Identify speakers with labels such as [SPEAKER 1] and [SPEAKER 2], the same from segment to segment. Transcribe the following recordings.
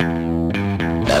[SPEAKER 1] Bah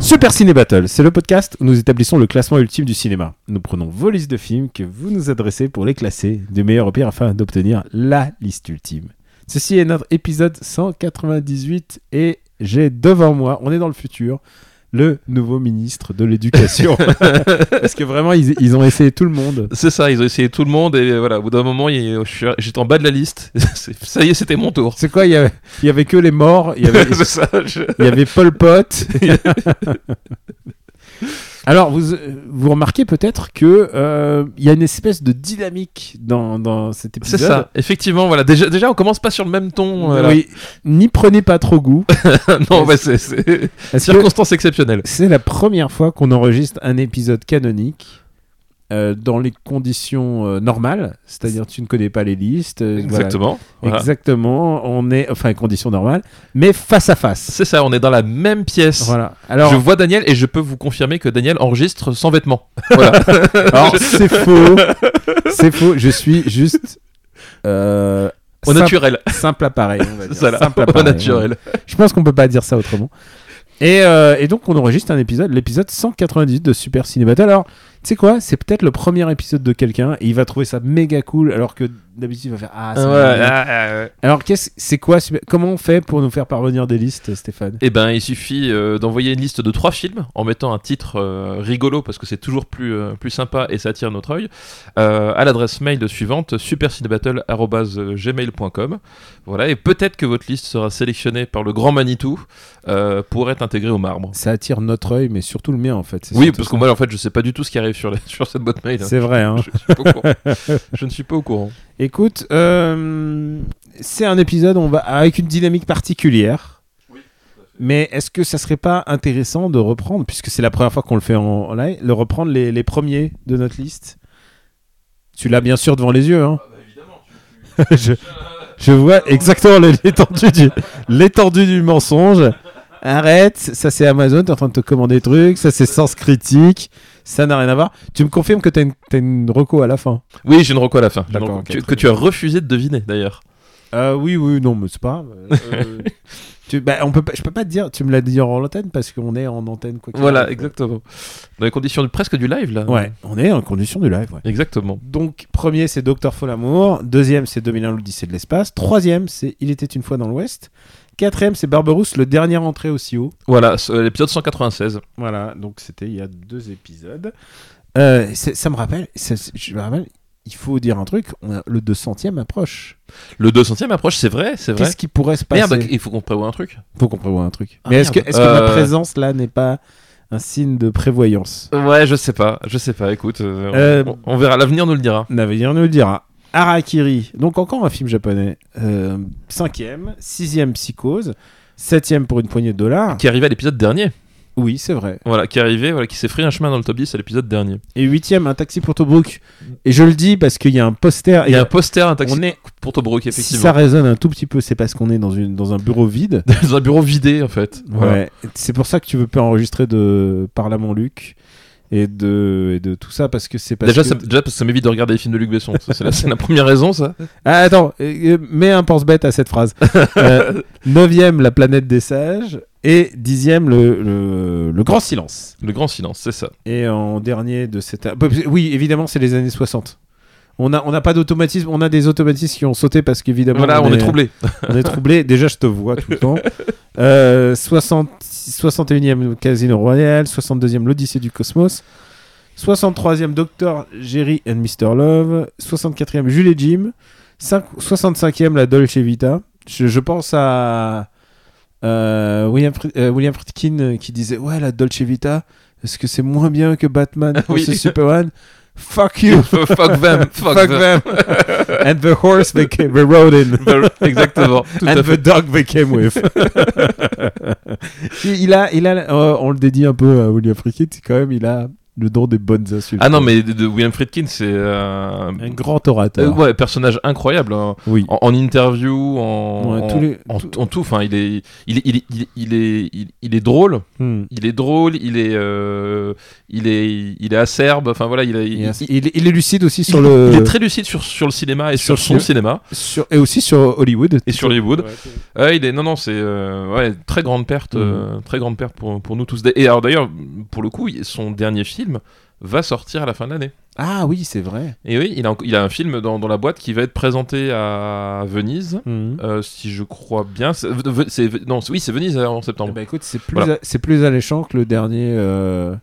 [SPEAKER 2] Super Ciné Battle, c'est le podcast où nous établissons le classement ultime du cinéma. Nous prenons vos listes de films que vous nous adressez pour les classer du meilleur au pire afin d'obtenir la liste ultime. Ceci est notre épisode 198 et j'ai devant moi, on est dans le futur, le nouveau ministre de l'éducation. Parce que vraiment, ils, ils ont essayé tout le monde.
[SPEAKER 3] C'est ça, ils ont essayé tout le monde et voilà, au bout d'un moment, il- je suis- j'étais en bas de la liste. C'est- ça y est, c'était mon tour.
[SPEAKER 2] C'est quoi Il y avait, il y avait que les morts, il y avait,
[SPEAKER 3] C'est ça, je-
[SPEAKER 2] Il y avait Paul Pot. Alors, vous, euh, vous remarquez peut-être que euh, il y a une espèce de dynamique dans, dans cet
[SPEAKER 3] C'est
[SPEAKER 2] épisode.
[SPEAKER 3] ça, Euh, effectivement, voilà. Déjà, déjà, on commence pas sur le même ton. voilà.
[SPEAKER 2] Oui, n'y prenez pas trop goût.
[SPEAKER 3] non, bah, c'est- c'est
[SPEAKER 2] parce que
[SPEAKER 3] circonstance exceptionnelle.
[SPEAKER 2] c'est la première fois qu'on enregistre un épisode canonique euh, dans les conditions euh, normales, c'est-à-dire tu ne connais pas les listes. euh, voilà.
[SPEAKER 3] Exactement. voilà.
[SPEAKER 2] Exactement. On est, enfin, conditions normales, mais face à face.
[SPEAKER 3] C'est ça, on est dans la même pièce.
[SPEAKER 2] Voilà. Alors,
[SPEAKER 3] Je vois Daniel et je peux vous confirmer que Daniel enregistre sans vêtements.
[SPEAKER 2] Alors c'est faux, c'est faux. Je suis juste euh,
[SPEAKER 3] Au
[SPEAKER 2] simple,
[SPEAKER 3] naturel.
[SPEAKER 2] simple appareil. on va dire.
[SPEAKER 3] Voilà,
[SPEAKER 2] Simple
[SPEAKER 3] au
[SPEAKER 2] appareil, hein.
[SPEAKER 3] naturel.
[SPEAKER 2] ouais. Je pense qu'on peut pas dire ça autrement. Et, euh, et donc on enregistre un épisode, l'épisode 198 de Super Ciné Battle. Alors tu sais quoi, c'est peut-être le premier épisode de quelqu'un et il va trouver ça méga cool, alors que d'habitude il va faire ah. c'est
[SPEAKER 3] Ouais,
[SPEAKER 2] bien.
[SPEAKER 3] ah, ah, ouais.
[SPEAKER 2] Alors qu'est-ce, c'est quoi, Super- comment on fait pour nous faire parvenir des listes, Stéphane
[SPEAKER 3] Eh ben, il suffit euh, d'envoyer une liste de trois films en mettant un titre euh, rigolo parce que c'est toujours plus, euh, plus sympa et ça attire notre œil euh, à l'adresse mail suivante supercinébattle@gmail.com. Voilà et peut-être que votre liste sera sélectionnée par le grand Manitou euh, pour être intégrée au marbre.
[SPEAKER 2] Ça attire notre œil, mais surtout le mien en fait. c'est
[SPEAKER 3] Oui,
[SPEAKER 2] surtout
[SPEAKER 3] parce
[SPEAKER 2] ça.
[SPEAKER 3] que moi en fait je sais pas du tout ce qui arrive sur, la- sur cette boîte mail. hein.
[SPEAKER 2] c'est vrai. Hein.
[SPEAKER 3] Je, suis pas au courant. Je ne suis pas au courant.
[SPEAKER 2] Écoute, euh, c'est un épisode on va, avec une dynamique particulière. Mais est-ce que ça serait pas intéressant de reprendre, puisque c'est la première fois qu'on le fait en, en live, de reprendre les, les premiers de notre liste Tu l'as bien sûr devant les yeux. Hein je, je vois exactement le- l'étendue du, l'étendue du mensonge. Arrête, ça c'est Amazon, t'es en train de te commander des trucs, ça c'est sens critique, ça n'a rien à voir. Tu me confirmes que t'as une, t'as une reco à la fin
[SPEAKER 3] Oui, j'ai une reco à la fin. J'ai une
[SPEAKER 2] D'accord,
[SPEAKER 3] reco
[SPEAKER 2] ok,
[SPEAKER 3] que-
[SPEAKER 2] très
[SPEAKER 3] que tu as refusé de deviner d'ailleurs.
[SPEAKER 2] Euh, oui, oui, non, mais c'est pas. grave. Euh, tu, bah, on peut pas, je peux pas te dire, tu me l'as dit en antenne parce qu'on est en antenne. Quoi qu'il
[SPEAKER 3] Voilà,
[SPEAKER 2] arrive.
[SPEAKER 3] exactement. Dans les conditions du, presque du live là.
[SPEAKER 2] Ouais, on est en condition du live. ouais.
[SPEAKER 3] Exactement.
[SPEAKER 2] Donc, premier, c'est Docteur Folamour. Deuxième, c'est 2001, l'Odyssée de l'espace. Troisième, c'est Il était une fois dans l'Ouest. Quatrième, c'est Barberousse, le dernier entrée aussi haut.
[SPEAKER 3] Voilà, ce- euh, l'épisode 196.
[SPEAKER 2] Voilà, donc c'était il y a deux épisodes. Euh, c'est- ça me rappelle, ça- je me rappelle, il faut dire un truc, on a- le 200e approche.
[SPEAKER 3] Le 200e approche, c'est vrai, c'est vrai.
[SPEAKER 2] Qu'est-ce qui pourrait se passer
[SPEAKER 3] Merde, il faut qu'on prévoie un truc.
[SPEAKER 2] Faut qu'on prévoie un truc.
[SPEAKER 3] Ah,
[SPEAKER 2] Mais est-ce que,
[SPEAKER 3] merde.
[SPEAKER 2] est-ce que ma
[SPEAKER 3] Euh.
[SPEAKER 2] présence là n'est pas un signe de prévoyance
[SPEAKER 3] Ouais, je sais pas, je sais pas. Écoute, euh, on-
[SPEAKER 2] Euh,
[SPEAKER 3] on, on verra, l'avenir nous le dira.
[SPEAKER 2] Navir nous le dira. Harakiri, donc encore un film japonais. Euh, cinquième, sixième psychose, septième pour une poignée de dollars.
[SPEAKER 3] Qui est arrivé à l'épisode dernier.
[SPEAKER 2] Oui, c'est vrai.
[SPEAKER 3] Voilà, qui est arrivé, voilà, qui s'est frayé un chemin dans le top 10 à l'épisode dernier.
[SPEAKER 2] Et huitième, un taxi pour Tobruk. Et je le dis parce qu'il y a un poster.
[SPEAKER 3] Il y a un poster, un taxi
[SPEAKER 2] on est,
[SPEAKER 3] pour Tobruk,
[SPEAKER 2] si ça
[SPEAKER 3] effectivement.
[SPEAKER 2] résonne un tout petit peu, c'est parce qu'on est dans, une, dans un bureau vide.
[SPEAKER 3] Dans un bureau vidé, en fait. Voilà.
[SPEAKER 2] Ouais. C'est pour ça que tu veux pas enregistrer de Parlement Luc et de, et de tout ça parce que c'est parce
[SPEAKER 3] Déjà,
[SPEAKER 2] que-
[SPEAKER 3] ça, déjà, parce que ça m'évite de regarder les films de Luc Besson. Ça, C'est la, c'est la première raison, ça.
[SPEAKER 2] Ah, attends, euh, euh, mets un pense-bête à cette phrase. Euh, neuvième, la planète des sages. Et dixième, le, le, le grand silence.
[SPEAKER 3] Le grand silence, c'est ça.
[SPEAKER 2] Et en dernier de cette. Ah, bah, Oui, évidemment, c'est les années 60. On n'a on n'a pas d'automatisme, on a des automatismes qui ont sauté parce qu'évidemment.
[SPEAKER 3] voilà, on est troublé.
[SPEAKER 2] On est troublé. Déjà, je te vois tout le temps. Euh, 60 61e Casino Royal, 62e L'Odyssée du Cosmos, 63e Docteur Jerry and Mr. Love, 64e Jules et Jim, 5 65e La Dolce Vita. Je, je pense à euh, William, Fri- euh, William Friedkin euh, qui disait Ouais, La Dolce Vita, est-ce que c'est moins bien que Batman
[SPEAKER 3] Oui.
[SPEAKER 2] versus Superman Fuck you
[SPEAKER 3] fuck them, fuck,
[SPEAKER 2] Fuck
[SPEAKER 3] them.
[SPEAKER 2] them And the horse they, came, they rode in
[SPEAKER 3] Exactement. Tout
[SPEAKER 2] And
[SPEAKER 3] à
[SPEAKER 2] the
[SPEAKER 3] fait.
[SPEAKER 2] dog they came with. oh, il il a, il a, euh, on le dédie un peu à William Friedkin, c'est quand même, il a le don des bonnes insultes.
[SPEAKER 3] Ah non, mais de, de William Friedkin, c'est euh,
[SPEAKER 2] Un grand
[SPEAKER 3] euh,
[SPEAKER 2] orateur.
[SPEAKER 3] ouais, personnage incroyable. hein.
[SPEAKER 2] Oui.
[SPEAKER 3] En, en interview, en,
[SPEAKER 2] Ouais,
[SPEAKER 3] en-
[SPEAKER 2] tous les-
[SPEAKER 3] en-
[SPEAKER 2] tout-
[SPEAKER 3] en tout. Enfin, il est, il est, il est, il est, il est, il- il est drôle.
[SPEAKER 2] Hmm.
[SPEAKER 3] Il est drôle. Il est, euh, il est, il est acerbe. Enfin voilà, il est,
[SPEAKER 2] Il,
[SPEAKER 3] il, il-
[SPEAKER 2] il- il est lucide aussi
[SPEAKER 3] il-
[SPEAKER 2] sur le.
[SPEAKER 3] il est très lucide sur, sur le cinéma et sur,
[SPEAKER 2] sur
[SPEAKER 3] son
[SPEAKER 2] le-
[SPEAKER 3] cinéma
[SPEAKER 2] sur- et aussi sur Hollywood.
[SPEAKER 3] et sur Hollywood.
[SPEAKER 2] Ouais, Mhm.
[SPEAKER 3] Ouais, il est non non c'est euh, ouais, très grande perte euh, très grande perte pour, pour nous tous et alors d'ailleurs pour le coup il- son dernier film va sortir à la fin de l'année
[SPEAKER 2] Ah oui, c'est vrai.
[SPEAKER 3] et oui il a, enco- il a un film dans, dans la boîte qui va être présenté à Venise
[SPEAKER 2] Hmm.
[SPEAKER 3] euh, si je crois bien c'est Ve- c'est- non c'est- oui c'est Venise euh, en septembre
[SPEAKER 2] Eh ben, écoute, c'est plus,
[SPEAKER 3] Voilà.
[SPEAKER 2] a- c'est plus alléchant que le dernier euh, ben.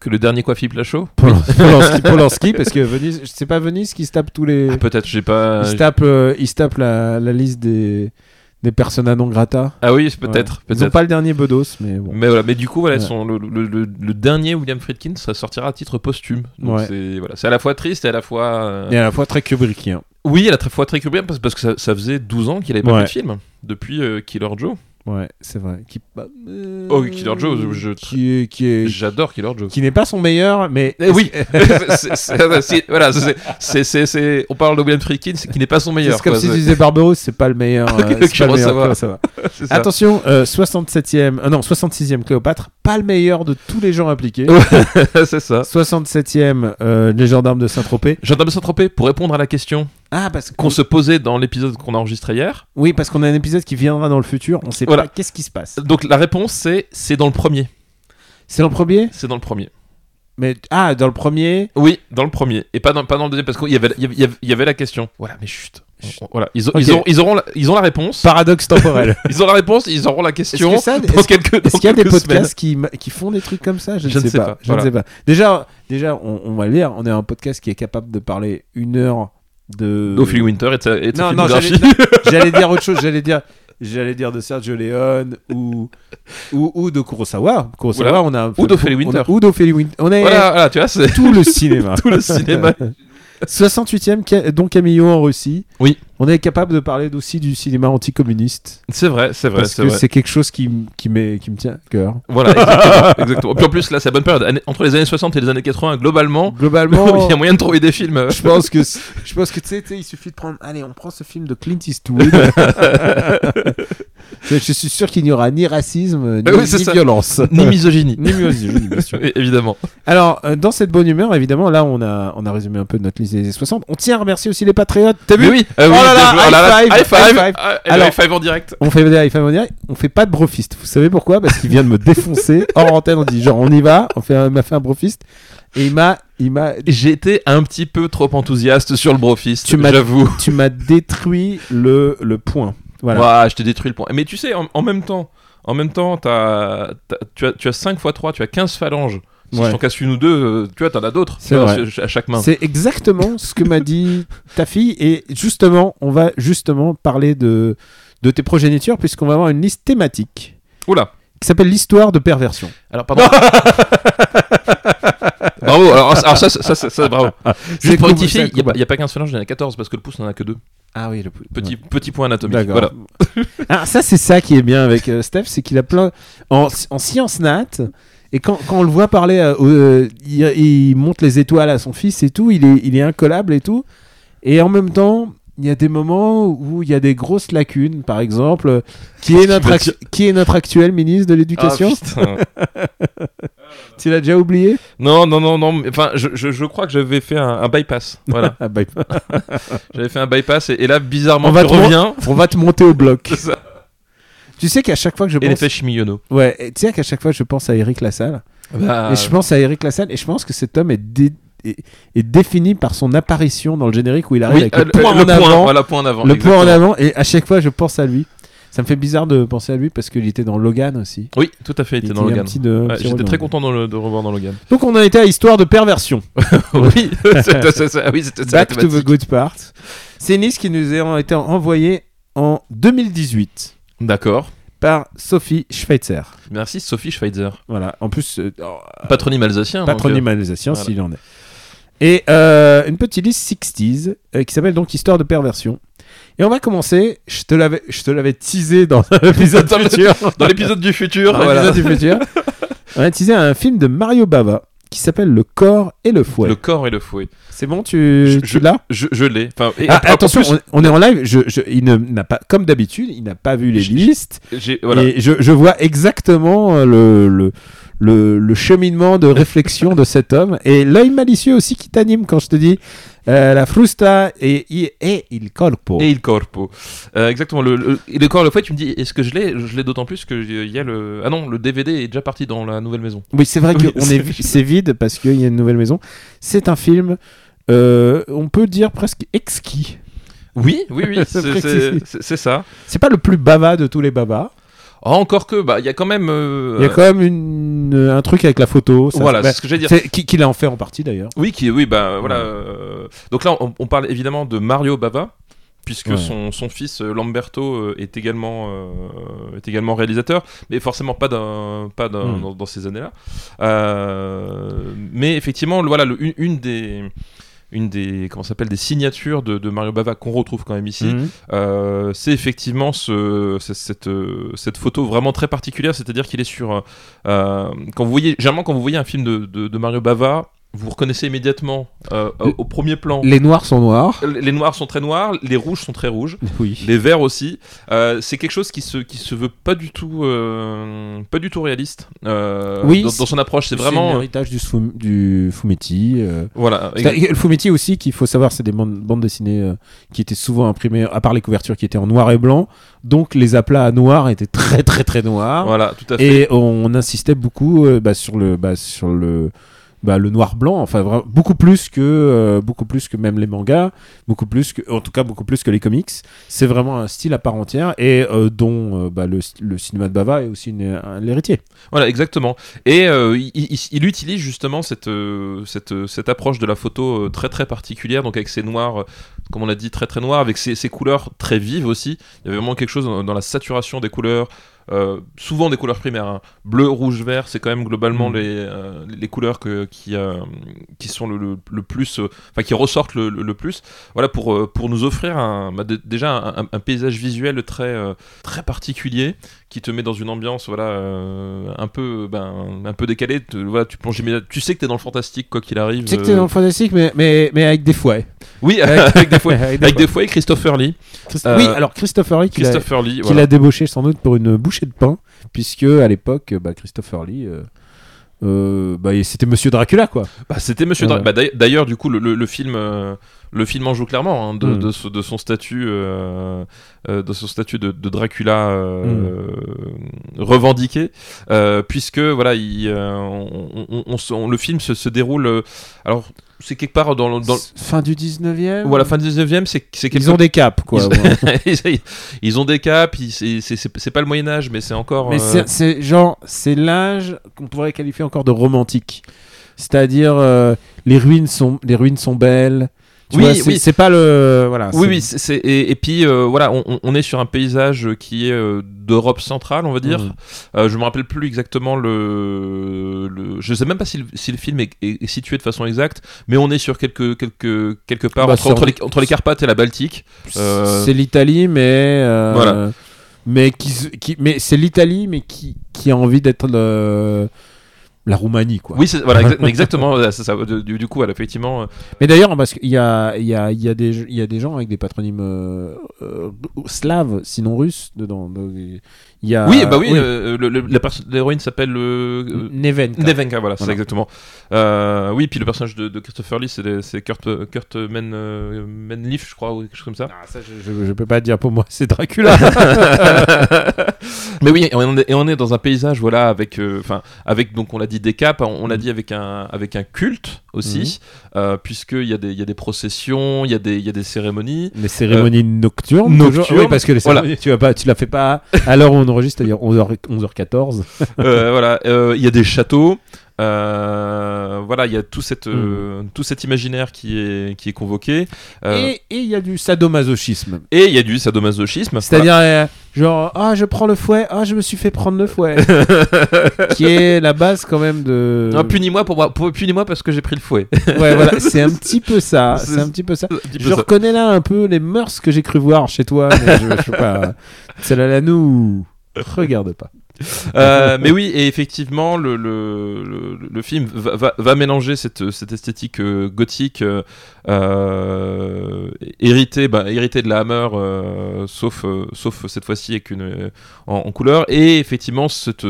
[SPEAKER 3] que le dernier coiffé Plachaud
[SPEAKER 2] Polans- Polanski, Polanski, parce que Venise, c'est pas Venise qui se tape tous les.
[SPEAKER 3] ah, peut-être j'ai pas
[SPEAKER 2] il se tape, euh, il se tape la, la liste des, des personnes non grata.
[SPEAKER 3] ah oui c'est
[SPEAKER 2] Ouais.
[SPEAKER 3] peut-être
[SPEAKER 2] Ils ont
[SPEAKER 3] peut-être
[SPEAKER 2] pas le dernier Bedos, mais bon.
[SPEAKER 3] Mais voilà, mais du coup, voilà,
[SPEAKER 2] Ouais.
[SPEAKER 3] son- le, le- le- le dernier William Friedkin, ça sortira à titre posthume. Donc
[SPEAKER 2] Ouais.
[SPEAKER 3] c'est voilà, c'est à la fois triste et à la fois. euh,
[SPEAKER 2] Et à la fois très hein. Kubrickien.
[SPEAKER 3] Oui, à la fois très Kubrick parce, parce que ça, ça faisait 12 ans qu'il avait pas
[SPEAKER 2] Ouais.
[SPEAKER 3] fait de film depuis euh, Killer Joe.
[SPEAKER 2] Ouais, c'est vrai. Qui... bah, euh,
[SPEAKER 3] Oh, Killer Joe, je-
[SPEAKER 2] Qui, est- qui, est-
[SPEAKER 3] J'adore Killer Joe.
[SPEAKER 2] qui n'est pas son meilleur, mais.
[SPEAKER 3] Eh oui, C'est- c'est- c'est- voilà, c'est- c'est- c'est- c'est- on parle de William Friedkin, c'est qui n'est pas son meilleur.
[SPEAKER 2] C'est comme
[SPEAKER 3] quoi,
[SPEAKER 2] si tu
[SPEAKER 3] c'est-
[SPEAKER 2] disais Barberousse, c'est pas le meilleur.
[SPEAKER 3] Ok,
[SPEAKER 2] euh,
[SPEAKER 3] ok,
[SPEAKER 2] c'est pas le
[SPEAKER 3] bon,
[SPEAKER 2] meilleur,
[SPEAKER 3] ça va.
[SPEAKER 2] quoi, ça va.
[SPEAKER 3] c'est ça.
[SPEAKER 2] Attention, euh, 67e, euh, non, 66e Cléopâtre, pas le meilleur de tous les gens impliqués.
[SPEAKER 3] c'est ça.
[SPEAKER 2] 67e euh, Les gendarmes de Saint-Tropez.
[SPEAKER 3] Gendarme de Saint-Tropez, pour répondre à la question
[SPEAKER 2] Ah, parce qu'on
[SPEAKER 3] qu'on se posait dans l'épisode qu'on a enregistré hier,
[SPEAKER 2] Oui, parce qu'on a un épisode qui viendra dans le futur, on sait
[SPEAKER 3] Voilà.
[SPEAKER 2] pas qu'est-ce qui se passe.
[SPEAKER 3] donc la réponse c'est c'est dans le premier.
[SPEAKER 2] C'est dans le premier
[SPEAKER 3] C'est dans le premier.
[SPEAKER 2] Mais ah, dans le premier,
[SPEAKER 3] Oui, dans le premier. Et pas dans, pas dans le deuxième, parce qu'il y avait, il y, avait, il y avait- il y avait la question. Voilà, mais chut. On- on- Voilà, ils, ont-
[SPEAKER 2] Ok.
[SPEAKER 3] ils, auront, ils, auront la, ils ont la réponse.
[SPEAKER 2] paradoxe temporel.
[SPEAKER 3] Ils ont la réponse, ils auront la
[SPEAKER 2] Est-ce
[SPEAKER 3] question
[SPEAKER 2] que ça-
[SPEAKER 3] dans
[SPEAKER 2] est-ce-
[SPEAKER 3] quelques
[SPEAKER 2] est-ce
[SPEAKER 3] dans
[SPEAKER 2] qu'il y a des
[SPEAKER 3] quelques semaines.
[SPEAKER 2] podcasts qui, m- qui font des trucs comme ça Je, ne sais, pas. Je
[SPEAKER 3] voilà.
[SPEAKER 2] ne sais pas. Déjà, déjà on, on va le dire, on est un podcast qui est capable de parler une heure de.
[SPEAKER 3] Ophélie Winter et de sa, et de sa
[SPEAKER 2] Non, non, j'allais,
[SPEAKER 3] filmographie.
[SPEAKER 2] non, j'allais dire autre chose. J'allais dire, j'allais dire de Sergio Leone ou, ou, ou de Kurosawa. Kurosawa,
[SPEAKER 3] Voilà.
[SPEAKER 2] on a un
[SPEAKER 3] Ou d'Ophélie
[SPEAKER 2] on a-
[SPEAKER 3] Winter.
[SPEAKER 2] Ou d'Ophélie Winter. On a
[SPEAKER 3] Voilà, voilà, tu vois, c'est
[SPEAKER 2] tout le cinéma.
[SPEAKER 3] tout le cinéma.
[SPEAKER 2] 68e, Ca- Don Camillo en Russie.
[SPEAKER 3] Oui.
[SPEAKER 2] On est capable de parler aussi du cinéma anticommuniste.
[SPEAKER 3] C'est vrai, c'est vrai,
[SPEAKER 2] parce
[SPEAKER 3] c'est
[SPEAKER 2] que
[SPEAKER 3] vrai.
[SPEAKER 2] c'est quelque chose qui, m- qui, m'est- qui me tient à cœur.
[SPEAKER 3] Voilà, exactement, exactement. Puis en plus, là, c'est la bonne période. Année- Entre les années 60 et les années 80, globalement,
[SPEAKER 2] Globalement,
[SPEAKER 3] il y a moyen de trouver des films. euh,
[SPEAKER 2] je pense que, c- je pense que tu sais, tu sais, il suffit de prendre. Allez, on prend ce film de Clint Eastwood. je je suis sûr qu'il n'y aura ni racisme, ni,
[SPEAKER 3] Ah oui, c'est
[SPEAKER 2] ni
[SPEAKER 3] ça.
[SPEAKER 2] violence.
[SPEAKER 3] ni misogynie.
[SPEAKER 2] Ni misogynie, bien sûr.
[SPEAKER 3] Oui, Évidemment.
[SPEAKER 2] Alors, euh, dans cette bonne humeur, évidemment, là, on a, on a résumé un peu notre liste des années 60. On tient à remercier aussi les patriotes. T'as
[SPEAKER 3] Mais
[SPEAKER 2] vu
[SPEAKER 3] oui, euh,
[SPEAKER 2] Oh là
[SPEAKER 3] oui, bien
[SPEAKER 2] là,
[SPEAKER 3] joué.
[SPEAKER 2] high
[SPEAKER 3] Oh là là,
[SPEAKER 2] five,
[SPEAKER 3] high
[SPEAKER 2] high
[SPEAKER 3] five.
[SPEAKER 2] five.
[SPEAKER 3] Ah, et le
[SPEAKER 2] Alors-
[SPEAKER 3] high five en direct.
[SPEAKER 2] On fait des iPhones en direct, on fait pas de brofist. Vous savez pourquoi Parce qu'il vient de me défoncer. Hors antenne, on dit genre on y va, on fait un- m'a fait un brofist. Et il m'a, il m'a,
[SPEAKER 3] J'étais un petit peu trop enthousiaste sur le brofist,
[SPEAKER 2] Tu m'as-
[SPEAKER 3] j'avoue.
[SPEAKER 2] tu m'as détruit le, le point. Voilà.
[SPEAKER 3] Ouah, je t'ai détruit le point. Mais tu sais, en, en même temps, en même temps, t'as- t'as- tu, as, tu as 5 x 3, tu as 15 phalanges. Si
[SPEAKER 2] Ouais.
[SPEAKER 3] je t'en casse une ou deux, euh, tu vois, t'en as d'autres.
[SPEAKER 2] C'est
[SPEAKER 3] Tu vois,
[SPEAKER 2] vrai.
[SPEAKER 3] sur- À chaque main.
[SPEAKER 2] C'est exactement ce que m'a dit ta fille. Et justement, on va justement parler de, de tes progénitures puisqu'on va avoir une liste thématique
[SPEAKER 3] Oula.
[SPEAKER 2] qui s'appelle l'histoire de perversion.
[SPEAKER 3] Alors, pardon. bravo. Alors, alors ça, ça, ça, ça, ça, bravo.
[SPEAKER 2] C'est
[SPEAKER 3] Juste
[SPEAKER 2] cool,
[SPEAKER 3] pour rectifier,
[SPEAKER 2] c'est
[SPEAKER 3] il n'y a,
[SPEAKER 2] cool.
[SPEAKER 3] pas- y a pas 15 phalanges, il y en a 14 parce que le pouce n'en a que 2.
[SPEAKER 2] Ah oui, le pou-
[SPEAKER 3] Petit,
[SPEAKER 2] ouais.
[SPEAKER 3] petit point anatomique.
[SPEAKER 2] D'accord.
[SPEAKER 3] Voilà.
[SPEAKER 2] Alors ça, c'est ça qui est bien avec euh, Steph, c'est qu'il a plein en, en science nat. Et quand, quand on le voit parler, euh, au- euh, il, il monte les étoiles à son fils et tout. Il est, il est incollable et tout. Et en même temps, il y a des moments où il y a des grosses lacunes, par exemple, euh, qui est notre,
[SPEAKER 3] vas
[SPEAKER 2] ac- qui est notre actuel ministre de l'Éducation.
[SPEAKER 3] Ah, putain.
[SPEAKER 2] tu l'as déjà oublié
[SPEAKER 3] non, non, non, non. mais Enfin, je, je, je crois que j'avais fait un, un bypass. Voilà.
[SPEAKER 2] Ah, bah,
[SPEAKER 3] j'avais fait un bypass et, et là, bizarrement,
[SPEAKER 2] On va
[SPEAKER 3] tu
[SPEAKER 2] te mon-
[SPEAKER 3] reviens.
[SPEAKER 2] On va te monter au bloc.
[SPEAKER 3] C'est ça.
[SPEAKER 2] Tu sais qu'à chaque fois que je
[SPEAKER 3] Et
[SPEAKER 2] pense,
[SPEAKER 3] l'effet Chimiono.
[SPEAKER 2] ouais, et tu sais qu'à chaque fois je pense à Eric Lassalle.
[SPEAKER 3] Bah,
[SPEAKER 2] Et je pense à Eric Lassalle et je pense que cet homme est, dé- est, est défini par son apparition dans le générique où il arrive
[SPEAKER 3] Oui,
[SPEAKER 2] avec
[SPEAKER 3] euh,
[SPEAKER 2] le point en
[SPEAKER 3] point,
[SPEAKER 2] avant,
[SPEAKER 3] voilà, point en avant.
[SPEAKER 2] le point en
[SPEAKER 3] exactement.
[SPEAKER 2] avant et à chaque fois je pense à lui. Ça me fait bizarre de penser à lui parce qu'il était dans Logan aussi.
[SPEAKER 3] Oui, tout à fait, il était dans
[SPEAKER 2] un
[SPEAKER 3] Logan.
[SPEAKER 2] petit de-
[SPEAKER 3] Ouais,
[SPEAKER 2] petit rôle
[SPEAKER 3] J'étais
[SPEAKER 2] dans
[SPEAKER 3] très
[SPEAKER 2] Logan.
[SPEAKER 3] content dans le- de revoir dans Logan.
[SPEAKER 2] Donc on en était à histoire de perversion.
[SPEAKER 3] oui, c'était ça, ça, oui, c'était ça. la
[SPEAKER 2] Back to the
[SPEAKER 3] thématique.
[SPEAKER 2] good part. C'est une liste qui nous a été envoyée en 2018
[SPEAKER 3] D'accord.
[SPEAKER 2] par Sophie Schweitzer.
[SPEAKER 3] Merci Sophie Schweitzer.
[SPEAKER 2] Voilà. En plus, euh, oh,
[SPEAKER 3] Patronyme alsacien. donc,
[SPEAKER 2] patronyme alsacien
[SPEAKER 3] Ah, voilà.
[SPEAKER 2] s'il en est. Et euh, une petite liste 60s euh, qui s'appelle donc Histoire de perversion. Et on va commencer, je te l'avais, je te l'avais teasé dans l'épisode
[SPEAKER 3] Dans le-
[SPEAKER 2] futur.
[SPEAKER 3] euh, Dans l'épisode du futur.
[SPEAKER 2] Dans
[SPEAKER 3] voilà.
[SPEAKER 2] l'épisode du futur. On a teasé un film de Mario Bava qui s'appelle Le corps et le fouet.
[SPEAKER 3] Le corps et le fouet.
[SPEAKER 2] C'est bon, tu,
[SPEAKER 3] Je-
[SPEAKER 2] tu l'as
[SPEAKER 3] Je, je l'ai. Enfin, et
[SPEAKER 2] Ah,
[SPEAKER 3] en- en
[SPEAKER 2] Attention,
[SPEAKER 3] plus,
[SPEAKER 2] on, on est en live. Je, je- il ne- n'a pas, comme d'habitude, il n'a pas vu les
[SPEAKER 3] Je- je-
[SPEAKER 2] listes.
[SPEAKER 3] j'ai- voilà.
[SPEAKER 2] Et je, je vois exactement euh, le, le, le, le cheminement de réflexion de cet homme. Et l'œil malicieux aussi qui t'anime quand je te dis euh, la frusta et, i- et il corpo.
[SPEAKER 3] Et il corpo. Euh, exactement. Le, le- et le corps, le fouet, tu me dis, est-ce que je l'ai Je l'ai d'autant plus que euh, il y a le. Ah non, le DVD est déjà parti dans la nouvelle maison.
[SPEAKER 2] Oui, c'est vrai que
[SPEAKER 3] Oui,
[SPEAKER 2] on
[SPEAKER 3] c'est
[SPEAKER 2] est,
[SPEAKER 3] vrai.
[SPEAKER 2] c'est vide parce qu'il y a une nouvelle maison. C'est un film, euh, on peut dire presque exquis.
[SPEAKER 3] Oui, oui, oui,
[SPEAKER 2] C'est
[SPEAKER 3] c'est-
[SPEAKER 2] vrai que
[SPEAKER 3] c'est-
[SPEAKER 2] si.
[SPEAKER 3] c'est c'est ça.
[SPEAKER 2] C'est pas le plus bava de tous les babas.
[SPEAKER 3] Ah, encore que, bah, il y a quand même. euh,
[SPEAKER 2] Il y a quand même une, euh, un truc avec la photo. ça-
[SPEAKER 3] Voilà,
[SPEAKER 2] bah,
[SPEAKER 3] c'est ce que j'allais dire.
[SPEAKER 2] c'est- qui, qui l'a en fait en partie d'ailleurs.
[SPEAKER 3] Oui, qui, oui, bah voilà. euh, Donc là, on, on parle évidemment de Mario Bava, puisque
[SPEAKER 2] Ouais.
[SPEAKER 3] son, son fils euh, Lamberto euh, est également euh, est également réalisateur, mais forcément pas d'un pas d'un-
[SPEAKER 2] Mm.
[SPEAKER 3] dans, dans ces années-là. Euh, mais effectivement, le- voilà, le- une, une des une des comment ça s'appelle des signatures de, de Mario Bava qu'on retrouve quand même ici,
[SPEAKER 2] Mhm.
[SPEAKER 3] euh, c'est effectivement ce, ce- cette, euh, cette photo vraiment très particulière, c'est-à-dire qu'il est sur... euh, euh, quand vous voyez, généralement, quand vous voyez un film de, de- de Mario Bava, vous reconnaissez immédiatement euh, au, au premier plan.
[SPEAKER 2] Les noirs sont noirs.
[SPEAKER 3] Les noirs sont très noirs, les rouges sont très rouges,
[SPEAKER 2] Oui.
[SPEAKER 3] les verts aussi. Euh, c'est quelque chose qui se, qui se veut pas du tout, euh, pas du tout réaliste euh,
[SPEAKER 2] Oui,
[SPEAKER 3] dans,
[SPEAKER 2] c'est-
[SPEAKER 3] dans son approche. C'est vraiment. euh,
[SPEAKER 2] l'héritage du, Sfum- du Fumetti. euh.
[SPEAKER 3] Voilà. exact-
[SPEAKER 2] C'est-à-dire que Le Fumetti aussi, qu'il faut savoir, c'est des bandes, bandes dessinées euh, qui étaient souvent imprimées, à part les couvertures qui étaient en noir et blanc. Donc les aplats à noir étaient très très très noirs.
[SPEAKER 3] Voilà, tout à fait.
[SPEAKER 2] Et on insistait beaucoup euh, bah, sur le bah, sur le bah, le noir blanc enfin vra- beaucoup plus que euh, beaucoup plus que même les mangas beaucoup plus que en tout cas beaucoup plus que les comics c'est vraiment un style à part entière et euh, dont euh, bah, le, le cinéma de Bava est aussi une- un- l'héritier
[SPEAKER 3] Voilà, exactement. Et euh, il, il- il utilise justement cette, euh, cette, euh, cette approche de la photo euh, très très particulière, donc avec ses noirs, euh, comme on l'a dit, très très noirs, avec ses, ses couleurs très vives aussi. Il y avait vraiment quelque chose dans, dans la saturation des couleurs, euh, souvent des couleurs primaires. hein. Bleu, rouge, vert, c'est quand même globalement
[SPEAKER 2] Mm.
[SPEAKER 3] les, euh, les couleurs que, qui, euh, qui sont le, le- le plus, euh, enfin qui ressortent le, le- le plus. Voilà, pour, euh, pour nous offrir un, bah, dé- déjà un, un- un paysage visuel très, euh, très particulier qui te met dans une ambiance voilà euh, un peu ben un peu décalée te- voilà tu plonges immédiat- tu sais que t'es dans le fantastique quoi qu'il arrive
[SPEAKER 2] tu sais que
[SPEAKER 3] euh,
[SPEAKER 2] t'es dans le fantastique mais, mais, mais avec des fouets
[SPEAKER 3] oui
[SPEAKER 2] Avec-
[SPEAKER 3] avec des fois
[SPEAKER 2] avec
[SPEAKER 3] avec des
[SPEAKER 2] fouets.
[SPEAKER 3] fois et Christopher Lee
[SPEAKER 2] Christ-
[SPEAKER 3] euh,
[SPEAKER 2] oui alors Christopher Lee qui l'a-
[SPEAKER 3] Christopher Lee
[SPEAKER 2] qui
[SPEAKER 3] voilà.
[SPEAKER 2] l'a débauché sans doute pour une bouchée de pain puisque à l'époque bah, Christopher Lee euh, euh, bah, c'était Monsieur Dracula quoi
[SPEAKER 3] Bah, c'était Monsieur
[SPEAKER 2] Voilà.
[SPEAKER 3] Drake. Bah, d'ailleurs- D'ailleurs, du coup, le, le- le film, euh, le film en joue clairement hein, de,
[SPEAKER 2] Mm.
[SPEAKER 3] de ce- de son statut, euh, euh, de son statut de, de Dracula euh,
[SPEAKER 2] Mm.
[SPEAKER 3] euh, revendiqué, euh, puisque voilà, il, euh, on, on- on- on se- on- le film se, se déroule. euh, alors, c'est quelque part dans, le- dans le-
[SPEAKER 2] fin du 19e
[SPEAKER 3] ou à la fin du 19e, c'est c'est quelque
[SPEAKER 2] Ils ont des capes, quoi.
[SPEAKER 3] Ils-
[SPEAKER 2] voilà.
[SPEAKER 3] ils, ils ont des caps, ils- c'est- c'est c'est- c'est pas le Moyen Âge, mais c'est encore.
[SPEAKER 2] Mais
[SPEAKER 3] euh,
[SPEAKER 2] c'est- c'est genre, c'est l'âge qu'on pourrait qualifier encore de romantique. C'est-à-dire, euh, les ruines sont, les ruines sont belles. Tu
[SPEAKER 3] Oui,
[SPEAKER 2] vois, c'est-
[SPEAKER 3] oui.
[SPEAKER 2] C'est pas le, voilà.
[SPEAKER 3] Oui,
[SPEAKER 2] Ah, c'est-
[SPEAKER 3] oui, c'est- c'est- et, et puis euh, voilà, on, on- on est sur un paysage qui est euh, d'Europe centrale, on va dire.
[SPEAKER 2] Mm.
[SPEAKER 3] Euh, je me rappelle plus exactement le, le- je sais même pas si le, si le film est, est- est situé de façon exacte, mais on est sur quelque quelque quelque part
[SPEAKER 2] Bah,
[SPEAKER 3] entre,
[SPEAKER 2] c'est
[SPEAKER 3] entre
[SPEAKER 2] en-
[SPEAKER 3] les, entre les Carpates et la Baltique. Euh,
[SPEAKER 2] C'est l'Italie, mais euh,
[SPEAKER 3] Voilà.
[SPEAKER 2] Mais qui, se- qui- mais c'est l'Italie, mais qui, qui a envie d'être le- la Roumanie, quoi.
[SPEAKER 3] Oui, c'est- voilà, exa- exactement. voilà, c'est ça, du, du coup, voilà, effectivement, euh,
[SPEAKER 2] Mais d'ailleurs, parce qu'il y a, il y, a, il y, a des- il y a des gens avec des patronymes euh, euh, slaves, sinon russes, dedans. Donc, Il y a,
[SPEAKER 3] oui, bah oui, euh, le- le- la perso- l'héroïne s'appelle euh,
[SPEAKER 2] Nevenka.
[SPEAKER 3] Nevenka, voilà, c'est ça
[SPEAKER 2] Voilà.
[SPEAKER 3] exactement. Euh, oui, puis le personnage de, de Christopher Lee, c'est c'est Kurt, Kurt Men, euh, Menliff, je crois, ou quelque chose comme ça.
[SPEAKER 2] Ah, ça, je, je- je peux pas dire pour moi, c'est Dracula.
[SPEAKER 3] Mais oui, et on, est, et on est dans un paysage, voilà, avec, euh, enfin, avec donc on l'a dit des capes, on, on l'a dit avec un, avec un culte aussi, euh, puisqu'il y, a des- il y a des processions, il y, a des- il y a des cérémonies.
[SPEAKER 2] les cérémonies nocturnes.
[SPEAKER 3] Euh, Nocturnes.
[SPEAKER 2] toujours. Oui, parce que les
[SPEAKER 3] Voilà.
[SPEAKER 2] cérémonies, tu, vas pas, tu la fais pas à l'heure où on enregistre, c'est-à-dire 11h, 11h14.
[SPEAKER 3] Euh, voilà, euh, il y a des châteaux. euh, voilà, il y a tout, cette, euh, tout cet imaginaire qui est, qui est convoqué. euh,
[SPEAKER 2] Et et il y a du sadomasochisme.
[SPEAKER 3] et il y a du sadomasochisme.
[SPEAKER 2] C'est-à-dire, euh, genre, ah, je prends le fouet, ah, je me suis fait prendre le fouet. qui est la base quand même de.
[SPEAKER 3] Non, punis-moi pour moi, pour- punis-moi parce que j'ai pris le fouet.
[SPEAKER 2] Ouais, voilà, c'est un petit peu ça.
[SPEAKER 3] C'est-
[SPEAKER 2] C'est un petit peu ça.
[SPEAKER 3] Un petit peu
[SPEAKER 2] Je
[SPEAKER 3] ça.
[SPEAKER 2] reconnais là un peu les euh, mœurs que j'ai cru voir chez toi, mais je, je sais pas. C'est là, là, nous. Regarde pas.
[SPEAKER 3] Euh, mais oui, et effectivement, le, le, le, le film va, va- va mélanger cette, cette esthétique euh, gothique euh, euh, héritée, bah, héritée de la Hammer, euh, sauf, euh, sauf cette fois-ci avec une, euh, en, en couleur, et effectivement cette,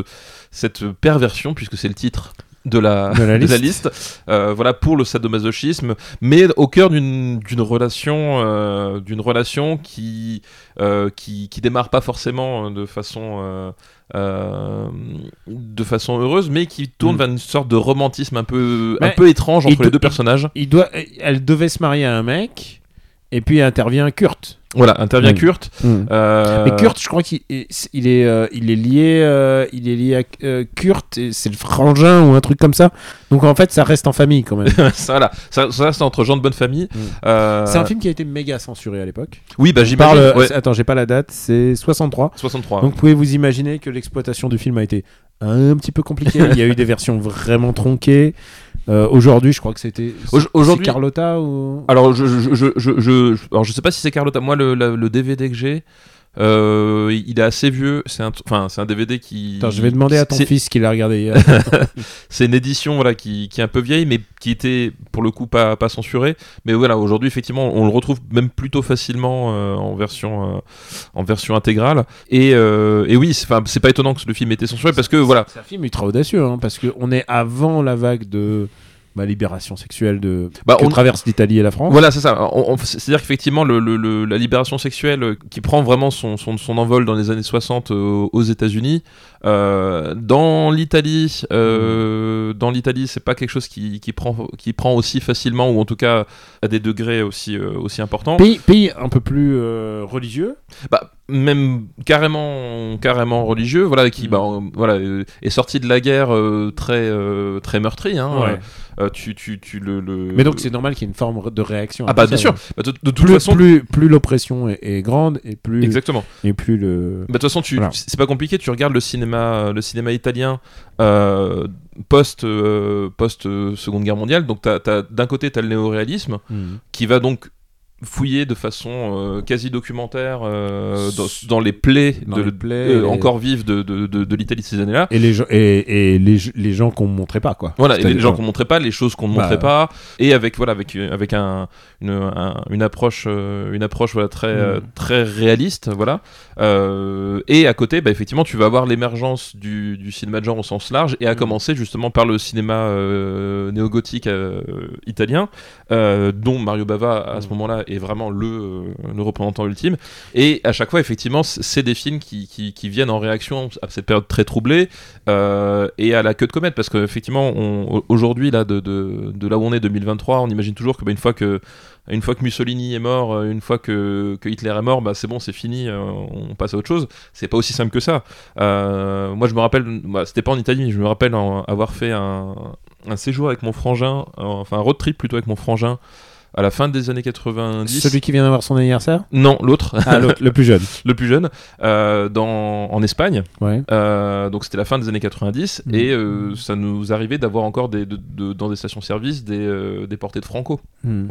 [SPEAKER 3] cette perversion, puisque c'est le titre de la,
[SPEAKER 2] De la
[SPEAKER 3] de la
[SPEAKER 2] liste.
[SPEAKER 3] liste, euh, voilà pour le sadomasochisme, mais au cœur d'une d'une relation, euh, d'une relation qui, euh, qui qui démarre pas forcément euh, de façon euh, euh, de façon heureuse, mais qui tourne
[SPEAKER 2] Mm.
[SPEAKER 3] vers une sorte de romantisme un peu un
[SPEAKER 2] Ouais.
[SPEAKER 3] peu étrange
[SPEAKER 2] Il
[SPEAKER 3] entre les
[SPEAKER 2] do-
[SPEAKER 3] deux personnages.
[SPEAKER 2] Il doit, elle devait se marier à un mec, et puis intervient Kurt.
[SPEAKER 3] Voilà, intervient
[SPEAKER 2] Mm.
[SPEAKER 3] Kurt. euh,
[SPEAKER 2] Mais Kurt, je crois qu'il est, il est, euh, il est lié, euh, il est lié à euh, Kurt, et c'est le frangin ou un truc comme ça. Donc en fait, ça reste en famille quand même.
[SPEAKER 3] ça, voilà, ça, ça, c'est entre gens de bonne famille.
[SPEAKER 2] Mm.
[SPEAKER 3] Euh,
[SPEAKER 2] C'est un film qui a été méga censuré à l'époque.
[SPEAKER 3] Oui, bah
[SPEAKER 2] On
[SPEAKER 3] j'imagine.
[SPEAKER 2] parle-
[SPEAKER 3] ouais,
[SPEAKER 2] Attends, j'ai pas la date, c'est 63.
[SPEAKER 3] 63.
[SPEAKER 2] Donc vous pouvez vous imaginer que l'exploitation du film a été un petit peu compliquée. Il y a eu des versions vraiment tronquées. Euh, aujourd'hui, je crois que c'était
[SPEAKER 3] Au- aujourd'hui- Ah,
[SPEAKER 2] c'est Carlotta ou
[SPEAKER 3] Alors je je, je, je, je- alors je sais pas si c'est Carlotta. Moi le, la- le DVD que j'ai, euh, il est assez vieux. C'est un enfin c'est un DVD qui.
[SPEAKER 2] Attends, je vais demander à ton
[SPEAKER 3] c'est-
[SPEAKER 2] fils qui l'a regardé euh, hier.
[SPEAKER 3] C'est une édition voilà qui, qui est un peu vieille, mais qui était pour le coup pas pas censurée. Mais voilà aujourd'hui effectivement on le retrouve même plutôt facilement euh, en version euh, en version intégrale. Et euh, et oui c'est enfin, c'est pas étonnant que le film ait été censuré parce que voilà
[SPEAKER 2] C'est un film ultra audacieux, hein, parce qu'on est avant la vague de bah, libération sexuelle de
[SPEAKER 3] bah
[SPEAKER 2] que
[SPEAKER 3] on
[SPEAKER 2] traverse l'Italie et la France.
[SPEAKER 3] Voilà, c'est ça. On- on- C'est-à-dire qu'effectivement, le- le- le- la libération sexuelle euh, qui prend vraiment son, son, son envol dans les années 60 euh, aux États-Unis, euh, dans l'Italie, euh, dans l'Italie, c'est pas quelque chose qui, qui, prend, qui prend aussi facilement, ou en tout cas à des degrés aussi, euh, aussi importants.
[SPEAKER 2] Pays, pays un peu plus euh, religieux.
[SPEAKER 3] Bah, même carrément, carrément religieux, voilà, qui
[SPEAKER 2] Mm.
[SPEAKER 3] bah, euh, voilà, euh, est sorti de la guerre euh, très, euh, très meurtrie. Hein,
[SPEAKER 2] Ouais.
[SPEAKER 3] Euh, tu, tu, tu le, le-
[SPEAKER 2] Mais donc c'est normal qu'il y ait une forme de réaction. à
[SPEAKER 3] Ah bah
[SPEAKER 2] tout
[SPEAKER 3] bien
[SPEAKER 2] ça,
[SPEAKER 3] sûr,
[SPEAKER 2] ouais.
[SPEAKER 3] Bah, de, de toute
[SPEAKER 2] Plus,
[SPEAKER 3] façon.
[SPEAKER 2] plus, plus l'oppression est, est grande et plus
[SPEAKER 3] Exactement.
[SPEAKER 2] et plus le.
[SPEAKER 3] Bah, de toute façon, tu,
[SPEAKER 2] Voilà.
[SPEAKER 3] c'est pas compliqué. Tu regardes le cinéma, le cinéma italien euh, post euh, post euh, Seconde Guerre mondiale. Donc, t'as- t'as- d'un côté, t'as le néoréalisme qui va donc fouiller de façon euh, quasi documentaire euh, dans, dans les plaies,
[SPEAKER 2] Dans
[SPEAKER 3] de-
[SPEAKER 2] les plaies,
[SPEAKER 3] euh,
[SPEAKER 2] les-
[SPEAKER 3] encore vives de, de- de- de l'Italie de ces années-là.
[SPEAKER 2] Et les gens et, et les, les gens qu'on montrait pas quoi.
[SPEAKER 3] Voilà, et les
[SPEAKER 2] C'est-à-dire-
[SPEAKER 3] gens qu'on montrait pas, les choses qu'on ne
[SPEAKER 2] Bah,
[SPEAKER 3] montrait pas, et avec voilà, avec euh, avec un une, un- une approche euh, une approche voilà très euh,
[SPEAKER 2] Mm.
[SPEAKER 3] très réaliste, voilà. Euh, et à côté, bah, effectivement, tu vas avoir l'émergence du, du cinéma de genre au sens large, et à
[SPEAKER 2] Mm.
[SPEAKER 3] commencer justement par le cinéma euh, néo-gothique euh, italien, euh, dont Mario Bava à ce
[SPEAKER 2] Mm.
[SPEAKER 3] moment-là est vraiment le euh, le représentant ultime. Et à chaque fois, effectivement, c- c'est des films qui, qui qui viennent en réaction à cette période très troublée euh, et à la queue de comète parce qu'effectivement aujourd'hui là de, de- de là où on est 2023 on imagine toujours que bah, une fois que une fois que Mussolini est mort euh, une fois que, que Hitler est mort bah c'est bon c'est fini euh, on passe à autre chose c'est pas aussi simple que ça Euh, moi je me rappelle bah, c'était pas en Italie mais je me rappelle en- avoir fait un, un séjour avec mon frangin euh, enfin un road trip plutôt avec mon frangin à la fin des années 90
[SPEAKER 2] Celui qui vient d'avoir son anniversaire.
[SPEAKER 3] non l'autre
[SPEAKER 2] Ah l'autre, le plus jeune.
[SPEAKER 3] le plus jeune euh, dans, en Espagne
[SPEAKER 2] Ouais.
[SPEAKER 3] euh, donc c'était la fin des années 90
[SPEAKER 2] Mm.
[SPEAKER 3] et euh, ça nous arrivait d'avoir encore des, de- de- dans des stations-service des, euh, des portées de Franco.
[SPEAKER 2] Mm.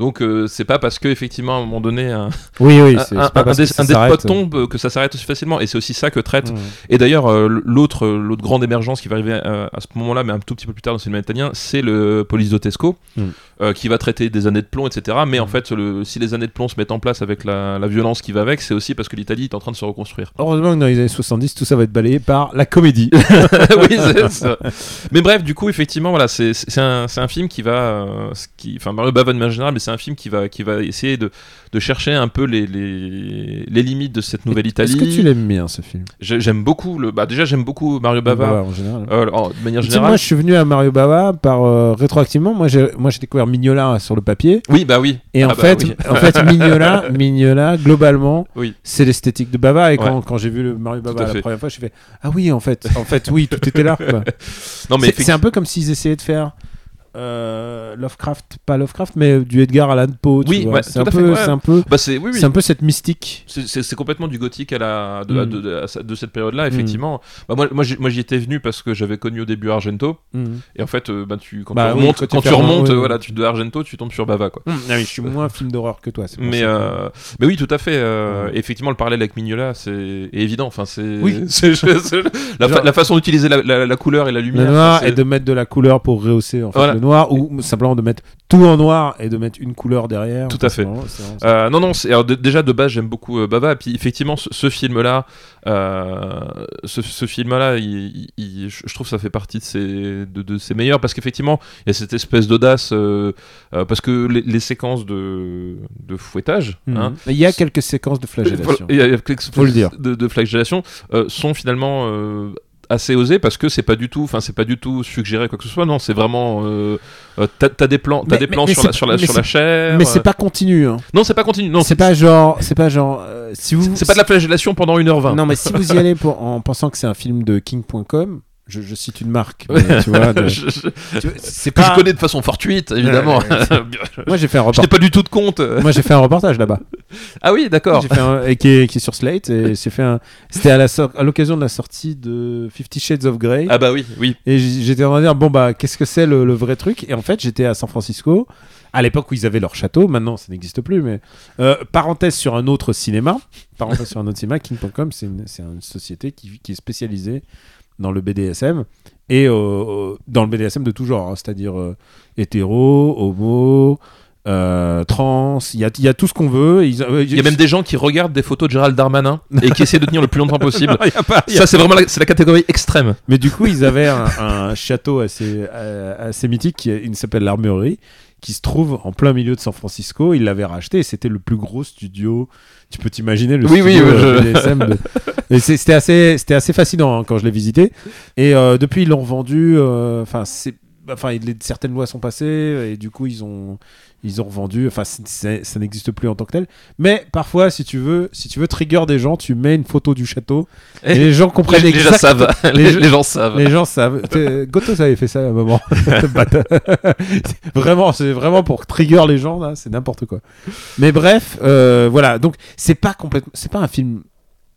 [SPEAKER 3] Donc euh, c'est pas parce que effectivement à un moment donné un,
[SPEAKER 2] Oui oui.
[SPEAKER 3] un,
[SPEAKER 2] c'est- c'est
[SPEAKER 3] un-
[SPEAKER 2] pas parce
[SPEAKER 3] un
[SPEAKER 2] que
[SPEAKER 3] des,
[SPEAKER 2] ça
[SPEAKER 3] un des
[SPEAKER 2] s'arrête.
[SPEAKER 3] spots tombe euh, que ça s'arrête aussi facilement et c'est aussi ça que traite.
[SPEAKER 2] Mm.
[SPEAKER 3] Et d'ailleurs euh, l'autre euh, l'autre grande émergence qui va arriver euh, à ce moment-là mais un tout petit peu plus tard dans le cinéma italien c'est le Police de Tesco
[SPEAKER 2] Mm.
[SPEAKER 3] euh, qui va traiter des années de plomb etc. Mais en fait le- si les années de plomb se mettent en place avec la, la violence qui va avec c'est aussi parce que l'Italie est en train de se reconstruire.
[SPEAKER 2] Heureusement que dans les années 70, tout ça va être balayé par la comédie.
[SPEAKER 3] oui, c'est ça. Mais bref, du coup, effectivement, voilà, c'est c'est un, c'est un film qui va, euh, ce qui, enfin Mario Bava de manière générale, mais c'est un film qui va, qui va essayer de, de chercher un peu les, les, les limites de cette nouvelle
[SPEAKER 2] Est-ce que tu
[SPEAKER 3] Italie.
[SPEAKER 2] l'aimes bien ce film
[SPEAKER 3] J'ai- J'aime beaucoup le, bah déjà j'aime beaucoup Mario Bava.
[SPEAKER 2] Bava, en général.
[SPEAKER 3] euh, en- de manière
[SPEAKER 2] Tu sais, moi,
[SPEAKER 3] générale.
[SPEAKER 2] je suis venu à Mario Bava par euh, rétroactivement. Moi, j'ai moi, j'ai découvert Mignola sur le papier.
[SPEAKER 3] Oui, bah oui.
[SPEAKER 2] Et
[SPEAKER 3] Ah
[SPEAKER 2] en,
[SPEAKER 3] bah
[SPEAKER 2] fait,
[SPEAKER 3] oui.
[SPEAKER 2] en fait, Mignola, Mignola globalement,
[SPEAKER 3] Oui.
[SPEAKER 2] c'est l'esthétique de Bava. Et quand, quand j'ai vu le Mario
[SPEAKER 3] à
[SPEAKER 2] Bava la
[SPEAKER 3] fait.
[SPEAKER 2] première fois, je fait Ah oui, en fait, en fait, oui, tout était là. quoi.
[SPEAKER 3] non mais
[SPEAKER 2] C'est- C'est
[SPEAKER 3] effectivement,
[SPEAKER 2] un peu comme s'ils essayaient de faire euh, Lovecraft, pas Lovecraft, mais du Edgar Allan Poe. tu
[SPEAKER 3] Oui,
[SPEAKER 2] vois.
[SPEAKER 3] ouais,
[SPEAKER 2] c'est
[SPEAKER 3] tout
[SPEAKER 2] un
[SPEAKER 3] à fait,
[SPEAKER 2] peu,
[SPEAKER 3] ouais.
[SPEAKER 2] c'est un peu,
[SPEAKER 3] Bah c'est oui, oui.
[SPEAKER 2] c'est un peu cette mystique.
[SPEAKER 3] C'est- C'est c'est complètement du gothique à la, de, la-
[SPEAKER 2] Mm.
[SPEAKER 3] de, de- à sa- de cette période-là, effectivement. Bah, moi, moi, j'y- moi, j'y étais venu parce que j'avais connu au début Argento.
[SPEAKER 2] Hmm.
[SPEAKER 3] Et en fait, euh, bah, tu, quand
[SPEAKER 2] Bah
[SPEAKER 3] tu
[SPEAKER 2] oui,
[SPEAKER 3] remontes,
[SPEAKER 2] quand tu
[SPEAKER 3] quand
[SPEAKER 2] fais
[SPEAKER 3] tu
[SPEAKER 2] un-
[SPEAKER 3] remontes,
[SPEAKER 2] ouais,
[SPEAKER 3] euh,
[SPEAKER 2] ouais.
[SPEAKER 3] voilà, tu, de Argento, tu tombes sur Bava. Quoi.
[SPEAKER 2] je suis moins film d'horreur que toi. c'est pour
[SPEAKER 3] Mais,
[SPEAKER 2] ça.
[SPEAKER 3] euh, mais oui, tout à fait. euh,
[SPEAKER 2] Mm.
[SPEAKER 3] Effectivement, le parallèle avec Mignola, c'est est évident. Enfin, c'est
[SPEAKER 2] Oui.
[SPEAKER 3] c'est- je- je- la, fa-
[SPEAKER 2] Genre-
[SPEAKER 3] la façon d'utiliser la, la- la couleur et la
[SPEAKER 2] le
[SPEAKER 3] lumière.
[SPEAKER 2] noir
[SPEAKER 3] c'est-
[SPEAKER 2] et de mettre de la couleur pour rehausser en fait,
[SPEAKER 3] Voilà.
[SPEAKER 2] le noir ou simplement de mettre tout en noir et de mettre une couleur derrière.
[SPEAKER 3] Tout
[SPEAKER 2] Enfin,
[SPEAKER 3] à
[SPEAKER 2] c'est
[SPEAKER 3] fait.
[SPEAKER 2] vraiment- c'est vraiment ça.
[SPEAKER 3] Euh, non, non, c'est- alors, d- déjà de base j'aime beaucoup euh, Baba, et puis effectivement ce, ce film-là, euh, ce, ce film-là, il- il- il- je je trouve que ça fait partie de ses, de, de ses meilleurs, parce qu'effectivement il y a cette espèce d'audace, euh, euh, parce que les, les séquences de, de fouettage,
[SPEAKER 2] Mhm.
[SPEAKER 3] hein,
[SPEAKER 2] Mais Il y a quelques séquences de flagellation.
[SPEAKER 3] et, euh, quelques-
[SPEAKER 2] Faut le dire.
[SPEAKER 3] de, de flagellation euh, sont finalement... euh, assez osées parce que c'est pas du tout enfin c'est pas du tout suggéré quoi que ce soit non c'est vraiment euh, euh, t'as t'as des plans t'as
[SPEAKER 2] Mais-
[SPEAKER 3] des
[SPEAKER 2] mais-
[SPEAKER 3] plans
[SPEAKER 2] mais
[SPEAKER 3] sur
[SPEAKER 2] c'est
[SPEAKER 3] la sur
[SPEAKER 2] pas-
[SPEAKER 3] la
[SPEAKER 2] mais
[SPEAKER 3] sur la chair
[SPEAKER 2] Mais c'est
[SPEAKER 3] euh,
[SPEAKER 2] pas continu. hein.
[SPEAKER 3] non c'est pas continu non
[SPEAKER 2] C'est pas genre, c'est pas genre. euh, si vous,
[SPEAKER 3] c'est pas de la flagellation pendant 1h20
[SPEAKER 2] Non, mais si vous y allez pour- en pensant que c'est un film de King.com, je, je cite une marque.
[SPEAKER 3] Ah, Ouais.
[SPEAKER 2] mais tu vois, de-
[SPEAKER 3] Je- je-
[SPEAKER 2] tu vois, c'est
[SPEAKER 3] que
[SPEAKER 2] pas-
[SPEAKER 3] je connais de façon fortuite, évidemment.
[SPEAKER 2] Moi, j'ai fait un
[SPEAKER 3] je n'ai
[SPEAKER 2] reportage.
[SPEAKER 3] pas du tout de compte.
[SPEAKER 2] Moi, j'ai fait un reportage là-bas.
[SPEAKER 3] Ah oui, d'accord.
[SPEAKER 2] J'ai fait un- et qui est, qui est sur Slate. Et j'ai fait un. C'était à la sor- à l'occasion de la sortie de Fifty Shades of Grey.
[SPEAKER 3] Ah bah oui, oui.
[SPEAKER 2] Et j- j'étais en train de dire bon bah qu'est-ce que c'est le, le vrai truc Et en fait, j'étais à San Francisco. À l'époque où ils avaient leur château, maintenant ça n'existe plus, mais euh, parenthèse sur un autre cinéma, parenthèse sur un autre cinéma, King.com, c'est une, c'est une société qui, qui est spécialisée dans le BDSM et euh, dans le BDSM de tout genre, hein, c'est-à-dire euh, hétéro, homo, euh, trans, il y a, il y a tout ce qu'on veut. Ils- euh,
[SPEAKER 3] Il y a même des gens qui regardent des photos de Gérald Darmanin et qui essaient de tenir le plus longtemps possible.
[SPEAKER 2] Il y a pas- il y a-
[SPEAKER 3] Ça, c'est vraiment la, c'est la catégorie extrême.
[SPEAKER 2] Mais du coup, ils avaient un, un château assez, euh, assez mythique qui est- il s'appelle l'Armurerie, qui se trouve en plein milieu de San Francisco. Ils l'avaient racheté et c'était le plus gros studio. Tu peux t'imaginer le
[SPEAKER 3] Oui,
[SPEAKER 2] studio
[SPEAKER 3] oui,
[SPEAKER 2] euh,
[SPEAKER 3] je-
[SPEAKER 2] BDSM de- Et c'est- C'était assez, c'était assez fascinant hein, quand je l'ai visité. Et euh, depuis, ils l'ont vendu. euh, Enfin, c'est. Enfin, il- les- certaines lois sont passées et du coup ils ont ils ont revendu. Enfin, c'est- c'est- ça n'existe plus en tant que tel. Mais parfois, si tu veux, si tu veux trigger des gens, tu mets une photo du château et,
[SPEAKER 3] Et
[SPEAKER 2] les gens comprennent
[SPEAKER 3] les, les gens
[SPEAKER 2] exactement-
[SPEAKER 3] savent. Les,
[SPEAKER 2] les-
[SPEAKER 3] les gens savent.
[SPEAKER 2] les gens savent. T'es- Gotos avait fait ça à un moment. Bâtard. vraiment, c'est vraiment pour trigger les gens là, c'est n'importe quoi. Mais bref, euh, voilà. Donc c'est pas complètement, c'est pas un film.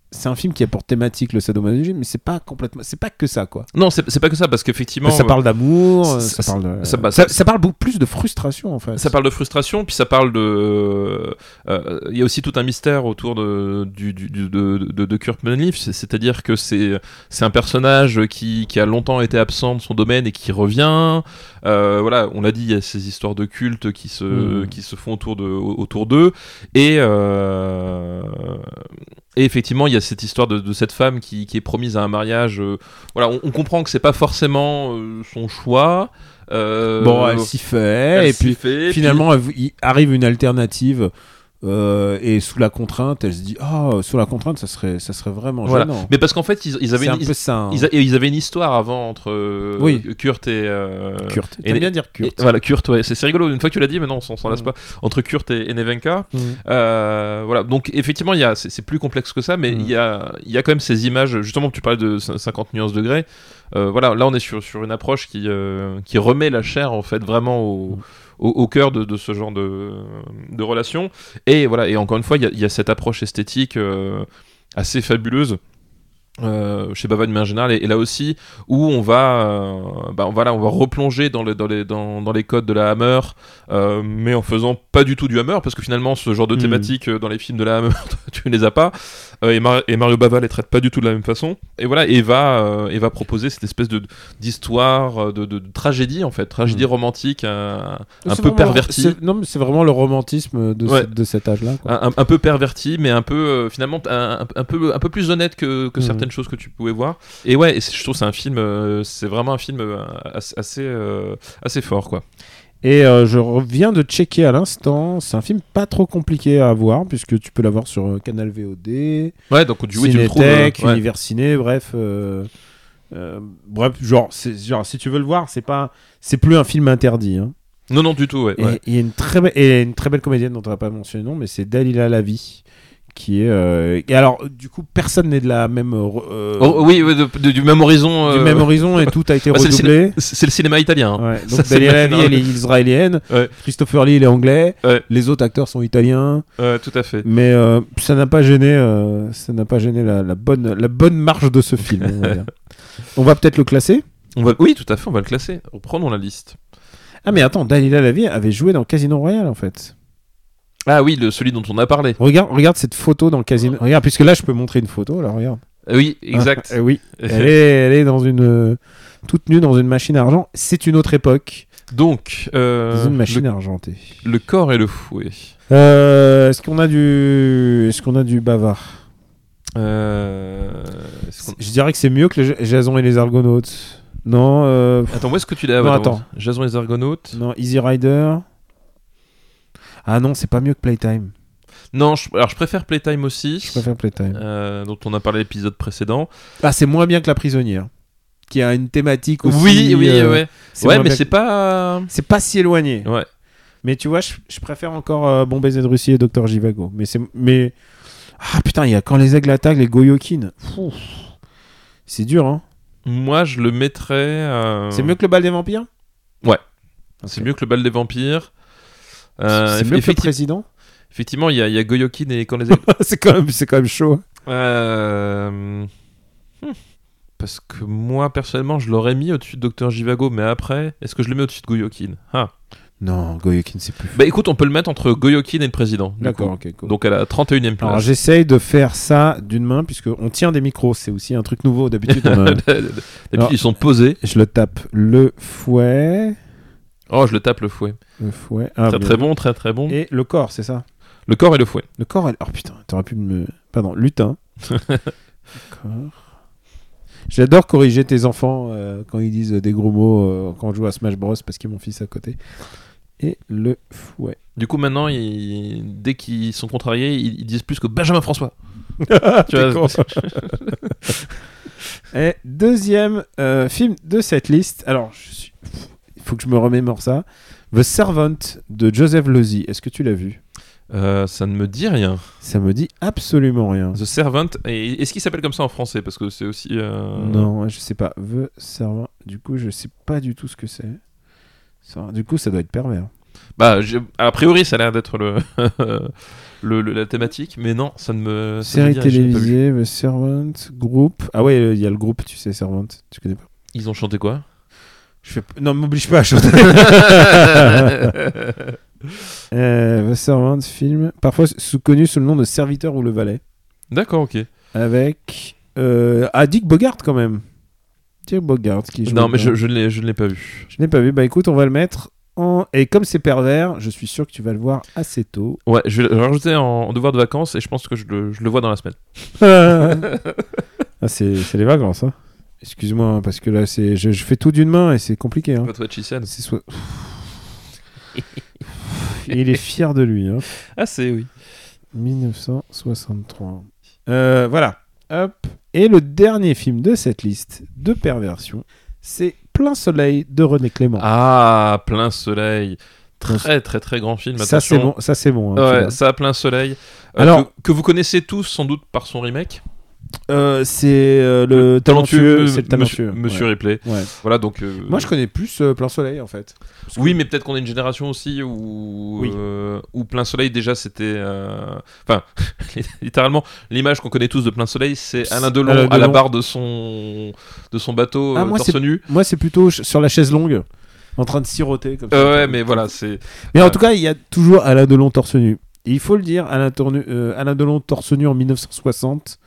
[SPEAKER 2] C'est un film qui a pour thématique le sadomasochisme, mais c'est pas complètement, c'est pas que ça quoi.
[SPEAKER 3] Non, c'est c'est pas que ça, parce qu'effectivement.
[SPEAKER 2] ça parle d'amour, euh,
[SPEAKER 3] ça-
[SPEAKER 2] ça parle, de-
[SPEAKER 3] ça- bah,
[SPEAKER 2] ça-
[SPEAKER 3] ça-
[SPEAKER 2] ça parle beaucoup plus de frustration en fait.
[SPEAKER 3] Ça parle de frustration, puis ça parle de. euh, Il y a aussi tout un mystère autour de, du, du- du- de, de, de Kurt Manliff, c'est- c'est-à-dire que c'est c'est un personnage qui, qui a longtemps été absent de son domaine et qui revient. Euh, voilà, on l'a dit, il y a ces histoires de culte qui se,
[SPEAKER 2] Mm.
[SPEAKER 3] qui se font autour de au- autour d'eux, et euh, et effectivement, il y a cette histoire de, de cette femme qui, qui est promise à un mariage. euh, voilà, on, on comprend que c'est pas forcément euh, son choix. euh,
[SPEAKER 2] bon, elle s'y fait
[SPEAKER 3] elle
[SPEAKER 2] et
[SPEAKER 3] s'y
[SPEAKER 2] puis
[SPEAKER 3] fait, puis-
[SPEAKER 2] finalement, elle- il arrive une alternative. euh, et sous la contrainte, elle se dit Ah, sous la contrainte, ça serait, ça serait vraiment
[SPEAKER 3] Voilà.
[SPEAKER 2] gênant.
[SPEAKER 3] Mais parce qu'en fait, ils, ils avaient
[SPEAKER 2] C'est un
[SPEAKER 3] une,
[SPEAKER 2] peu ça. hein.
[SPEAKER 3] ils, a- ils avaient une histoire avant entre euh,
[SPEAKER 2] Oui.
[SPEAKER 3] Kurt et. euh,
[SPEAKER 2] Kurt.
[SPEAKER 3] et-
[SPEAKER 2] T'aimes bien dire
[SPEAKER 3] et-
[SPEAKER 2] Kurt.
[SPEAKER 3] voilà, Kurt, ouais, c'est c'est rigolo. Une fois que tu l'as dit, maintenant on s'en s'en lasse
[SPEAKER 2] Mm.
[SPEAKER 3] pas. Entre Kurt et, et Nevenka, Euh, voilà, donc effectivement, il y a, c'est, c'est plus complexe que ça, mais
[SPEAKER 2] Mm.
[SPEAKER 3] il y, a, il y a quand même ces images. Justement, tu parlais de cin- 50 nuances degrés. Euh, voilà, là, on est sur, sur une approche qui, euh, qui remet la chair en fait vraiment au, au, au cœur de, de ce genre de, de relation. Et voilà, et encore une fois, il y a, il y a cette approche esthétique euh, assez fabuleuse. euh, chez Bava de manière générale et, et là aussi où on va euh, bah, on- voilà on va replonger dans, le, dans, les, dans, dans les codes de la Hammer euh, mais en faisant pas du tout du Hammer, parce que finalement, ce genre de
[SPEAKER 2] Mm.
[SPEAKER 3] thématique euh, dans les films de la Hammer, tu les as pas. Euh, et, Mar- et Mario Bava les traite pas du tout de la même façon. Et voilà, et va, euh, et va proposer cette espèce de d'histoire, euh, de, de- de tragédie en fait, tragédie
[SPEAKER 2] Mm.
[SPEAKER 3] romantique, euh, un, un
[SPEAKER 2] C'est
[SPEAKER 3] peu
[SPEAKER 2] vraiment-
[SPEAKER 3] perverti.
[SPEAKER 2] c'est- Non, mais c'est vraiment le romantisme de, ce-
[SPEAKER 3] Ouais.
[SPEAKER 2] de cet âge-là. quoi.
[SPEAKER 3] Un, un- un peu perverti, mais un peu euh, finalement un, un- un peu un peu plus honnête que, que
[SPEAKER 2] Mm.
[SPEAKER 3] certaines choses que tu pouvais voir. Et ouais, et c'est- je trouve que c'est un film, euh, c'est vraiment un film euh, assez assez, euh, assez fort quoi.
[SPEAKER 2] Et euh, je reviens de checker à l'instant. C'est un film pas trop compliqué à voir, puisque tu peux l'avoir sur euh, Canal VOD,
[SPEAKER 3] Ouais, donc du coup, tu le trouves. euh,
[SPEAKER 2] Cinétech,
[SPEAKER 3] ouais.
[SPEAKER 2] Univers Ciné, bref. euh, euh, bref, genre, c'est- genre, si tu veux le voir, c'est pas, c'est plus un film interdit. hein.
[SPEAKER 3] Non, non, du tout. Ouais.
[SPEAKER 2] Et
[SPEAKER 3] ouais.
[SPEAKER 2] il y a une très belle, et une très belle comédienne dont on n'a pas mentionné le nom, mais c'est Dalila Lavi, qui est. euh, Et alors, du coup, personne n'est de la même. euh,
[SPEAKER 3] Oh, oui, ouais, de- de- du même horizon.
[SPEAKER 2] Du
[SPEAKER 3] euh,
[SPEAKER 2] même horizon et tout a été
[SPEAKER 3] bah, c'est le ciné-
[SPEAKER 2] redoublé.
[SPEAKER 3] C'est le cinéma italien. hein.
[SPEAKER 2] Ouais,
[SPEAKER 3] Ça,
[SPEAKER 2] donc
[SPEAKER 3] c'est
[SPEAKER 2] Daniel
[SPEAKER 3] le-
[SPEAKER 2] Levy, elle est israélienne,
[SPEAKER 3] Ouais.
[SPEAKER 2] Christopher Lee il est anglais,
[SPEAKER 3] Ouais.
[SPEAKER 2] les autres acteurs sont italiens,
[SPEAKER 3] Ouais, tout à fait.
[SPEAKER 2] mais euh, ça n'a pas gêné, euh, ça n'a pas gêné la, la bonne la bonne marche de ce film. On va, dire. On va peut-être le classer.
[SPEAKER 3] On va... Oui, tout à fait, on va le classer. Reprenons la liste.
[SPEAKER 2] Ah mais attends, Daniela Lavier avait joué dans Casino Royale en fait.
[SPEAKER 3] Ah oui, le, celui dont on a parlé.
[SPEAKER 2] Regarde, regarde cette photo dans Casino. Regarde, puisque là je peux montrer une photo. Là, regarde.
[SPEAKER 3] Ah Oui, Oh. exact.
[SPEAKER 2] Ah, eh oui. Elle est, elle est dans une euh, toute nue dans une machine à argent. C'est une autre époque.
[SPEAKER 3] Donc, euh,
[SPEAKER 2] Dans une machine
[SPEAKER 3] le,
[SPEAKER 2] argentée.
[SPEAKER 3] le corps et le fouet.
[SPEAKER 2] Euh, est-ce qu'on a du, est-ce qu'on a du bavard?
[SPEAKER 3] Euh, est-ce qu'on-
[SPEAKER 2] Je dirais que c'est mieux que les Ja- Jason et les Argonautes. Non, euh, pff,
[SPEAKER 3] Attends, où est-ce que tu l'as
[SPEAKER 2] Non,
[SPEAKER 3] Attends,
[SPEAKER 2] attends.
[SPEAKER 3] Jason et les Argonautes.
[SPEAKER 2] non, Easy Rider. Ah non, c'est pas mieux que Playtime.
[SPEAKER 3] Non, je- alors je préfère Playtime aussi,
[SPEAKER 2] Je préfère Playtime.
[SPEAKER 3] euh, dont on a parlé à l'épisode précédent.
[SPEAKER 2] Ah, c'est moins bien que La Prisonnière, qui a une thématique aussi.
[SPEAKER 3] oui, oui,
[SPEAKER 2] euh,
[SPEAKER 3] ouais.
[SPEAKER 2] c'est
[SPEAKER 3] Ouais,
[SPEAKER 2] moins
[SPEAKER 3] mais
[SPEAKER 2] bien
[SPEAKER 3] c'est
[SPEAKER 2] que-
[SPEAKER 3] pas.
[SPEAKER 2] C'est pas si éloigné.
[SPEAKER 3] Ouais.
[SPEAKER 2] Mais tu vois, je, je préfère encore euh, Bon baiser de Russie et Docteur Jivago. Mais c'est, mais ah putain, il y a quand les aigles attaquent les Goyokin. Pfff. C'est dur, hein.
[SPEAKER 3] Moi, je le mettrais. euh,
[SPEAKER 2] C'est mieux que le bal des vampires.
[SPEAKER 3] Ouais.
[SPEAKER 2] Ok.
[SPEAKER 3] C'est mieux que le bal des vampires. Euh,
[SPEAKER 2] C'est mieux que le
[SPEAKER 3] effecti-
[SPEAKER 2] président.
[SPEAKER 3] Effectivement, il y, a- il y a Goyokin et quand les. Aigles-
[SPEAKER 2] c'est quand même, c'est quand même
[SPEAKER 3] hein.
[SPEAKER 2] chaud.
[SPEAKER 3] Euh, hmm. Parce que moi, personnellement, je l'aurais mis au-dessus de Docteur Jivago, mais après, est-ce que je le mets au-dessus de Goyokin ah.
[SPEAKER 2] Non, Goyokin, c'est plus.
[SPEAKER 3] Bah écoute, on peut le mettre entre Goyokin et le président. du
[SPEAKER 2] D'accord,
[SPEAKER 3] coup.
[SPEAKER 2] ok, cool.
[SPEAKER 3] Donc à la 31ème place.
[SPEAKER 2] Alors j'essaye de faire ça d'une main puisque on tient des micros, c'est aussi un truc nouveau d'habitude. on a-
[SPEAKER 3] D'habitude,
[SPEAKER 2] Alors-
[SPEAKER 3] ils sont posés.
[SPEAKER 2] je le tape le fouet,
[SPEAKER 3] Oh, je le tape le fouet.
[SPEAKER 2] le fouet, ah,
[SPEAKER 3] très
[SPEAKER 2] bien.
[SPEAKER 3] très bon, très très bon.
[SPEAKER 2] et le corps, c'est ça.
[SPEAKER 3] Le corps et le fouet.
[SPEAKER 2] Le corps, elle... oh putain, t'aurais pu me, pardon, lutin. Le corps. J'adore corriger tes enfants euh, quand ils disent des gros mots euh, quand je joue à Smash Bros parce qu'il y a mon fils à côté. Et le fouet.
[SPEAKER 3] Du coup, maintenant, ils- dès qu'ils sont contrariés, ils ils disent plus que Benjamin François.
[SPEAKER 2] Tu vois, Et deuxième euh, film de cette liste. Alors, je suis- pff, il faut que je me remémore ça. The Servant de Joseph Losey. Est-ce que tu l'as vu
[SPEAKER 3] Euh, ça ne me dit rien.
[SPEAKER 2] Ça me dit absolument rien.
[SPEAKER 3] The Servant, et- est-ce qu'il s'appelle comme ça en français Parce que c'est aussi. euh,
[SPEAKER 2] Non, je sais pas. The Servant. Du coup, je sais pas du tout ce que c'est. Ça- Du coup, ça doit être pervers.
[SPEAKER 3] Bah, j'ai- a priori, ça a l'air d'être le... le- le- la thématique, mais non, ça ne me. ça ne
[SPEAKER 2] Série
[SPEAKER 3] me dit rien, j'ai pas vu.
[SPEAKER 2] télévisée, The Servant, groupe. Ah ouais, il y a le groupe, tu sais, Servant. Tu connais pas
[SPEAKER 3] Ils ont chanté quoi
[SPEAKER 2] je fais... p- Non, m'oblige pas à chanter. Euh, The Servant, film. Parfois sous connu sous le nom de Serviteur ou le Valet.
[SPEAKER 3] D'accord, ok.
[SPEAKER 2] Avec. Euh, ah, Dick Bogart quand même. Dick Bogart qui joue.
[SPEAKER 3] Non, mais
[SPEAKER 2] dedans.
[SPEAKER 3] je, je ne l'ai- je ne l'ai pas vu.
[SPEAKER 2] Je n'ai pas vu. Bah écoute, on va le mettre en. Et comme c'est pervers, je suis sûr que tu vas le voir assez tôt.
[SPEAKER 3] Ouais, je vais le rajouter en, en devoir de vacances et je pense que je le, je le vois dans la semaine.
[SPEAKER 2] ah, c'est c'est les vacances, hein. Excuse-moi, hein, parce que là, c'est je, je fais tout d'une main et c'est compliqué. hein.
[SPEAKER 3] What She Said.
[SPEAKER 2] C'est soit- Et il est fier de lui. hein.
[SPEAKER 3] Ah, c'est oui.
[SPEAKER 2] 1963. Euh, voilà. Hop. Et le dernier film de cette liste de perversion, c'est Plein Soleil de René Clément.
[SPEAKER 3] Ah, plein soleil.
[SPEAKER 2] Plein
[SPEAKER 3] Très, très, très grand film.
[SPEAKER 2] ça c'est
[SPEAKER 3] attention.
[SPEAKER 2] bon. Ça c'est bon. hein,
[SPEAKER 3] Ouais,
[SPEAKER 2] celui-là.
[SPEAKER 3] ça, plein soleil. Euh,
[SPEAKER 2] Alors-
[SPEAKER 3] que, que vous connaissez tous sans doute par son remake.
[SPEAKER 2] Euh, c'est euh, le talentueux. C'est le talentueux.
[SPEAKER 3] Monsieur, Monsieur
[SPEAKER 2] ouais.
[SPEAKER 3] Ripley.
[SPEAKER 2] Ouais.
[SPEAKER 3] Voilà donc. euh,
[SPEAKER 2] Moi je connais plus euh, Plein Soleil en fait. Parce
[SPEAKER 3] Oui,
[SPEAKER 2] que-
[SPEAKER 3] mais peut-être qu'on est une génération aussi où,
[SPEAKER 2] Oui.
[SPEAKER 3] euh, où Plein Soleil, déjà, c'était. euh, Enfin, littéralement, l'image qu'on connaît tous de Plein Soleil, c'est Alain Delon,
[SPEAKER 2] Alain
[SPEAKER 3] à la
[SPEAKER 2] Delon.
[SPEAKER 3] barre de son, de son bateau
[SPEAKER 2] Ah,
[SPEAKER 3] euh,
[SPEAKER 2] moi,
[SPEAKER 3] torse
[SPEAKER 2] c'est-
[SPEAKER 3] nu.
[SPEAKER 2] Moi c'est plutôt ch- sur la chaise longue, en train de siroter comme ça.
[SPEAKER 3] Euh, ouais, mais voilà, c'est.
[SPEAKER 2] Mais en tout cas, il y a toujours Alain Delon torse nu. Et il faut le dire, Alain, Tornu- euh, Alain Delon torse nu en 1960,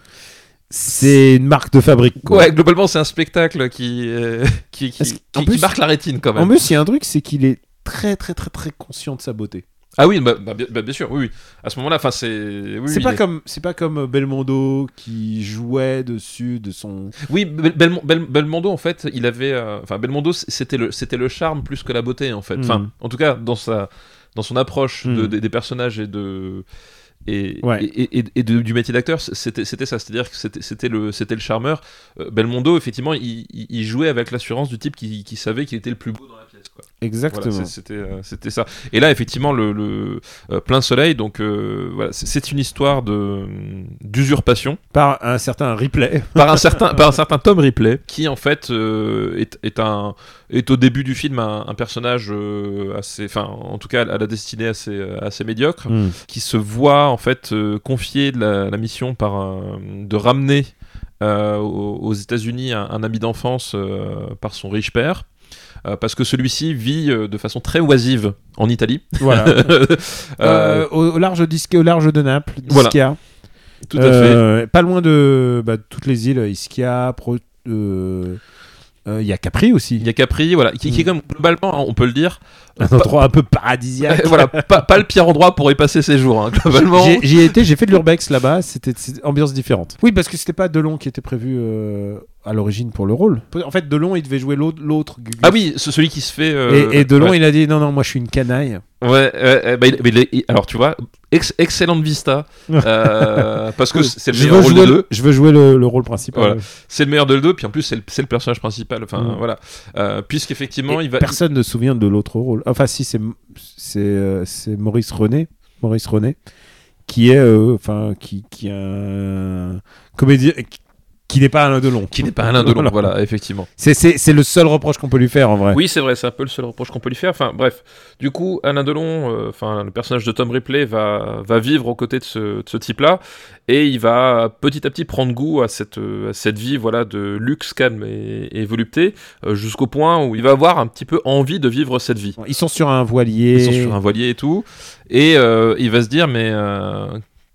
[SPEAKER 2] c'est une marque de fabrique. Quoi.
[SPEAKER 3] Ouais, globalement, c'est un spectacle qui, euh, qui, qui,
[SPEAKER 2] Parce
[SPEAKER 3] qui-
[SPEAKER 2] qu'en
[SPEAKER 3] qui
[SPEAKER 2] plus-
[SPEAKER 3] marque la rétine quand
[SPEAKER 2] En
[SPEAKER 3] même.
[SPEAKER 2] plus, il y a un truc, c'est qu'il est très très très très conscient de sa beauté.
[SPEAKER 3] Ah oui, bah, bah, bien, bah, bien sûr, oui, oui. À ce moment-là, enfin, c'est. oui,
[SPEAKER 2] c'est
[SPEAKER 3] oui,
[SPEAKER 2] pas
[SPEAKER 3] il est-
[SPEAKER 2] comme c'est pas comme euh, Belmondo qui jouait dessus de son.
[SPEAKER 3] Oui, Bel- Belmon- Bel- Belmondo, en fait, il avait. euh, Enfin, Belmondo, c- c'était le, c'était le charme plus que la beauté, en fait.
[SPEAKER 2] Mm.
[SPEAKER 3] Enfin, en tout cas, dans, sa, dans son approche de-
[SPEAKER 2] Mm.
[SPEAKER 3] des, des personnages et de. Et,
[SPEAKER 2] Ouais.
[SPEAKER 3] et, et- et de- du métier d'acteur, c- c'était c'était ça, c'est-à-dire que c'était c'était le, c'était le charmeur. Euh, Belmondo, effectivement, il, il- il jouait avec l'assurance du type qui, qui savait qu'il était le plus beau dans la pièce. Scorsese, quoi.
[SPEAKER 2] Exactement.
[SPEAKER 3] Voilà, c'est- c'était, euh, c'était ça. Et là, effectivement, le, le, euh, plein soleil. Donc, euh, voilà, c'est- c'est une histoire de hum, d'usurpation
[SPEAKER 2] Par un certain replay.
[SPEAKER 3] par un certain par un certain Tom Ripley, qui en fait euh, est, est un est au début du film un, un personnage euh, assez, enfin, en tout cas, à la destinée assez euh, assez médiocre, qui se voit en fait euh, confier de la, la mission par un- de ramener euh, aux, aux États-Unis un, un ami d'enfance euh, par son riche père. euh, parce que celui-ci vit euh, de façon très oisive en Italie.
[SPEAKER 2] Voilà.
[SPEAKER 3] Euh,
[SPEAKER 2] Euh, au, au large disque, au large de Naples,
[SPEAKER 3] Voilà.
[SPEAKER 2] d'Ischia.
[SPEAKER 3] tout à
[SPEAKER 2] Euh, Pas loin de bah, toutes les îles, Ischia, Pro- euh, euh, il y a Capri aussi.
[SPEAKER 3] Il y a Capri, voilà, qui,
[SPEAKER 2] hmm.
[SPEAKER 3] qui est comme globalement, hein, on peut le dire,
[SPEAKER 2] un endroit un peu paradisiaque.
[SPEAKER 3] voilà, pas, pas le pire endroit pour y passer ses jours, hein, globalement.
[SPEAKER 2] J'ai- J'y ai été, j'ai fait de l'urbex là-bas, c'était c'était ambiance différente. Oui, parce que c'était pas Delon qui était prévu euh, à l'origine pour le rôle. En fait, Delon, il devait jouer l'autre- l'autre. Gugus.
[SPEAKER 3] Ah oui, ce- celui qui se fait.
[SPEAKER 2] Et,
[SPEAKER 3] euh,
[SPEAKER 2] et Delon,
[SPEAKER 3] ouais.
[SPEAKER 2] il a dit non, non, moi je suis une canaille.
[SPEAKER 3] Ouais, ouais, ouais, bah, il- mais il est- il- alors tu vois, ex- excellente vista, euh, parce que c'est le
[SPEAKER 2] Je
[SPEAKER 3] meilleur
[SPEAKER 2] veux,
[SPEAKER 3] rôle
[SPEAKER 2] jouer,
[SPEAKER 3] des deux.
[SPEAKER 2] le- je veux jouer le, le rôle principal.
[SPEAKER 3] Voilà. c'est le meilleur de le deux puis en plus c'est le, c'est le personnage principal enfin
[SPEAKER 2] Mm.
[SPEAKER 3] voilà Euh, puisqu'effectivement
[SPEAKER 2] Et
[SPEAKER 3] il va
[SPEAKER 2] Personne ne se souvient de l'autre rôle. Enfin, si, c'est c'est euh, c'est Maurice René, Maurice René, qui est euh, enfin qui qui est un comédien qui, qui n'est pas Alain Delon.
[SPEAKER 3] qui n'est pas Alain Delon voilà, effectivement
[SPEAKER 2] C'est c'est c'est le seul reproche qu'on peut lui faire en vrai.
[SPEAKER 3] oui c'est vrai c'est un peu le seul reproche qu'on peut lui faire enfin bref du coup Alain Delon euh, enfin le personnage de Tom Ripley va va vivre aux côtés de ce, type là et il va petit à petit prendre goût à cette euh, à cette vie voilà de luxe calme et, et volupté euh, jusqu'au point où il va avoir un petit peu envie de vivre cette vie
[SPEAKER 2] Ils sont sur un voilier.
[SPEAKER 3] Ils sont sur un voilier et tout. Et euh, il va se dire, mais euh,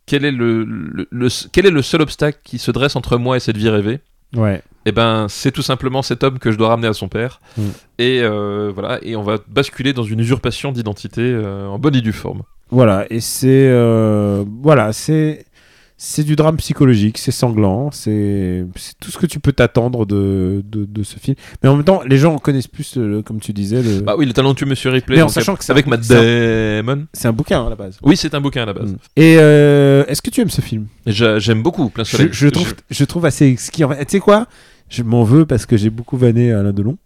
[SPEAKER 3] quel, est le, le- le- quel est le seul obstacle qui se dresse entre moi et cette vie rêvée
[SPEAKER 2] Ouais.
[SPEAKER 3] Eh ben, c'est tout simplement cet homme que je dois ramener à son père.
[SPEAKER 2] Mm.
[SPEAKER 3] Et euh, voilà, et on va basculer dans une usurpation d'identité euh, en bonne et due forme.
[SPEAKER 2] Mm. Voilà. Et c'est euh, voilà c'est c'est du drame psychologique, c'est sanglant, c'est c'est tout ce que tu peux t'attendre de, de de ce film. Mais en même temps, les gens en connaissent plus, euh, comme tu disais, le.
[SPEAKER 3] Bah oui, le talentueux Monsieur Ripley.
[SPEAKER 2] Mais en
[SPEAKER 3] donc,
[SPEAKER 2] sachant
[SPEAKER 3] avec-
[SPEAKER 2] que c'est
[SPEAKER 3] avec
[SPEAKER 2] un-
[SPEAKER 3] Matt
[SPEAKER 2] c'est
[SPEAKER 3] Damon.
[SPEAKER 2] c'est un bouquin hein, à la base.
[SPEAKER 3] Oui, c'est un bouquin à la base.
[SPEAKER 2] Mm. Et euh, est-ce que tu aimes ce film
[SPEAKER 3] Et j'a- J'aime beaucoup, plein
[SPEAKER 2] je,
[SPEAKER 3] soleil.
[SPEAKER 2] je trouve, je trouve assez exquis. En fait, tu sais quoi Je m'en veux parce que j'ai beaucoup vanné Alain Delon.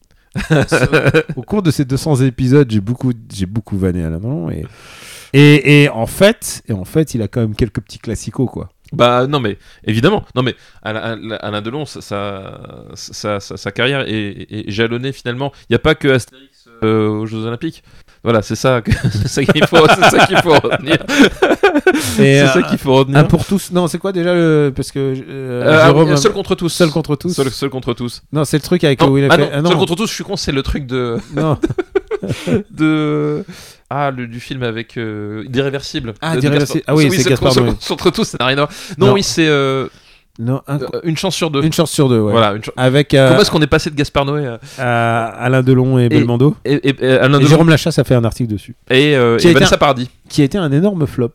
[SPEAKER 2] Au cours de ces 200 épisodes, j'ai beaucoup, j'ai beaucoup vanné Alain Delon. Et, et, et en fait, et en fait, il a quand même quelques petits classicos quoi.
[SPEAKER 3] Bah non mais évidemment non mais Alain, Alain- Alain Delon sa, sa, sa- sa- sa carrière est, est- est jalonnée finalement il n'y a pas que Astérix euh, aux Jeux Olympiques voilà c'est ça que- c'est ça qu'il faut c'est ça qu'il faut retenir
[SPEAKER 2] Et
[SPEAKER 3] c'est
[SPEAKER 2] euh,
[SPEAKER 3] ça qu'il faut retenir
[SPEAKER 2] un pour tous. Non, c'est quoi déjà le parce que euh,
[SPEAKER 3] Euh, ah oui,
[SPEAKER 2] Jérôme-
[SPEAKER 3] seul contre tous
[SPEAKER 2] seul contre tous.
[SPEAKER 3] seul, seul contre tous
[SPEAKER 2] Non, c'est le truc avec
[SPEAKER 3] non,
[SPEAKER 2] où il a
[SPEAKER 3] ah
[SPEAKER 2] fait.
[SPEAKER 3] non,
[SPEAKER 2] ah non,
[SPEAKER 3] seul contre tous je suis con c'est le truc de
[SPEAKER 2] non.
[SPEAKER 3] de ah le, du film avec euh, d'irréversible
[SPEAKER 2] Ah,
[SPEAKER 3] De- de
[SPEAKER 2] d'Irréversible.
[SPEAKER 3] Gaspard-
[SPEAKER 2] Ah oui, c'est
[SPEAKER 3] seul-
[SPEAKER 2] Gaspard
[SPEAKER 3] seul-
[SPEAKER 2] Noé.
[SPEAKER 3] seul contre tous ça n'a rien à voir non,
[SPEAKER 2] Non.
[SPEAKER 3] oui c'est euh,
[SPEAKER 2] Non, un-
[SPEAKER 3] euh, une chance sur deux
[SPEAKER 2] une chance sur deux. Ouais.
[SPEAKER 3] voilà une chance
[SPEAKER 2] Avec euh,
[SPEAKER 3] Comment est-ce qu'on est passé de Gaspard Noé à
[SPEAKER 2] à Alain Delon et, Belmondo.
[SPEAKER 3] et, et- et Alain
[SPEAKER 2] Et
[SPEAKER 3] Delon
[SPEAKER 2] Jérôme Lachasse a fait un article dessus.
[SPEAKER 3] et, euh,
[SPEAKER 2] qui a
[SPEAKER 3] et
[SPEAKER 2] été
[SPEAKER 3] Vanessa Paradis
[SPEAKER 2] Qui a été un énorme flop.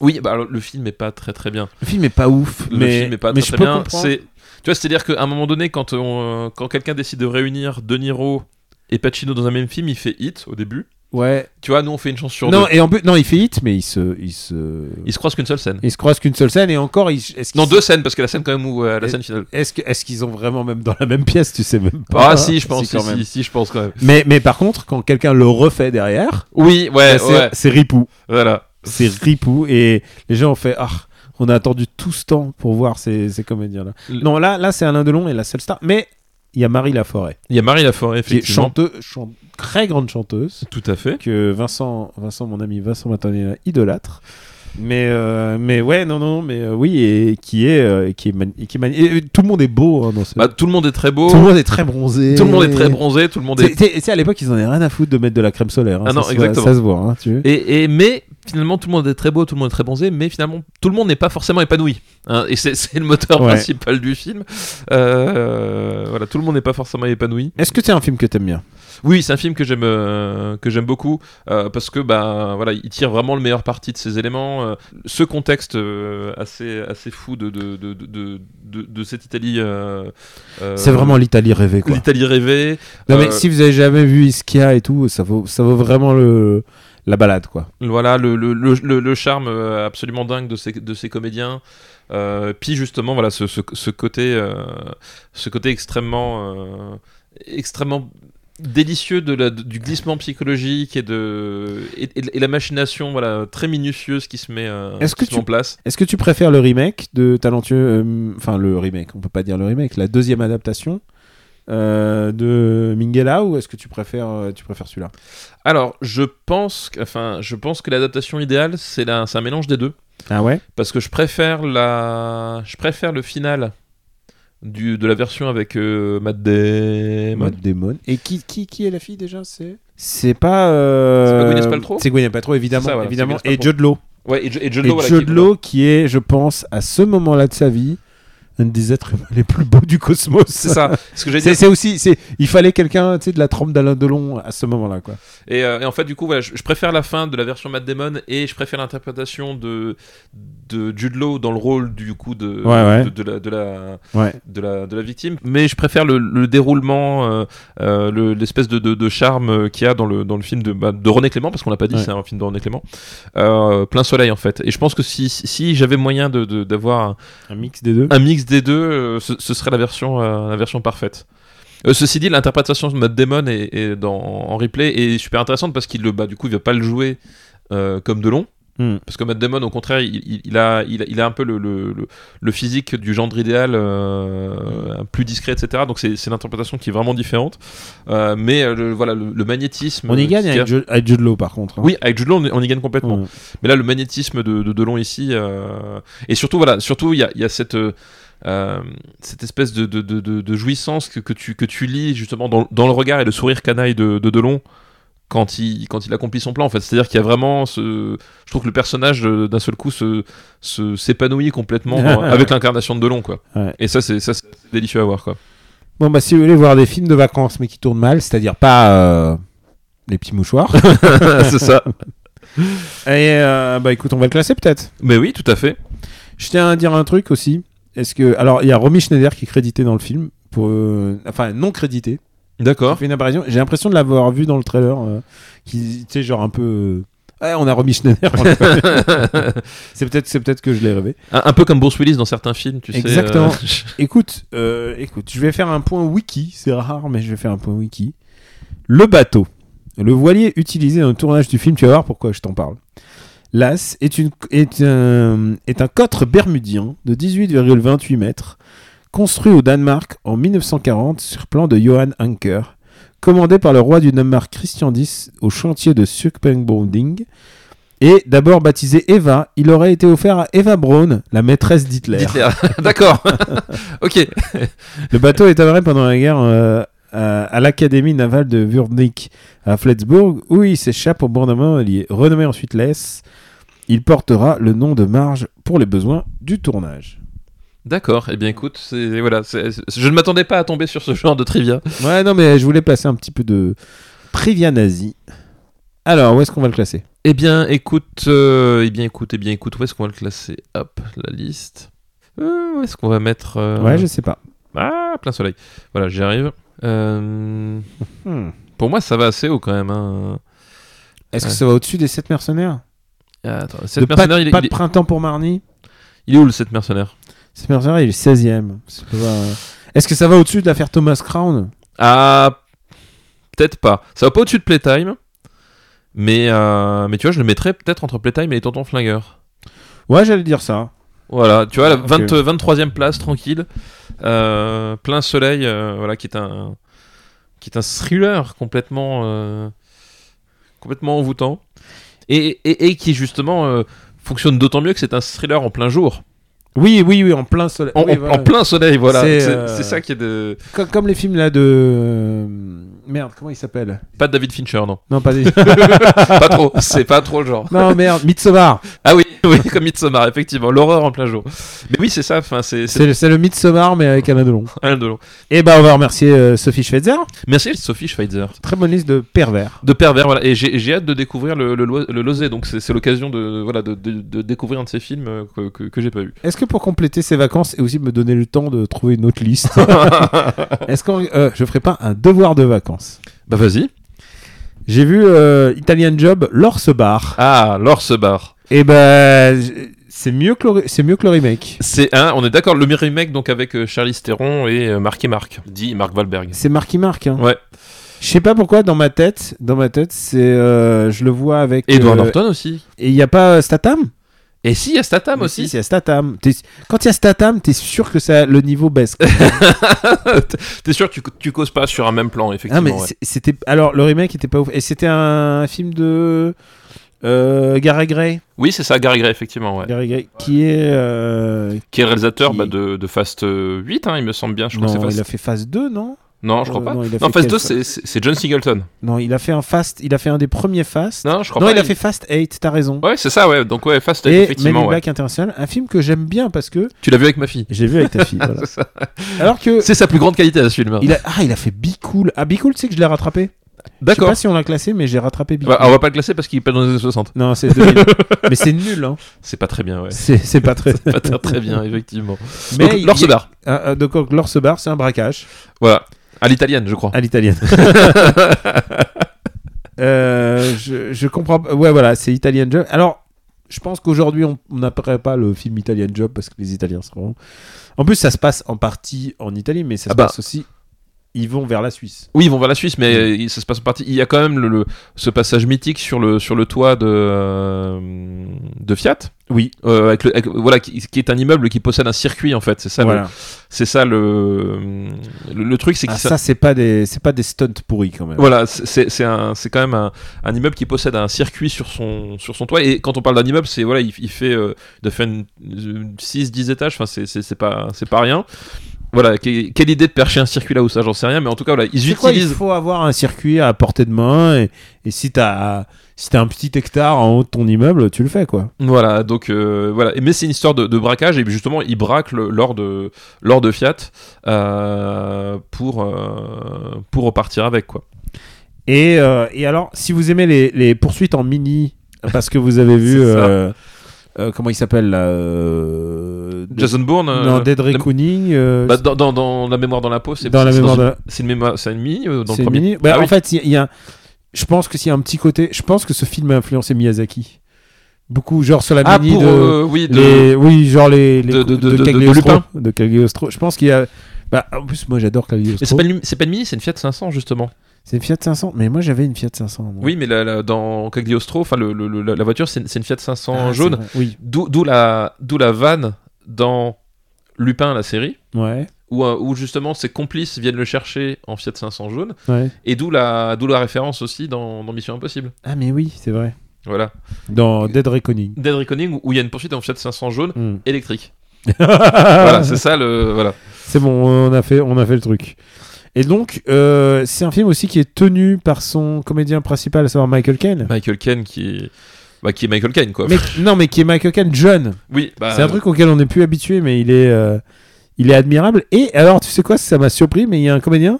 [SPEAKER 3] Oui, bah, alors, le film est pas très très bien.
[SPEAKER 2] Le film est pas ouf,
[SPEAKER 3] Le
[SPEAKER 2] mais,
[SPEAKER 3] film est pas
[SPEAKER 2] mais
[SPEAKER 3] très,
[SPEAKER 2] je
[SPEAKER 3] très
[SPEAKER 2] peux
[SPEAKER 3] bien.
[SPEAKER 2] comprendre.
[SPEAKER 3] C'est, tu vois, c'est-à-dire qu'à un moment donné, quand on, euh, quand quelqu'un décide de réunir De Niro et Pacino dans un même film, il fait hit au début.
[SPEAKER 2] Ouais.
[SPEAKER 3] Tu vois, nous on fait une chance sur
[SPEAKER 2] non,
[SPEAKER 3] deux.
[SPEAKER 2] et en plus, non, il fait hit, mais il se, il se,
[SPEAKER 3] Il se croise qu'une seule scène.
[SPEAKER 2] il se croise qu'une seule scène et encore, il- est-ce qu'ils-
[SPEAKER 3] Non, deux scènes parce que la scène quand même où euh, la
[SPEAKER 2] Et-
[SPEAKER 3] scène finale.
[SPEAKER 2] Est-ce que- est-ce qu'ils ont vraiment même dans la même pièce, tu sais même pas.
[SPEAKER 3] Ah, si, je pense. Si,
[SPEAKER 2] quand même.
[SPEAKER 3] si, si, je pense quand même.
[SPEAKER 2] Mais, mais par contre, quand quelqu'un le refait derrière, bah,
[SPEAKER 3] Oui, ouais,
[SPEAKER 2] c'est
[SPEAKER 3] ouais.
[SPEAKER 2] c'est ripou,
[SPEAKER 3] Voilà.
[SPEAKER 2] c'est ripou et les gens ont fait ah. On a attendu tout ce temps pour voir ces, ces comédiens-là.
[SPEAKER 3] Le-
[SPEAKER 2] Non, là, là, c'est Alain Delon et la seule star. Mais il y a Marie Laforêt,
[SPEAKER 3] Il y a Marie Laforêt
[SPEAKER 2] qui est Euh,
[SPEAKER 3] effectivement.
[SPEAKER 2] chanteuse, chan- très grande chanteuse.
[SPEAKER 3] Tout à fait.
[SPEAKER 2] que Vincent, Vincent mon ami Vincent Matanella idolâtre. Mais, euh, mais ouais, non, non, mais euh, oui, et qui est. euh, qui est mani- et qui est mani- et, euh, tout le monde est beau hein, dans ce.
[SPEAKER 3] Bah, tout le monde est très beau.
[SPEAKER 2] tout le monde est très bronzé.
[SPEAKER 3] Tout le monde est très bronzé. Tout le monde est
[SPEAKER 2] Tu sais- tu sais, à l'époque, ils en avaient rien à foutre de mettre de la crème solaire. hein,
[SPEAKER 3] Ah non,
[SPEAKER 2] ça, se voit,
[SPEAKER 3] exactement.
[SPEAKER 2] ça se voit, hein, tu vois.
[SPEAKER 3] Et, et- mais finalement tout le monde est très beau, tout le monde est très bronzé, mais finalement tout le monde n'est pas forcément épanoui. hein. et c'est c'est le moteur
[SPEAKER 2] Ouais.
[SPEAKER 3] principal du film. Euh, voilà, tout le monde n'est pas forcément épanoui.
[SPEAKER 2] Est-ce que c'est un film que t'aimes bien
[SPEAKER 3] Oui, c'est un film que j'aime euh, que j'aime beaucoup euh, parce que bah voilà, il tire vraiment le meilleur parti de ces éléments, euh, ce contexte euh, assez assez fou de de, de, de- de, de- de cette Italie. euh, euh,
[SPEAKER 2] C'est vraiment l'Italie rêvée, quoi.
[SPEAKER 3] l'Italie rêvée.
[SPEAKER 2] Non, mais
[SPEAKER 3] euh,
[SPEAKER 2] si vous avez jamais vu Ischia et tout, ça vaut, ça vaut vraiment le, la balade, quoi.
[SPEAKER 3] Voilà, le, le, le, le- le charme euh, absolument dingue de ces, de ces comédiens. Euh, puis justement, voilà, ce, ce, ce côté, euh, ce côté extrêmement, euh, extrêmement délicieux de la- du glissement psychologique et de et, et- et la machination voilà très minutieuse qui se met, euh,
[SPEAKER 2] Est-ce
[SPEAKER 3] qui
[SPEAKER 2] que
[SPEAKER 3] se
[SPEAKER 2] tu-
[SPEAKER 3] met en place.
[SPEAKER 2] Est-ce que tu préfères le remake de Talentueux euh, Enfin, le remake, on peut pas dire le remake, la deuxième adaptation euh, de Minguela ou est-ce que tu préfères, euh, tu préfères celui-là
[SPEAKER 3] Alors je pense que, enfin je pense que l'adaptation idéale c'est la- c'est un mélange des deux
[SPEAKER 2] Ah ouais
[SPEAKER 3] parce que je préfère la je préfère le final du de la version avec euh, Matt Damon.
[SPEAKER 2] Mode Démon. Et qui, qui, qui est la fille déjà C'est c'est pas. euh,
[SPEAKER 3] C'est pas Gwyneth Paltrow
[SPEAKER 2] C'est Gwyneth Paltrow, évidemment.
[SPEAKER 3] C'est ça, voilà,
[SPEAKER 2] évidemment.
[SPEAKER 3] c'est
[SPEAKER 2] Et
[SPEAKER 3] Gwyneth
[SPEAKER 2] Jude Law.
[SPEAKER 3] Ouais et, Jo- et Jude
[SPEAKER 2] Et
[SPEAKER 3] Law, voilà,
[SPEAKER 2] Jude
[SPEAKER 3] qui-
[SPEAKER 2] Law qui est, je pense, à ce moment-là de sa vie, un des êtres humains les plus beaux du cosmos.
[SPEAKER 3] C'est ça. Ce que j'ai dit.
[SPEAKER 2] C'est c'est aussi, c'est, il fallait quelqu'un, tu sais, de la trempe d'Alain Delon à ce moment-là, quoi.
[SPEAKER 3] Et, euh, et en fait, du coup, voilà, je, je préfère la fin de la version Matt Damon et je préfère l'interprétation de, de Jude Law dans le rôle du coup de,
[SPEAKER 2] Ouais, ouais.
[SPEAKER 3] de, de la, de, la,
[SPEAKER 2] Ouais.
[SPEAKER 3] de, la, de la victime. Mais je préfère le, le déroulement, euh, euh, le- l'espèce de, de, de charme euh, qu'il y a dans le, dans le film de, bah, de René Clément, parce qu'on l'a pas dit,
[SPEAKER 2] Ouais.
[SPEAKER 3] c'est un film de René Clément. Euh, plein soleil en fait. Et je pense que si, si, si j'avais moyen de- de- d'avoir de,
[SPEAKER 2] Un mix des deux.
[SPEAKER 3] un mix des deux, euh, ce, ce serait la version, euh, la version parfaite. Euh, ceci dit, l'interprétation de Matt Damon est, est dans, en replay est super intéressante parce qu'il le bah, du coup, il va pas le jouer euh, comme Delon.
[SPEAKER 2] Hmm.
[SPEAKER 3] Parce que Matt Damon, au contraire, il, il- il a, il, a- il a un peu le, le, le- le physique du gendre idéal, euh, plus discret, etc. Donc c'est c'est une interprétation qui est vraiment différente. Euh, mais euh, le, voilà, le, le magnétisme.
[SPEAKER 2] On
[SPEAKER 3] euh,
[SPEAKER 2] y gagne
[SPEAKER 3] qui-
[SPEAKER 2] avec Jude, avec Jude Law, par contre. hein.
[SPEAKER 3] Oui, avec Jude Law, on y- on y gagne complètement.
[SPEAKER 2] Ouais.
[SPEAKER 3] Mais là, le magnétisme de, de Delon ici, euh, et surtout, voilà, surtout, il y a, il y a cette, euh, euh, cette espèce de, de, de- de- de jouissance que, que tu, que tu lis justement dans, dans le regard et le sourire canaille de, de Delon quand il, quand il accomplit son plan, en fait. C'est-à-dire qu'il y a vraiment ce. Je trouve que le personnage, euh, d'un seul coup, s'épanouit se, s'épanouit complètement dans- avec l'incarnation de Delon, quoi.
[SPEAKER 2] Ouais.
[SPEAKER 3] Et ça, c'est ça, c'est délicieux à voir, quoi.
[SPEAKER 2] Bon, bah, si vous voulez voir des films de vacances, mais qui tournent mal, c'est-à-dire pas euh, les petits mouchoirs.
[SPEAKER 3] c'est ça.
[SPEAKER 2] Et euh, bah, écoute, on va le classer peut-être.
[SPEAKER 3] Mais oui, tout à fait.
[SPEAKER 2] Je tiens à dire un truc aussi. Est-ce que. Alors, il y a Romy Schneider qui est crédité dans le film. Pour, euh, enfin, non crédité.
[SPEAKER 3] D'accord.
[SPEAKER 2] qui fait une apparition. J'ai l'impression de l'avoir vu dans le trailer. euh, qui, tu sais, genre un peu. euh, Ouais, on a Romy Schneider. on l'a pas vu. c'est peut-être c'est peut-être que je l'ai rêvé.
[SPEAKER 3] Un, un peu comme Bruce Willis dans certains films, tu
[SPEAKER 2] Exactement.
[SPEAKER 3] sais. euh,
[SPEAKER 2] Écoute, euh, écoute, je vais faire un point wiki. C'est rare, mais je vais faire un point wiki. Le bateau, le voilier utilisé dans le tournage du film, tu vas voir pourquoi je t'en parle. L'As est, une, est, un, est un cotre bermudien de 18,28 mètres, construit au Danemark en 1940 sur plan de Johan Anker, commandé par le roi du Danemark Christian X au chantier de Sukpengbonding. Et d'abord baptisé Eva, il aurait été offert à Eva Braun, la maîtresse d'Hitler.
[SPEAKER 3] Dites-les. D'accord. ok.
[SPEAKER 2] Le bateau est amarré pendant la guerre euh, à, à l'académie navale de Wurnik à Flensburg, où il s'échappe au bombardement allié. Renommé ensuite l'Es, il portera le nom de Marge pour les besoins du tournage.
[SPEAKER 3] D'accord, eh bien écoute, c'est, voilà, c'est- c'est- je ne m'attendais pas à tomber sur ce genre de trivia.
[SPEAKER 2] Ouais, non, mais je voulais placer un petit peu de trivia nazi. Alors, où est-ce qu'on va le classer
[SPEAKER 3] Eh bien écoute, euh, eh bien écoute, eh bien écoute, où est-ce qu'on va le classer Hop, la liste. Euh, où est-ce qu'on va mettre euh,
[SPEAKER 2] Ouais, je sais pas.
[SPEAKER 3] Ah, plein soleil. Voilà, j'y arrive. Euh,
[SPEAKER 2] Hmm.
[SPEAKER 3] Pour moi, ça va assez haut quand même. hein.
[SPEAKER 2] Est-ce que
[SPEAKER 3] Ouais.
[SPEAKER 2] ça va au-dessus des 7 mercenaires
[SPEAKER 3] Ah, Attends, le
[SPEAKER 2] De
[SPEAKER 3] 7
[SPEAKER 2] pas,
[SPEAKER 3] mercenaires, il, est-
[SPEAKER 2] pas
[SPEAKER 3] il
[SPEAKER 2] de
[SPEAKER 3] est,
[SPEAKER 2] printemps pour Marnie
[SPEAKER 3] il est où le 7 mercenaires
[SPEAKER 2] 7 mercenaires, il est 16ème. C'est pas- Est-ce que ça va au-dessus de l'affaire Thomas Crown
[SPEAKER 3] Ah, peut-être pas. Ça va pas au-dessus de Playtime, mais, euh, mais tu vois, je le mettrais peut-être entre Playtime et les Tontons Flingueurs.
[SPEAKER 2] Ouais, j'allais dire ça.
[SPEAKER 3] Voilà, tu vois, la
[SPEAKER 2] Ok.
[SPEAKER 3] 20 23e place, tranquille. Euh, plein soleil, euh, voilà, qui est un qui est un thriller complètement euh, complètement envoûtant et, et, et qui justement euh, fonctionne d'autant mieux que c'est un thriller en plein jour,
[SPEAKER 2] Oui, oui, oui, en plein soleil.
[SPEAKER 3] en,
[SPEAKER 2] Oui,
[SPEAKER 3] en-
[SPEAKER 2] voilà.
[SPEAKER 3] en plein soleil, voilà.
[SPEAKER 2] C'est,
[SPEAKER 3] C'est
[SPEAKER 2] euh,
[SPEAKER 3] c'est ça qui est de
[SPEAKER 2] Comme, comme les films là de. euh, Merde, comment il s'appelle
[SPEAKER 3] pas de David Fincher, non,
[SPEAKER 2] Non, pas des.
[SPEAKER 3] pas trop, c'est pas trop le genre.
[SPEAKER 2] non, merde, Midsommar
[SPEAKER 3] Ah oui, oui, comme Midsommar, effectivement, l'horreur en plein jour. Mais oui, c'est ça, enfin, c'est c'est
[SPEAKER 2] C'est le, c'est le Midsommar, mais avec Alain Delon.
[SPEAKER 3] Alain Delon.
[SPEAKER 2] Et bah, on va remercier euh, Sophie Schweitzer.
[SPEAKER 3] Merci Sophie Schweitzer.
[SPEAKER 2] Très bonne liste de pervers.
[SPEAKER 3] de pervers voilà et j'ai j'ai hâte de découvrir le le, lo- le Lozé donc c'est c'est l'occasion de voilà de, de- de découvrir un de ces films euh, que, que, que j'ai pas vu
[SPEAKER 2] Est-ce que pour compléter ces vacances et aussi me donner le temps de trouver une autre liste, est-ce que je ferai pas un devoir de vacances
[SPEAKER 3] bah vas-y
[SPEAKER 2] J'ai vu euh, Italian Job, l'Orse Bar.
[SPEAKER 3] ah l'Orse Bar
[SPEAKER 2] Et ben, j- c'est mieux, que le re- c'est mieux que le remake.
[SPEAKER 3] c'est un on est d'accord le remake donc avec Charlie Theron et euh, Marc et Marc dit Marc Wahlberg
[SPEAKER 2] C'est Marky Mark. Hein.
[SPEAKER 3] Ouais.
[SPEAKER 2] Je Je sais pas pourquoi dans ma tête, dans ma tête, c'est euh, je le vois avec
[SPEAKER 3] Edward
[SPEAKER 2] euh,
[SPEAKER 3] Norton aussi.
[SPEAKER 2] Et il y a pas euh, Statham
[SPEAKER 3] Et si, il y a Statham
[SPEAKER 2] Mais
[SPEAKER 3] aussi.
[SPEAKER 2] si, Il y a Statham. T'es- Quand il y a Statham, t'es sûr que ça, le niveau baisse. quoi.
[SPEAKER 3] T'es sûr que tu, tu causes pas sur un même plan,
[SPEAKER 2] Ah, mais
[SPEAKER 3] effectivement. ouais.
[SPEAKER 2] c'est- c'était alors le remake était pas ouf et c'était un film de euh, Gary Gray,
[SPEAKER 3] Oui, c'est ça, Gary Gray, effectivement. Ouais.
[SPEAKER 2] Gary Gray, qui est euh,
[SPEAKER 3] Qui est réalisateur
[SPEAKER 2] Qui-
[SPEAKER 3] bah, de, de Fast euh, 8, hein, il me semble bien. Je crois
[SPEAKER 2] non,
[SPEAKER 3] que c'est Fast...
[SPEAKER 2] il a fait phase 2, non
[SPEAKER 3] Non, je crois
[SPEAKER 2] Euh,
[SPEAKER 3] pas.
[SPEAKER 2] non,
[SPEAKER 3] Non,
[SPEAKER 2] il a fait quel,
[SPEAKER 3] Fast 2,
[SPEAKER 2] ça
[SPEAKER 3] c'est- c'est c'est John Singleton.
[SPEAKER 2] Non, il a fait un fast, il a fait un des premiers fast.
[SPEAKER 3] Non, je crois
[SPEAKER 2] Non,
[SPEAKER 3] pas.
[SPEAKER 2] il a fait Fast 8, t'as raison.
[SPEAKER 3] Ouais, c'est ça, ouais. Donc, ouais, Fast
[SPEAKER 2] Et
[SPEAKER 3] 8,
[SPEAKER 2] Men in
[SPEAKER 3] effectivement. ouais.
[SPEAKER 2] Black International, un film que j'aime bien parce que
[SPEAKER 3] Tu l'as vu avec ma fille.
[SPEAKER 2] j'ai vu avec ta fille. voilà.
[SPEAKER 3] C'est ça.
[SPEAKER 2] Alors que
[SPEAKER 3] C'est sa plus grande qualité à ce film.
[SPEAKER 2] il a, ah, il a fait Be Cool. Ah, Be Cool, tu sais que je l'ai rattrapé. Je sais
[SPEAKER 3] D'accord.
[SPEAKER 2] pas si on l'a classé, mais j'ai rattrapé Be
[SPEAKER 3] Bah,
[SPEAKER 2] Cool.
[SPEAKER 3] on va pas le classer parce qu'il est pas dans les années 60.
[SPEAKER 2] Non, c'est 2000. mais c'est nul, hein.
[SPEAKER 3] C'est pas très bien, ouais.
[SPEAKER 2] C'est c'est pas très.
[SPEAKER 3] Pas très, très bien, effectivement.
[SPEAKER 2] mais
[SPEAKER 3] Donc,
[SPEAKER 2] il-
[SPEAKER 3] Lors se barre.
[SPEAKER 2] Ah, ah, donc, Lors se barre, c'est un braquage
[SPEAKER 3] Voilà. À l'italienne, je crois.
[SPEAKER 2] à l'italienne. Euh, je, je comprends. pas- Ouais, voilà, c'est Italian Job. Alors, je pense qu'aujourd'hui, on on n'apparaît pas le film Italian Job parce que les Italiens seront. En plus, ça se passe en partie en Italie, mais ça se
[SPEAKER 3] Ah bah.
[SPEAKER 2] passe aussi. Ils vont vers la Suisse.
[SPEAKER 3] Oui, ils vont vers la Suisse, mais euh, il- ça se passe en partie. Il y a quand même le, le- ce passage mythique sur le, sur le toit de, euh, de Fiat.
[SPEAKER 2] Oui,
[SPEAKER 3] euh, avec le- avec- voilà, qui, qui est un immeuble qui possède un circuit, en fait. C'est ça, le-
[SPEAKER 2] voilà.
[SPEAKER 3] c'est ça le, le, le truc, c'est que
[SPEAKER 2] Ah,
[SPEAKER 3] ça-
[SPEAKER 2] ça, c'est pas des, c'est pas des stunts pourris quand même.
[SPEAKER 3] Euh, Voilà, c'est- c'est c'est un- c'est quand même un, un immeuble qui possède un circuit sur son, sur son toit. Et quand on parle d'un immeuble, c'est voilà, il, il fait euh, de faire 6, 10 étages, enfin, c'est- c'est c'est pas, c'est pas rien. Voilà, que- quelle idée de percher un circuit là-haut, ça, j'en sais rien, mais en tout cas, voilà, ils
[SPEAKER 2] C'est quoi, il
[SPEAKER 3] utilisent.
[SPEAKER 2] faut avoir un circuit à portée de main et, et si t'as si t'as un petit hectare en haut de ton immeuble, tu le fais quoi.
[SPEAKER 3] Voilà, donc euh, voilà. Et- Mais c'est une histoire de, de braquage, et justement, ils braquent le- l'or de, l'or de Fiat euh, pour, euh, pour repartir avec, quoi.
[SPEAKER 2] Et, euh, et alors, si vous aimez les, les poursuites en mini, parce que vous avez vu
[SPEAKER 3] C'est ça.
[SPEAKER 2] euh, euh, comment il s'appelle là, euh, de-
[SPEAKER 3] Jason Bourne. euh,
[SPEAKER 2] non, Dead
[SPEAKER 3] la-
[SPEAKER 2] Reckoning, euh,
[SPEAKER 3] bah, dans, dans- dans La mémoire dans la peau, c'est
[SPEAKER 2] dans la
[SPEAKER 3] c'est
[SPEAKER 2] mémoire
[SPEAKER 3] une-
[SPEAKER 2] de la-
[SPEAKER 3] C'est une mémoire, c'est une mini euh, dans
[SPEAKER 2] c'est
[SPEAKER 3] le premier.
[SPEAKER 2] mini. Bah,
[SPEAKER 3] Ah
[SPEAKER 2] en
[SPEAKER 3] oui.
[SPEAKER 2] fait, il y, a- il y a, je pense que s'il y a un petit côté, je pense que ce film a influencé Miyazaki. Beaucoup, genre sur la
[SPEAKER 3] Ah,
[SPEAKER 2] mini
[SPEAKER 3] pour
[SPEAKER 2] de,
[SPEAKER 3] euh, oui, de-
[SPEAKER 2] Les- oui, genre les, les
[SPEAKER 3] de-
[SPEAKER 2] cou-
[SPEAKER 3] de- de- de- de
[SPEAKER 2] Cagliostro.
[SPEAKER 3] Lupin.
[SPEAKER 2] De Cagliostro. Je pense qu'il y a. Bah, en plus, moi j'adore
[SPEAKER 3] Mais c'est
[SPEAKER 2] Cagliostro.
[SPEAKER 3] pas, une, c'est pas une mini, c'est une Fiat 500 justement.
[SPEAKER 2] C'est une Fiat 500. Mais moi j'avais une Fiat 500. moi.
[SPEAKER 3] Oui, mais la- la- dans Cagliostro, enfin le- le- le- la la voiture, c'est une- c'est une Fiat 500
[SPEAKER 2] Ah, c'est
[SPEAKER 3] jaune.
[SPEAKER 2] vrai. Oui.
[SPEAKER 3] D'où d'où la, d'où la vanne dans Lupin la série,
[SPEAKER 2] Ouais.
[SPEAKER 3] où, euh, où justement ses complices viennent le chercher en Fiat 500 jaune,
[SPEAKER 2] ouais.
[SPEAKER 3] et d'où la, d'où la référence aussi dans, dans Mission Impossible.
[SPEAKER 2] Ah, mais oui, c'est vrai.
[SPEAKER 3] Voilà.
[SPEAKER 2] Dans Dead Reckoning.
[SPEAKER 3] Dead Reckoning, où il y a une poursuite en Fiat 500 jaune
[SPEAKER 2] Hmm.
[SPEAKER 3] électrique.
[SPEAKER 2] Ah,
[SPEAKER 3] Voilà, c'est ça le voilà.
[SPEAKER 2] c'est bon, on a, fait, on a fait le truc. Et donc, euh, c'est un film aussi qui est tenu par son comédien principal, à savoir Michael Caine.
[SPEAKER 3] Michael Caine qui est bah, qui est Michael Caine quoi.
[SPEAKER 2] Mais, non, mais qui est Michael Caine jeune.
[SPEAKER 3] Oui, bah,
[SPEAKER 2] C'est un truc auquel on n'est plus habitué, mais il est, euh, il est admirable. Et alors, tu sais quoi, ça m'a surpris, mais il y a un comédien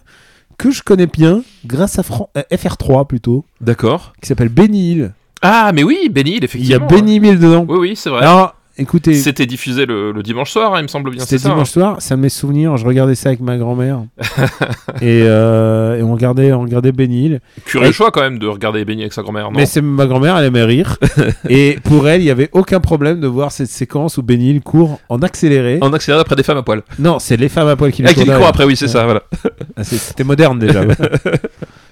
[SPEAKER 2] que je connais bien, grâce à Fran- euh, FR3 plutôt,
[SPEAKER 3] D'accord.
[SPEAKER 2] qui s'appelle Benny Hill.
[SPEAKER 3] Ah mais oui, Benny, Hill,
[SPEAKER 2] Il y a
[SPEAKER 3] effectivement.
[SPEAKER 2] Benny Hill dedans.
[SPEAKER 3] Oui oui, c'est vrai.
[SPEAKER 2] Alors, écoutez,
[SPEAKER 3] C'était diffusé le, le dimanche soir, hein, il me semble bien.
[SPEAKER 2] c'était
[SPEAKER 3] c'est ça,
[SPEAKER 2] dimanche soir, ça mes souvenirs, je regardais ça avec ma grand-mère. et, euh, et on regardait, on regardait Benny Hill.
[SPEAKER 3] hein. Curieux
[SPEAKER 2] Et-
[SPEAKER 3] choix quand même de regarder Benny avec sa grand-mère. non
[SPEAKER 2] Mais c'est ma grand-mère, elle aimait rire. et pour elle, il n'y avait aucun problème de voir cette séquence où Benny Hill court en accéléré.
[SPEAKER 3] En accéléré après des femmes à poil.
[SPEAKER 2] Non, c'est les femmes à poil qui
[SPEAKER 3] Ah,
[SPEAKER 2] le
[SPEAKER 3] qui les
[SPEAKER 2] courent
[SPEAKER 3] courent après, oui, c'est
[SPEAKER 2] Ouais.
[SPEAKER 3] ça. Voilà.
[SPEAKER 2] Ah, c'est- C'était moderne déjà.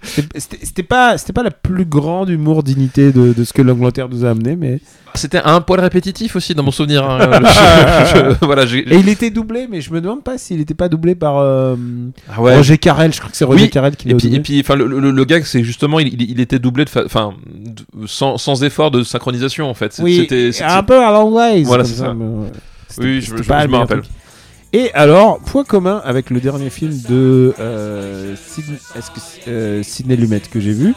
[SPEAKER 2] C'était- C'était c'était pas, c'était pas la plus grande humour dignité de, de ce que l'Angleterre nous a amené, mais
[SPEAKER 3] C'était un poil répétitif aussi dans mon souvenir. hein. Je- je- voilà, j'ai-
[SPEAKER 2] et il était doublé, mais je me demande pas s'il était pas doublé par euh,
[SPEAKER 3] Ah ouais.
[SPEAKER 2] Roger Carrel. Je crois que c'est Roger
[SPEAKER 3] Oui,
[SPEAKER 2] Carrel qui
[SPEAKER 3] Et
[SPEAKER 2] l'a
[SPEAKER 3] puis,
[SPEAKER 2] doublé.
[SPEAKER 3] et puis, enfin, le, le, le gag, c'est justement, il, il- il était doublé de, fa- enfin, de- sans, sans effort de synchronisation en fait. C'est-
[SPEAKER 2] oui,
[SPEAKER 3] c'était-
[SPEAKER 2] et
[SPEAKER 3] c'était-
[SPEAKER 2] un peu à l'anglaise.
[SPEAKER 3] Voilà,
[SPEAKER 2] comme
[SPEAKER 3] c'est ça.
[SPEAKER 2] mais, ouais. C'était-
[SPEAKER 3] Oui, je-
[SPEAKER 2] c'était
[SPEAKER 3] je-
[SPEAKER 2] pas
[SPEAKER 3] je
[SPEAKER 2] le
[SPEAKER 3] me
[SPEAKER 2] meilleur
[SPEAKER 3] rappelle.
[SPEAKER 2] truc. Et alors, point commun avec le dernier film de euh, Sidney, est-ce que c'est- euh, Sidney Lumet que j'ai vu.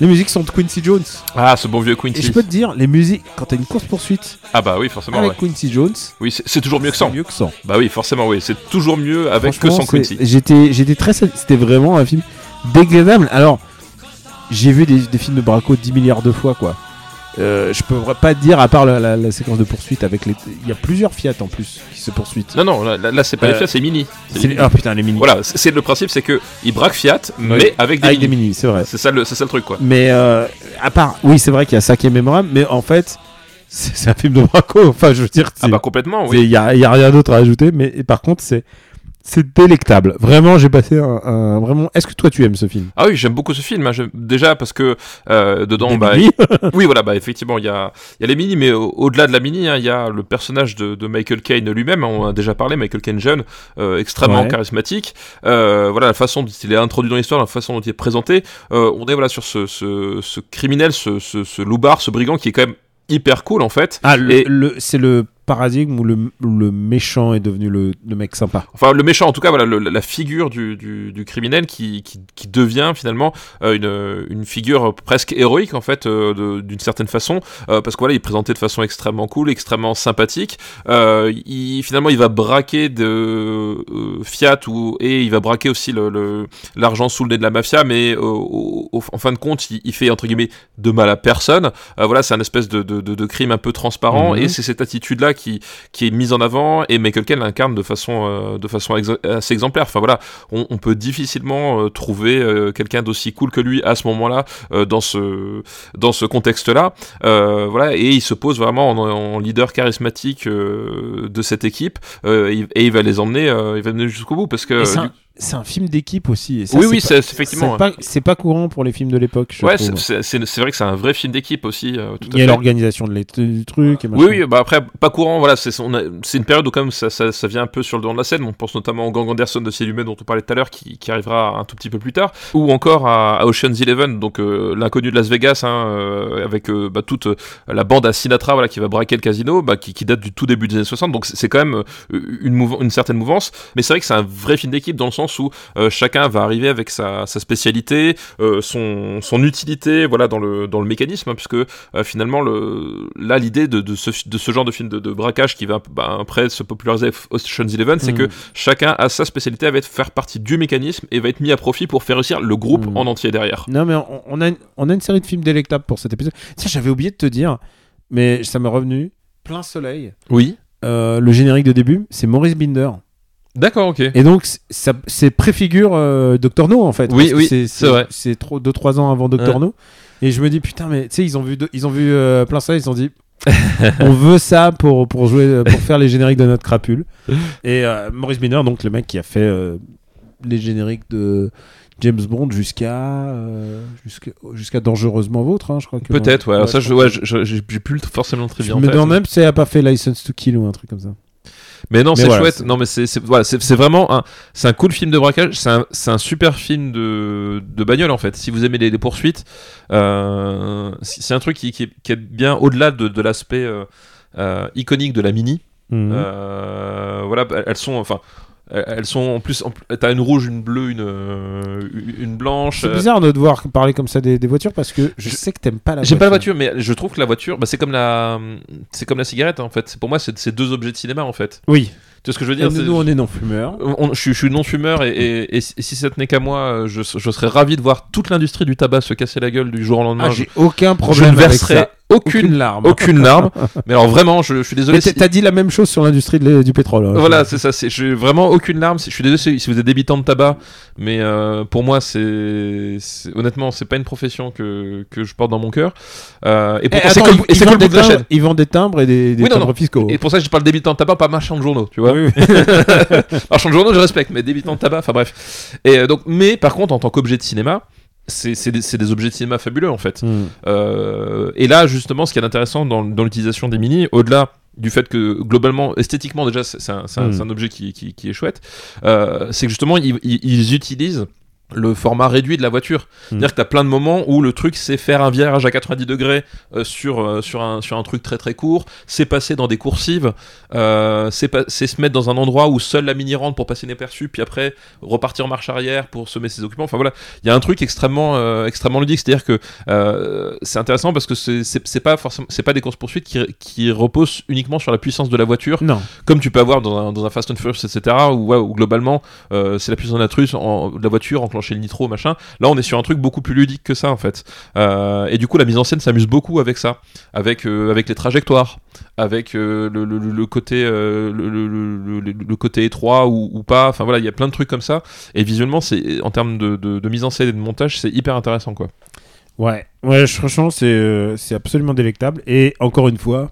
[SPEAKER 2] Les musiques sont de Quincy Jones.
[SPEAKER 3] Ah, ce bon vieux
[SPEAKER 2] Et
[SPEAKER 3] Quincy.
[SPEAKER 2] je peux te dire, les musiques, quand t'as une course poursuite
[SPEAKER 3] Ah bah oui, forcément.
[SPEAKER 2] avec
[SPEAKER 3] ouais.
[SPEAKER 2] Quincy Jones,
[SPEAKER 3] Oui, c'est c'est toujours mieux que sans.
[SPEAKER 2] c'est mieux que sans.
[SPEAKER 3] Bah oui, forcément, oui. C'est toujours mieux avec que
[SPEAKER 2] Franchement,
[SPEAKER 3] sans
[SPEAKER 2] c'est-
[SPEAKER 3] Quincy.
[SPEAKER 2] J'étais, j'étais très, sad- c'était vraiment un film dégradable. Alors, j'ai vu des, des films de Braco 10 milliards de fois, quoi. Euh, je peux pas te dire, à part la, la- la séquence de poursuite avec les, il y a plusieurs Fiat en plus qui se poursuitent.
[SPEAKER 3] Non, non, là, là, là, c'est pas
[SPEAKER 2] Euh,
[SPEAKER 3] les Fiat, c'est Mini. C'est
[SPEAKER 2] C'est
[SPEAKER 3] Mini.
[SPEAKER 2] les- Ah putain, les mini.
[SPEAKER 3] Voilà, c'est c'est le principe, c'est que il braque Fiat, mais avec des
[SPEAKER 2] Avec des
[SPEAKER 3] Mini.
[SPEAKER 2] mini, c'est vrai.
[SPEAKER 3] C'est ça, le- c'est ça le truc, quoi.
[SPEAKER 2] Mais euh, à part, oui, c'est vrai qu'il y a ça qui est mémorable, mais en fait, c'est, c'est un film de Braco. Enfin, je veux dire,
[SPEAKER 3] Ah
[SPEAKER 2] c'est-
[SPEAKER 3] bah complètement,
[SPEAKER 2] Il
[SPEAKER 3] oui.
[SPEAKER 2] n'y a, y a rien d'autre à ajouter, mais et par contre, c'est. c'est- c'est délectable. Vraiment, j'ai passé un, un- vraiment. Est-ce que toi tu aimes ce film
[SPEAKER 3] Ah oui, j'aime beaucoup ce film. hein. J'aime- Déjà parce que euh, dedans,
[SPEAKER 2] Des
[SPEAKER 3] bah,
[SPEAKER 2] mini
[SPEAKER 3] oui, voilà, bah, effectivement, il y a, il y a les mini, mais au- au-delà de la mini, hein, il y a le personnage de, de Michael Caine lui-même. hein, on en a déjà parlé, Michael Caine jeune, euh, extrêmement
[SPEAKER 2] Ouais.
[SPEAKER 3] charismatique. Euh, voilà, la façon dont il est introduit dans l'histoire, la façon dont il est présenté. Euh, on est voilà sur ce, ce, ce criminel, ce, ce, ce loupard, ce brigand qui est quand même hyper cool en fait.
[SPEAKER 2] Ah, le,
[SPEAKER 3] Et-
[SPEAKER 2] le- c'est le paradigme où le, le méchant est devenu le, le mec sympa.
[SPEAKER 3] Enfin, le méchant, en tout cas, voilà, le- la figure du, du, du criminel qui, qui, qui devient finalement euh, une, une figure presque héroïque, en fait, euh, de- d'une certaine façon, euh, parce que voilà, il est présenté de façon extrêmement cool, extrêmement sympathique. Euh, il, finalement, il va braquer de euh, Fiat ou, et il va braquer aussi l'argent le, l'argent sous le nez de la mafia, mais euh, au- au- en fin de compte, il, il fait, entre guillemets, de mal à personne. Euh, voilà, c'est un espèce de, de, de, de crime un peu transparent,
[SPEAKER 2] Mhm.
[SPEAKER 3] et c'est cette attitude-là qui, qui est mise en avant et Michael Caine l'incarne de façon euh, de façon exa- assez exemplaire. Enfin voilà, on, on peut difficilement euh, trouver euh, quelqu'un d'aussi cool que lui à ce moment-là euh, dans ce dans ce contexte-là. Euh, voilà et il se pose vraiment en, en leader charismatique euh, de cette équipe euh, et, il- et il va les emmener euh, il va les emmener jusqu'au bout parce que
[SPEAKER 2] Et c'est,
[SPEAKER 3] Euh, du-
[SPEAKER 2] un, c'est un film d'équipe aussi. et ça,
[SPEAKER 3] oui
[SPEAKER 2] c'est
[SPEAKER 3] oui
[SPEAKER 2] pas-
[SPEAKER 3] c'est c'est effectivement hein.
[SPEAKER 2] C'est pas, c'est pas courant pour les films de l'époque. Je
[SPEAKER 3] ouais
[SPEAKER 2] trouve.
[SPEAKER 3] c'est- c'est c'est- c'est vrai que c'est un vrai film d'équipe aussi euh, tout à
[SPEAKER 2] Il y a
[SPEAKER 3] fait.
[SPEAKER 2] l'organisation de l'été- du truc. et
[SPEAKER 3] Oui,
[SPEAKER 2] machin.
[SPEAKER 3] oui, bah après, pas courant, voilà, c'est on a- c'est une période où quand même ça, ça, ça vient un peu sur le devant de la scène. On pense notamment au Gang Anderson de Cellumé dont on parlait tout à l'heure, qui, qui arrivera un tout petit peu plus tard, ou encore à, à Ocean's Eleven, donc euh, l'inconnu de Las Vegas, hein, euh, avec euh, bah, toute euh, la bande à Sinatra voilà, qui va braquer le casino, bah, qui, qui date du tout début des années 60, donc c'est- c'est quand même euh, une, mouvan- une certaine mouvance, mais c'est vrai que c'est un vrai film d'équipe dans le sens où euh, chacun va arriver avec sa, sa spécialité, euh, son, son utilité voilà, dans, le, dans le mécanisme, hein, puisque euh, finalement le, là l'idée de, de, ce, de ce genre de film de, de braquage qui va bah, après se populariser avec Ocean's Eleven c'est
[SPEAKER 2] Mm.
[SPEAKER 3] que chacun a sa spécialité va être faire partie du mécanisme et va être mis à profit pour faire réussir le groupe
[SPEAKER 2] Mm.
[SPEAKER 3] en entier derrière
[SPEAKER 2] Non, mais on, on a une, on a une série de films délectables pour cet épisode. Tiens, j'avais oublié de te dire, mais ça m'est revenu. Plein soleil.
[SPEAKER 3] oui
[SPEAKER 2] Euh, le générique de début, c'est Maurice Binder.
[SPEAKER 3] d'accord ok
[SPEAKER 2] Et donc, c'est- ça, c'est préfigure euh, Doctor No en fait.
[SPEAKER 3] Oui,
[SPEAKER 2] parce que
[SPEAKER 3] oui,
[SPEAKER 2] c'est,
[SPEAKER 3] c'est vrai.
[SPEAKER 2] C'est trop deux trois ans avant Doctor
[SPEAKER 3] Ouais.
[SPEAKER 2] No. Et je me dis putain, mais tu sais, ils ont vu, deux- ils ont vu euh, plein soleil, ils se sont dit, on veut ça pour pour jouer, euh, pour faire les génériques de notre crapule. Et euh, Maurice Miner, donc le mec qui a fait euh, les génériques de James Bond jusqu'à euh, jusqu'à, jusqu'à dangereusement vôtre, hein, je crois que
[SPEAKER 3] peut-être ouais, alors ça je,
[SPEAKER 2] crois
[SPEAKER 3] ouais,
[SPEAKER 2] que-
[SPEAKER 3] je- je- j'ai j'ai plus le- forcément le très
[SPEAKER 2] je
[SPEAKER 3] bien en
[SPEAKER 2] me
[SPEAKER 3] tête.
[SPEAKER 2] demande même si elle a pas fait License to Kill ou un truc comme ça.
[SPEAKER 3] Mais non,
[SPEAKER 2] Mais
[SPEAKER 3] c'est
[SPEAKER 2] voilà,
[SPEAKER 3] chouette.
[SPEAKER 2] c'est-
[SPEAKER 3] Non, mais c'est c'est- voilà, c'est c'est vraiment un c'est un cool film de braquage. C'est un, c'est un super film de, de bagnole en fait. Si vous aimez les, les poursuites, euh, c'est c'est un truc qui, qui, est, qui est bien au-delà de, de l'aspect euh, euh, iconique de la mini.
[SPEAKER 2] Mhm.
[SPEAKER 3] Euh, voilà, bah, elles sont enfin. Elles elles sont en plus, en plus- t'as une rouge, une bleue, une, euh, une blanche.
[SPEAKER 2] C'est
[SPEAKER 3] euh,
[SPEAKER 2] bizarre hein, de devoir parler comme ça des, des voitures parce que je,
[SPEAKER 3] Je-
[SPEAKER 2] sais que t'aimes pas la voiture.
[SPEAKER 3] J'aime pas la voiture, mais je trouve que la voiture, bah, c'est comme la, c'est comme la cigarette en fait. C'est- Pour moi, c'est c'est deux objets de cinéma en fait.
[SPEAKER 2] Oui.
[SPEAKER 3] Tu vois ce que je
[SPEAKER 2] Et
[SPEAKER 3] veux dire
[SPEAKER 2] nous,
[SPEAKER 3] C'est-
[SPEAKER 2] nous, on est non-fumeurs.
[SPEAKER 3] Euh, On- je, suis- je suis non-fumeur et, et- et si et si ça tenait qu'à moi, euh, je, je serais ravi de voir toute l'industrie du tabac se casser la gueule du jour au lendemain.
[SPEAKER 2] Ah,
[SPEAKER 3] je,
[SPEAKER 2] j'ai aucun
[SPEAKER 3] je ne
[SPEAKER 2] problème avec
[SPEAKER 3] verserais
[SPEAKER 2] ça.
[SPEAKER 3] aucune,
[SPEAKER 2] larme.
[SPEAKER 3] aucune larme. Mais alors vraiment, je, je suis désolé.
[SPEAKER 2] Mais t'as
[SPEAKER 3] si-
[SPEAKER 2] t'as dit la même chose sur l'industrie de l'é- du pétrole. hein.
[SPEAKER 3] Voilà, c'est ça. c'est- Je vraiment aucune larme. Je suis désolé si si vous êtes débitant de tabac, mais euh, pour moi, c'est c'est- honnêtement, c'est pas une profession que, que je porte dans mon cœur. Euh, et
[SPEAKER 2] Eh,
[SPEAKER 3] pourtant, c'est
[SPEAKER 2] attends,
[SPEAKER 3] que, le-
[SPEAKER 2] ils-
[SPEAKER 3] et c'est
[SPEAKER 2] ils
[SPEAKER 3] que le
[SPEAKER 2] vendent
[SPEAKER 3] bout
[SPEAKER 2] des
[SPEAKER 3] de la
[SPEAKER 2] timbres-
[SPEAKER 3] chaîne.
[SPEAKER 2] Ils vendent des timbres et des, des
[SPEAKER 3] Oui, non,
[SPEAKER 2] timbres
[SPEAKER 3] non.
[SPEAKER 2] fiscaux.
[SPEAKER 3] Et pour ça, je parle débitant de tabac, pas marchand de journaux, tu vois.
[SPEAKER 2] Oui, oui.
[SPEAKER 3] Marchand de journaux, je respecte, mais débitant de tabac, enfin bref. Et euh, donc, mais par contre, en tant qu'objet de cinéma, c'est c'est des, c'est des objets de cinéma fabuleux en fait.
[SPEAKER 2] Hmm.
[SPEAKER 3] Euh, et là, justement, ce qui est intéressant dans, dans l'utilisation des mini, au-delà du fait que globalement, esthétiquement déjà, c'est c'est un, c'est un-
[SPEAKER 2] Mm.
[SPEAKER 3] c'est un objet qui, qui- qui est chouette, euh, c'est que justement, ils, ils- ils utilisent le format réduit de la voiture. C'est-à-dire que tu as plein de moments où le truc, c'est faire un virage à 90 degrés euh, sur, euh, sur, un, sur un truc très très court, c'est passer dans des coursives, euh, c'est pas- c'est se mettre dans un endroit où seule la mini rentre pour passer inaperçu, puis après repartir en marche arrière pour semer ses occupants. Enfin voilà, il y a un truc extrêmement, euh, extrêmement ludique. C'est-à-dire que euh, c'est intéressant parce que c'est- c'est c'est pas forcément c'est pas des courses poursuites qui, qui reposent uniquement sur la puissance de la voiture
[SPEAKER 2] Non.
[SPEAKER 3] comme tu peux avoir dans un, dans un Fast and Furious etc où, ouais, où globalement euh, c'est la puissance de la, truce, en- de la voiture enclencher le nitro machin là on est sur un truc beaucoup plus ludique que ça en fait Euh, et du coup la mise en scène s'amuse beaucoup avec ça avec euh, avec les trajectoires avec euh, le, le- le- le côté euh, le, le- le- le- le côté étroit ou, ou pas enfin voilà il y a plein de trucs comme ça et visuellement c'est en termes de, de- de mise en scène et de montage c'est hyper intéressant quoi
[SPEAKER 2] Ouais. Ouais, je- franchement, c'est euh, c'est absolument délectable. Et encore une fois,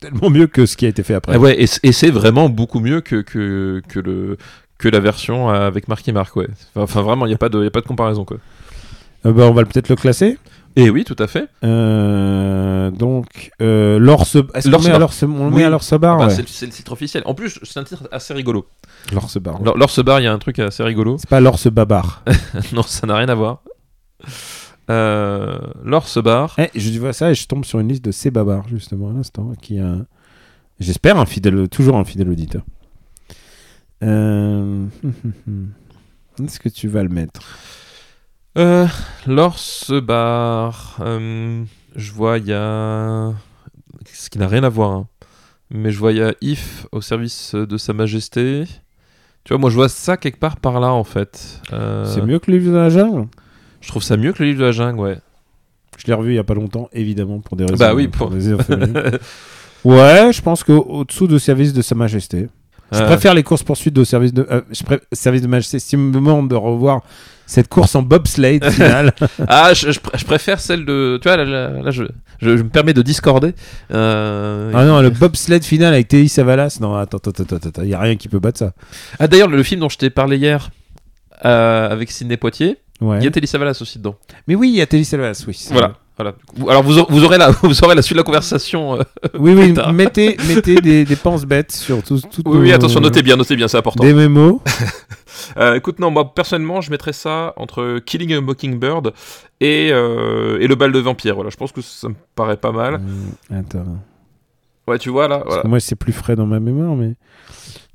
[SPEAKER 2] tellement mieux que ce qui a été fait après.
[SPEAKER 3] Ah ouais, et, c- et c'est vraiment beaucoup mieux que, que, que le que la version euh, avec Marc et Marc, ouais. Enfin, Enfin, vraiment, il n'y a, pas de- y a pas de comparaison, quoi.
[SPEAKER 2] Euh, bah, on va peut-être le classer.
[SPEAKER 3] Et Eh oui, tout à fait.
[SPEAKER 2] Euh, donc, euh, l'Orse. Est-ce qu'on
[SPEAKER 3] L'Orse
[SPEAKER 2] met à
[SPEAKER 3] Bar.
[SPEAKER 2] l'Orse- on le
[SPEAKER 3] Oui.
[SPEAKER 2] met à l'Orse Bar
[SPEAKER 3] Bah,
[SPEAKER 2] ouais.
[SPEAKER 3] c'est, le- c'est le titre officiel. En plus, c'est un titre assez rigolo.
[SPEAKER 2] L'Orse Bar.
[SPEAKER 3] Lors, lors ce bar, il y a un truc assez rigolo.
[SPEAKER 2] C'est pas l'Orse Babar.
[SPEAKER 3] non, ça n'a rien à voir. Euh, lors ce bar.
[SPEAKER 2] Eh, je vois ça et je tombe sur une liste de ces babards, justement, à l'instant, qui a, j'espère, un fidèle, toujours un fidèle auditeur. Euh, Est-ce que tu vas le mettre
[SPEAKER 3] Euh, lors ce bar. euh, je vois, il y a. Ce qui n'a rien à voir. hein. Mais je vois, il y a If au service de Sa Majesté. Tu vois, moi, je vois ça quelque part par là, en fait. Euh,
[SPEAKER 2] C'est mieux que livre de la jungle
[SPEAKER 3] Je trouve ça mieux que le livre de la jungle, ouais.
[SPEAKER 2] Je l'ai revu il y a pas longtemps, évidemment, pour des raisons.
[SPEAKER 3] Bah oui, pour-
[SPEAKER 2] des raisons familiales. ouais, je pense qu'au-dessous de service de Sa Majesté. Je
[SPEAKER 3] Euh,
[SPEAKER 2] préfère les courses poursuites de service de euh, je pré- service de Majesté. Si on me demande de revoir cette course en bobsleigh finale,
[SPEAKER 3] Ah, je, je pr- je préfère celle de. Tu vois, là, là- là, je, je- je me permets de discorder. Euh,
[SPEAKER 2] ah non, le bobsleigh final avec Théi Savalas, non, attends, attends, attends, attends, il y a rien qui peut battre ça.
[SPEAKER 3] Ah, d'ailleurs, le, le film dont je t'ai parlé hier euh, avec Sidney Poitier,
[SPEAKER 2] Ouais.
[SPEAKER 3] il y a Telly Savalas aussi dedans.
[SPEAKER 2] Mais oui, il y a Telly Savalas, oui. c'est
[SPEAKER 3] Voilà. voilà. Vous- Alors, vous, aurez- vous, aurez la, vous aurez la suite de la conversation. euh.
[SPEAKER 2] vrai. Oui, oui,
[SPEAKER 3] Plus tard.
[SPEAKER 2] mettez, mettez des, des penses bêtes sur tout. tout
[SPEAKER 3] Oui, oui, attention, notez bien, notez bien, c'est important.
[SPEAKER 2] Euh, Des mémos.
[SPEAKER 3] Euh, écoute, non, moi, personnellement, je mettrais ça entre Killing a Mockingbird et, euh, et Le Bal de Vampire. Voilà, je pense que ça me paraît pas mal.
[SPEAKER 2] Hum, Attends.
[SPEAKER 3] Ouais, tu vois, là.
[SPEAKER 2] Parce
[SPEAKER 3] Voilà.
[SPEAKER 2] que moi, c'est plus frais dans ma mémoire, mais.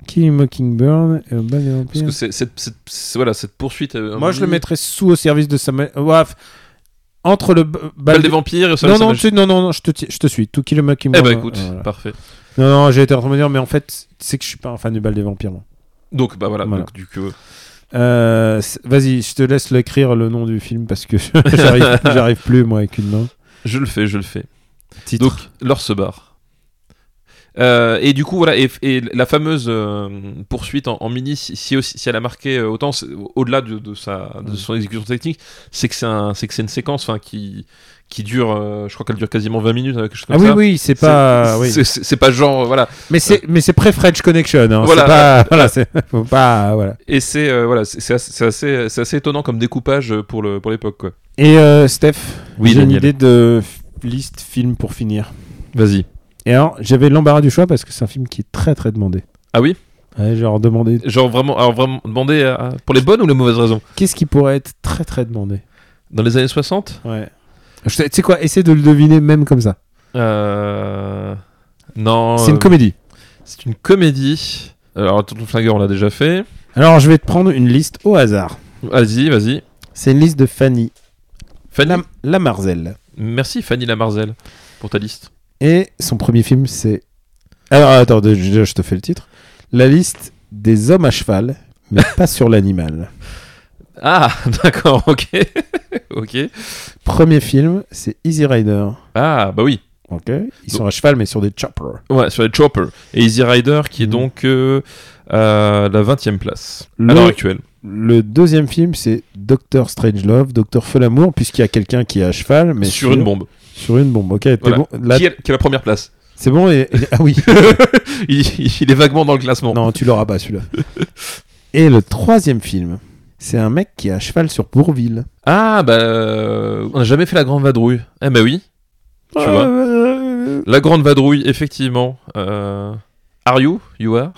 [SPEAKER 2] Killing Mockingbird et le bal des
[SPEAKER 3] Parce
[SPEAKER 2] vampires.
[SPEAKER 3] que c'est- c'est- c'est- c'est- voilà, cette poursuite. euh,
[SPEAKER 2] Moi, je le
[SPEAKER 3] mini-
[SPEAKER 2] mettrais sous au service de Samuel. Ouaf. Entre le b-
[SPEAKER 3] Bal
[SPEAKER 2] bal
[SPEAKER 3] des vampires et
[SPEAKER 2] Non,
[SPEAKER 3] Solomon
[SPEAKER 2] non,
[SPEAKER 3] Savage.
[SPEAKER 2] tu- non, non, non, je te, ti- je te suis. Tout Kill Mockingbird. hein, euh,
[SPEAKER 3] Eh bah écoute,
[SPEAKER 2] voilà.
[SPEAKER 3] parfait.
[SPEAKER 2] Non, non, j'ai été en train de me dire, mais en fait, tu sais que je suis pas un fan du bal des vampires, moi.
[SPEAKER 3] Donc bah voilà,
[SPEAKER 2] Voilà.
[SPEAKER 3] donc du coup.
[SPEAKER 2] Euh, c- Vas-y, je te laisse l'écrire le nom du film parce que j'arrive j'arrive plus, moi, avec une main.
[SPEAKER 3] Je le fais, je le fais.
[SPEAKER 2] Titre.
[SPEAKER 3] Donc l'or se barre. Euh, et du coup voilà et, et la fameuse euh, poursuite en, en mini si, si aussi- si elle a marqué euh, autant c'est- au-delà de, de sa de son exécution technique c'est que c'est un- c'est que c'est une séquence enfin qui qui dure euh, je crois qu'elle dure quasiment 20 minutes euh, quelque chose comme
[SPEAKER 2] ah oui,
[SPEAKER 3] ça.
[SPEAKER 2] oui, c'est
[SPEAKER 3] C'est-
[SPEAKER 2] pas. oui.
[SPEAKER 3] c'est- c'est c'est pas genre euh, voilà
[SPEAKER 2] Mais c'est mais c'est pré French Connection. Hein.
[SPEAKER 3] Voilà.
[SPEAKER 2] C'est pas voilà, c'est faut pas voilà.
[SPEAKER 3] et c'est euh, voilà c'est c'est assez c'est assez, c'est assez étonnant comme découpage euh, pour le pour l'époque quoi
[SPEAKER 2] Et euh, Steph,
[SPEAKER 3] Oui,
[SPEAKER 2] j'ai une
[SPEAKER 3] Daniel.
[SPEAKER 2] idée de f- liste film pour finir.
[SPEAKER 3] vas-y
[SPEAKER 2] Et alors, j'avais l'embarras du choix parce que c'est un film qui est très très demandé.
[SPEAKER 3] ah oui
[SPEAKER 2] Ouais, genre demandé
[SPEAKER 3] genre vraiment alors vraiment demander à- à- pour les bonnes ou les mauvaises raisons
[SPEAKER 2] qu'est-ce qui pourrait être très très demandé.
[SPEAKER 3] dans les années 60
[SPEAKER 2] Ouais. Tu sais- tu sais quoi, essaie de le deviner même comme ça.
[SPEAKER 3] Euh... Non.
[SPEAKER 2] C'est
[SPEAKER 3] euh,
[SPEAKER 2] une comédie. c'est
[SPEAKER 3] une comédie. Euh, Alors, Tonton Flingueur, on l'a déjà fait.
[SPEAKER 2] Alors, je vais te prendre une liste au hasard.
[SPEAKER 3] Vas-y, vas-y.
[SPEAKER 2] C'est une liste de Fanny
[SPEAKER 3] Fanny.
[SPEAKER 2] Lam- Lamarzel.
[SPEAKER 3] Merci, Fanny Lamarzel, pour ta liste.
[SPEAKER 2] Et son premier film, c'est. Alors, attends, déjà, je te fais le titre. La liste des hommes à cheval, mais pas sur l'animal.
[SPEAKER 3] Ah, d'accord, ok. ok.
[SPEAKER 2] Premier film, c'est Easy Rider.
[SPEAKER 3] Ah, bah oui.
[SPEAKER 2] Ok Ils sont à cheval, mais sur des choppers.
[SPEAKER 3] Ouais, sur les Chopper. Et Easy Rider, qui est
[SPEAKER 2] Mhm.
[SPEAKER 3] donc euh, à la 20 e place,
[SPEAKER 2] Le-
[SPEAKER 3] à l'heure actuelle.
[SPEAKER 2] Le deuxième film, c'est Doctor Strangelove, Docteur Feu l'amour, puisqu'il y a quelqu'un qui est à cheval, mais
[SPEAKER 3] sur une bombe.
[SPEAKER 2] Sur une bombe. Ok, t'es
[SPEAKER 3] Voilà.
[SPEAKER 2] bon. Là,
[SPEAKER 3] Qui, est, qui est la première place
[SPEAKER 2] c'est bon. Et... et- Ah oui.
[SPEAKER 3] il, il est vaguement dans le classement.
[SPEAKER 2] non, tu l'auras pas celui-là. et le troisième film, c'est un mec qui est à cheval sur Bourville.
[SPEAKER 3] Ah, bah. euh, on n'a jamais fait la grande vadrouille. Eh, bah oui. Tu vois
[SPEAKER 2] Ah,
[SPEAKER 3] La grande vadrouille, effectivement. Euh, Are you You are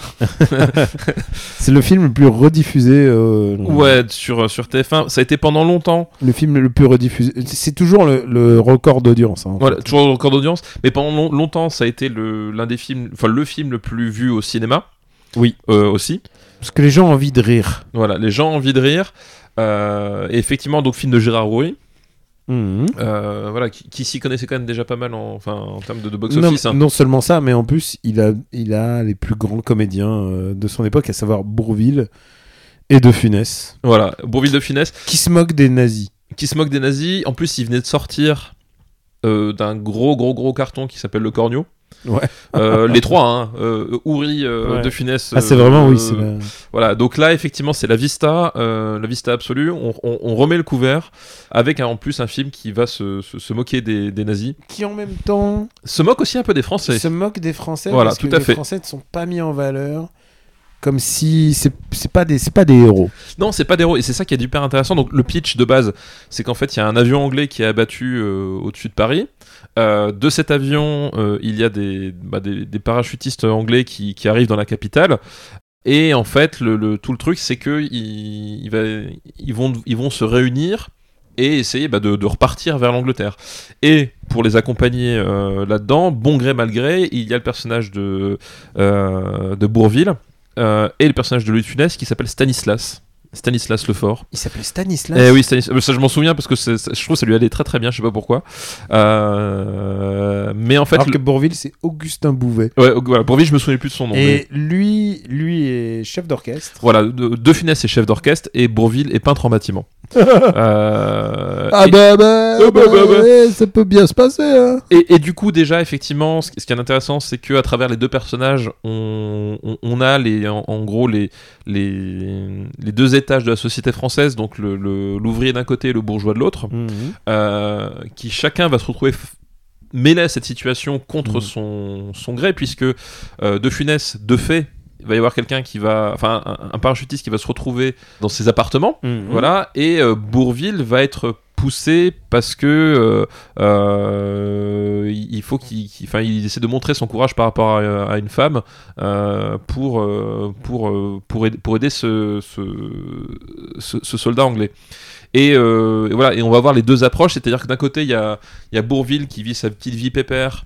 [SPEAKER 2] C'est le film le plus rediffusé. euh,
[SPEAKER 3] Ouais, sur, sur TF1. Ça a été pendant longtemps.
[SPEAKER 2] Le film le plus rediffusé. C'est toujours le, le record d'audience. hein.
[SPEAKER 3] Voilà, toujours record d'audience. Mais pendant long- longtemps, ça a été le- l'un des films, enfin le film le plus vu au cinéma.
[SPEAKER 2] Oui.
[SPEAKER 3] Euh, aussi.
[SPEAKER 2] Parce que les gens ont envie de rire.
[SPEAKER 3] Voilà, les gens ont envie de rire. Euh, et effectivement, donc film de Gérard Rouy,
[SPEAKER 2] Mhm.
[SPEAKER 3] euh, voilà, qui, qui s'y connaissait quand même déjà pas mal en, enfin, en termes de, de
[SPEAKER 2] Non,
[SPEAKER 3] box-office. hein.
[SPEAKER 2] non seulement ça, mais en plus, il a, il a les plus grands comédiens euh, de son époque, à savoir Bourville et De Funès,
[SPEAKER 3] Voilà, Bourville de Funès,
[SPEAKER 2] qui se moquent des nazis.
[SPEAKER 3] qui se moque des nazis. En plus, il venait de sortir euh, d'un gros, gros, gros carton qui s'appelle Le Cornio.
[SPEAKER 2] Ouais.
[SPEAKER 3] Euh, les trois, hein, euh, Ouri, euh,
[SPEAKER 2] Ouais.
[SPEAKER 3] De Funès.
[SPEAKER 2] Ah, c'est
[SPEAKER 3] euh,
[SPEAKER 2] vraiment,
[SPEAKER 3] euh,
[SPEAKER 2] oui, c'est la-
[SPEAKER 3] Voilà, donc là, effectivement, c'est la vista, euh, la vista absolue. On, on- on remet le couvert avec un- en plus un film qui va se, se- se moquer des, des nazis.
[SPEAKER 2] Qui en même temps
[SPEAKER 3] Se moque aussi un peu des Français.
[SPEAKER 2] se moque des Français
[SPEAKER 3] Voilà,
[SPEAKER 2] parce que
[SPEAKER 3] tout à
[SPEAKER 2] les
[SPEAKER 3] fait.
[SPEAKER 2] Français ne sont pas mis en valeur comme si c'est c'est pas des c'est pas des héros.
[SPEAKER 3] Non, c'est pas des héros, et c'est ça qui est hyper intéressant. Donc, le pitch de base, c'est qu'en fait, il y a un avion anglais qui est abattu euh, au-dessus de Paris. Euh, de cet avion, euh, il y a des, bah, des, des parachutistes anglais qui, qui arrivent dans la capitale. Et en fait, le, le- tout le truc, c'est que ils, il va- ils vont, ils vont se réunir et essayer bah, de, de repartir vers l'Angleterre. Et pour les accompagner euh, là-dedans, bon gré mal gré, il y a le personnage de, euh, de Bourville euh, et le personnage de Louis de Funès qui s'appelle Stanislas. Stanislas Lefort.
[SPEAKER 2] Il s'appelle Stanislas.
[SPEAKER 3] Eh oui, Stanis- euh, ça je m'en souviens parce que c'est- ça- je trouve que ça lui allait très très bien, je sais pas pourquoi. Euh, Mais en fait,
[SPEAKER 2] Alors
[SPEAKER 3] le-
[SPEAKER 2] que Bourville c'est Augustin Bouvet.
[SPEAKER 3] ouais, voilà, pour vie, je me souviens plus de son nom. mais-
[SPEAKER 2] Et lui, lui est chef d'orchestre.
[SPEAKER 3] Voilà, De, de Funès est chef d'orchestre et Bourville est peintre en bâtiment. Euh,
[SPEAKER 2] Ah
[SPEAKER 3] et-
[SPEAKER 2] bah bah,
[SPEAKER 3] Ah bah,
[SPEAKER 2] bah,
[SPEAKER 3] bah, bah.
[SPEAKER 2] ouais, ça peut bien se passer. Hein.
[SPEAKER 3] Et, et du coup, déjà, effectivement, ce, ce qui est intéressant, c'est que à travers les deux personnages, on, on- on a les, en, en gros les, les, les deux étages de la société française, donc le- le- l'ouvrier d'un côté et le bourgeois de l'autre, euh, qui chacun va se retrouver f- mêlé à cette situation contre
[SPEAKER 2] Mhm.
[SPEAKER 3] son, son gré, puisque euh, de funès, de fait, il va y avoir quelqu'un qui va, enfin, un- un parachutiste qui va se retrouver dans ses appartements.
[SPEAKER 2] Mhm.
[SPEAKER 3] Voilà, et euh, Bourville va être poussé parce que euh, euh, il il faut qu'il qu'il- enfin, il essaie de montrer son courage par rapport à, à une femme euh, pour, euh, pour, euh, pour aider, pour aider ce, ce, ce- ce soldat anglais. Et, euh, et voilà, et on va voir les deux approches, c'est-à-dire que d'un côté, il y a, il y a Bourville qui vit sa petite vie pépère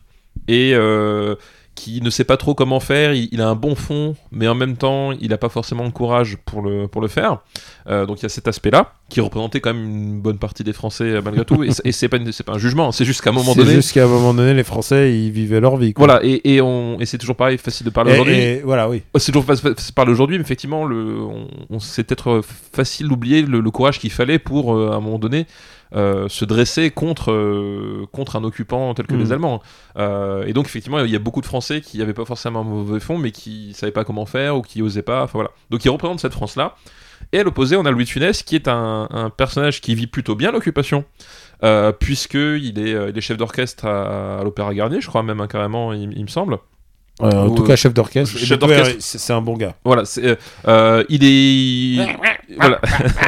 [SPEAKER 3] et euh, qui ne sait pas trop comment faire, il, il a un bon fond, mais en même temps, il n'a pas forcément le courage pour le, pour le faire. Euh, donc il y a cet aspect-là qui représentait quand même une bonne partie des Français euh, malgré tout. Et, c- et c'est pas, une- c'est pas un jugement, c'est juste qu'à un moment
[SPEAKER 2] C'est
[SPEAKER 3] donné.
[SPEAKER 2] juste qu'à un moment donné, les Français, ils vivaient leur vie. quoi.
[SPEAKER 3] Voilà, et, et, on- et c'est toujours pareil, facile de parler
[SPEAKER 2] Et-
[SPEAKER 3] aujourd'hui.
[SPEAKER 2] et voilà, oui.
[SPEAKER 3] C'est toujours facile de parler aujourd'hui, mais effectivement, le, on, on s'est peut-être facile d'oublier le, le courage qu'il fallait pour, euh, à un moment donné, euh, se dresser contre, euh, contre un occupant tel que
[SPEAKER 2] Mm.
[SPEAKER 3] les Allemands. Euh, et donc, effectivement, il y a beaucoup de Français qui n'avaient pas forcément un mauvais fond, mais qui ne savaient pas comment faire ou qui n'osaient pas. Enfin, voilà. Donc, il représente cette France-là. Et à l'opposé, on a Louis de Funès, qui est un, un personnage qui vit plutôt bien l'occupation, euh, puisque il est, euh, il est chef d'orchestre à, à l'Opéra Garnier, je crois même hein, carrément, il- il me semble.
[SPEAKER 2] Euh, en
[SPEAKER 3] Ou,
[SPEAKER 2] tout
[SPEAKER 3] euh,
[SPEAKER 2] cas, chef d'orchestre.
[SPEAKER 3] chef
[SPEAKER 2] Et Beethoven,
[SPEAKER 3] d'orchestre.
[SPEAKER 2] C'est c'est un bon gars.
[SPEAKER 3] Voilà, c'est, euh, euh, il est. voilà.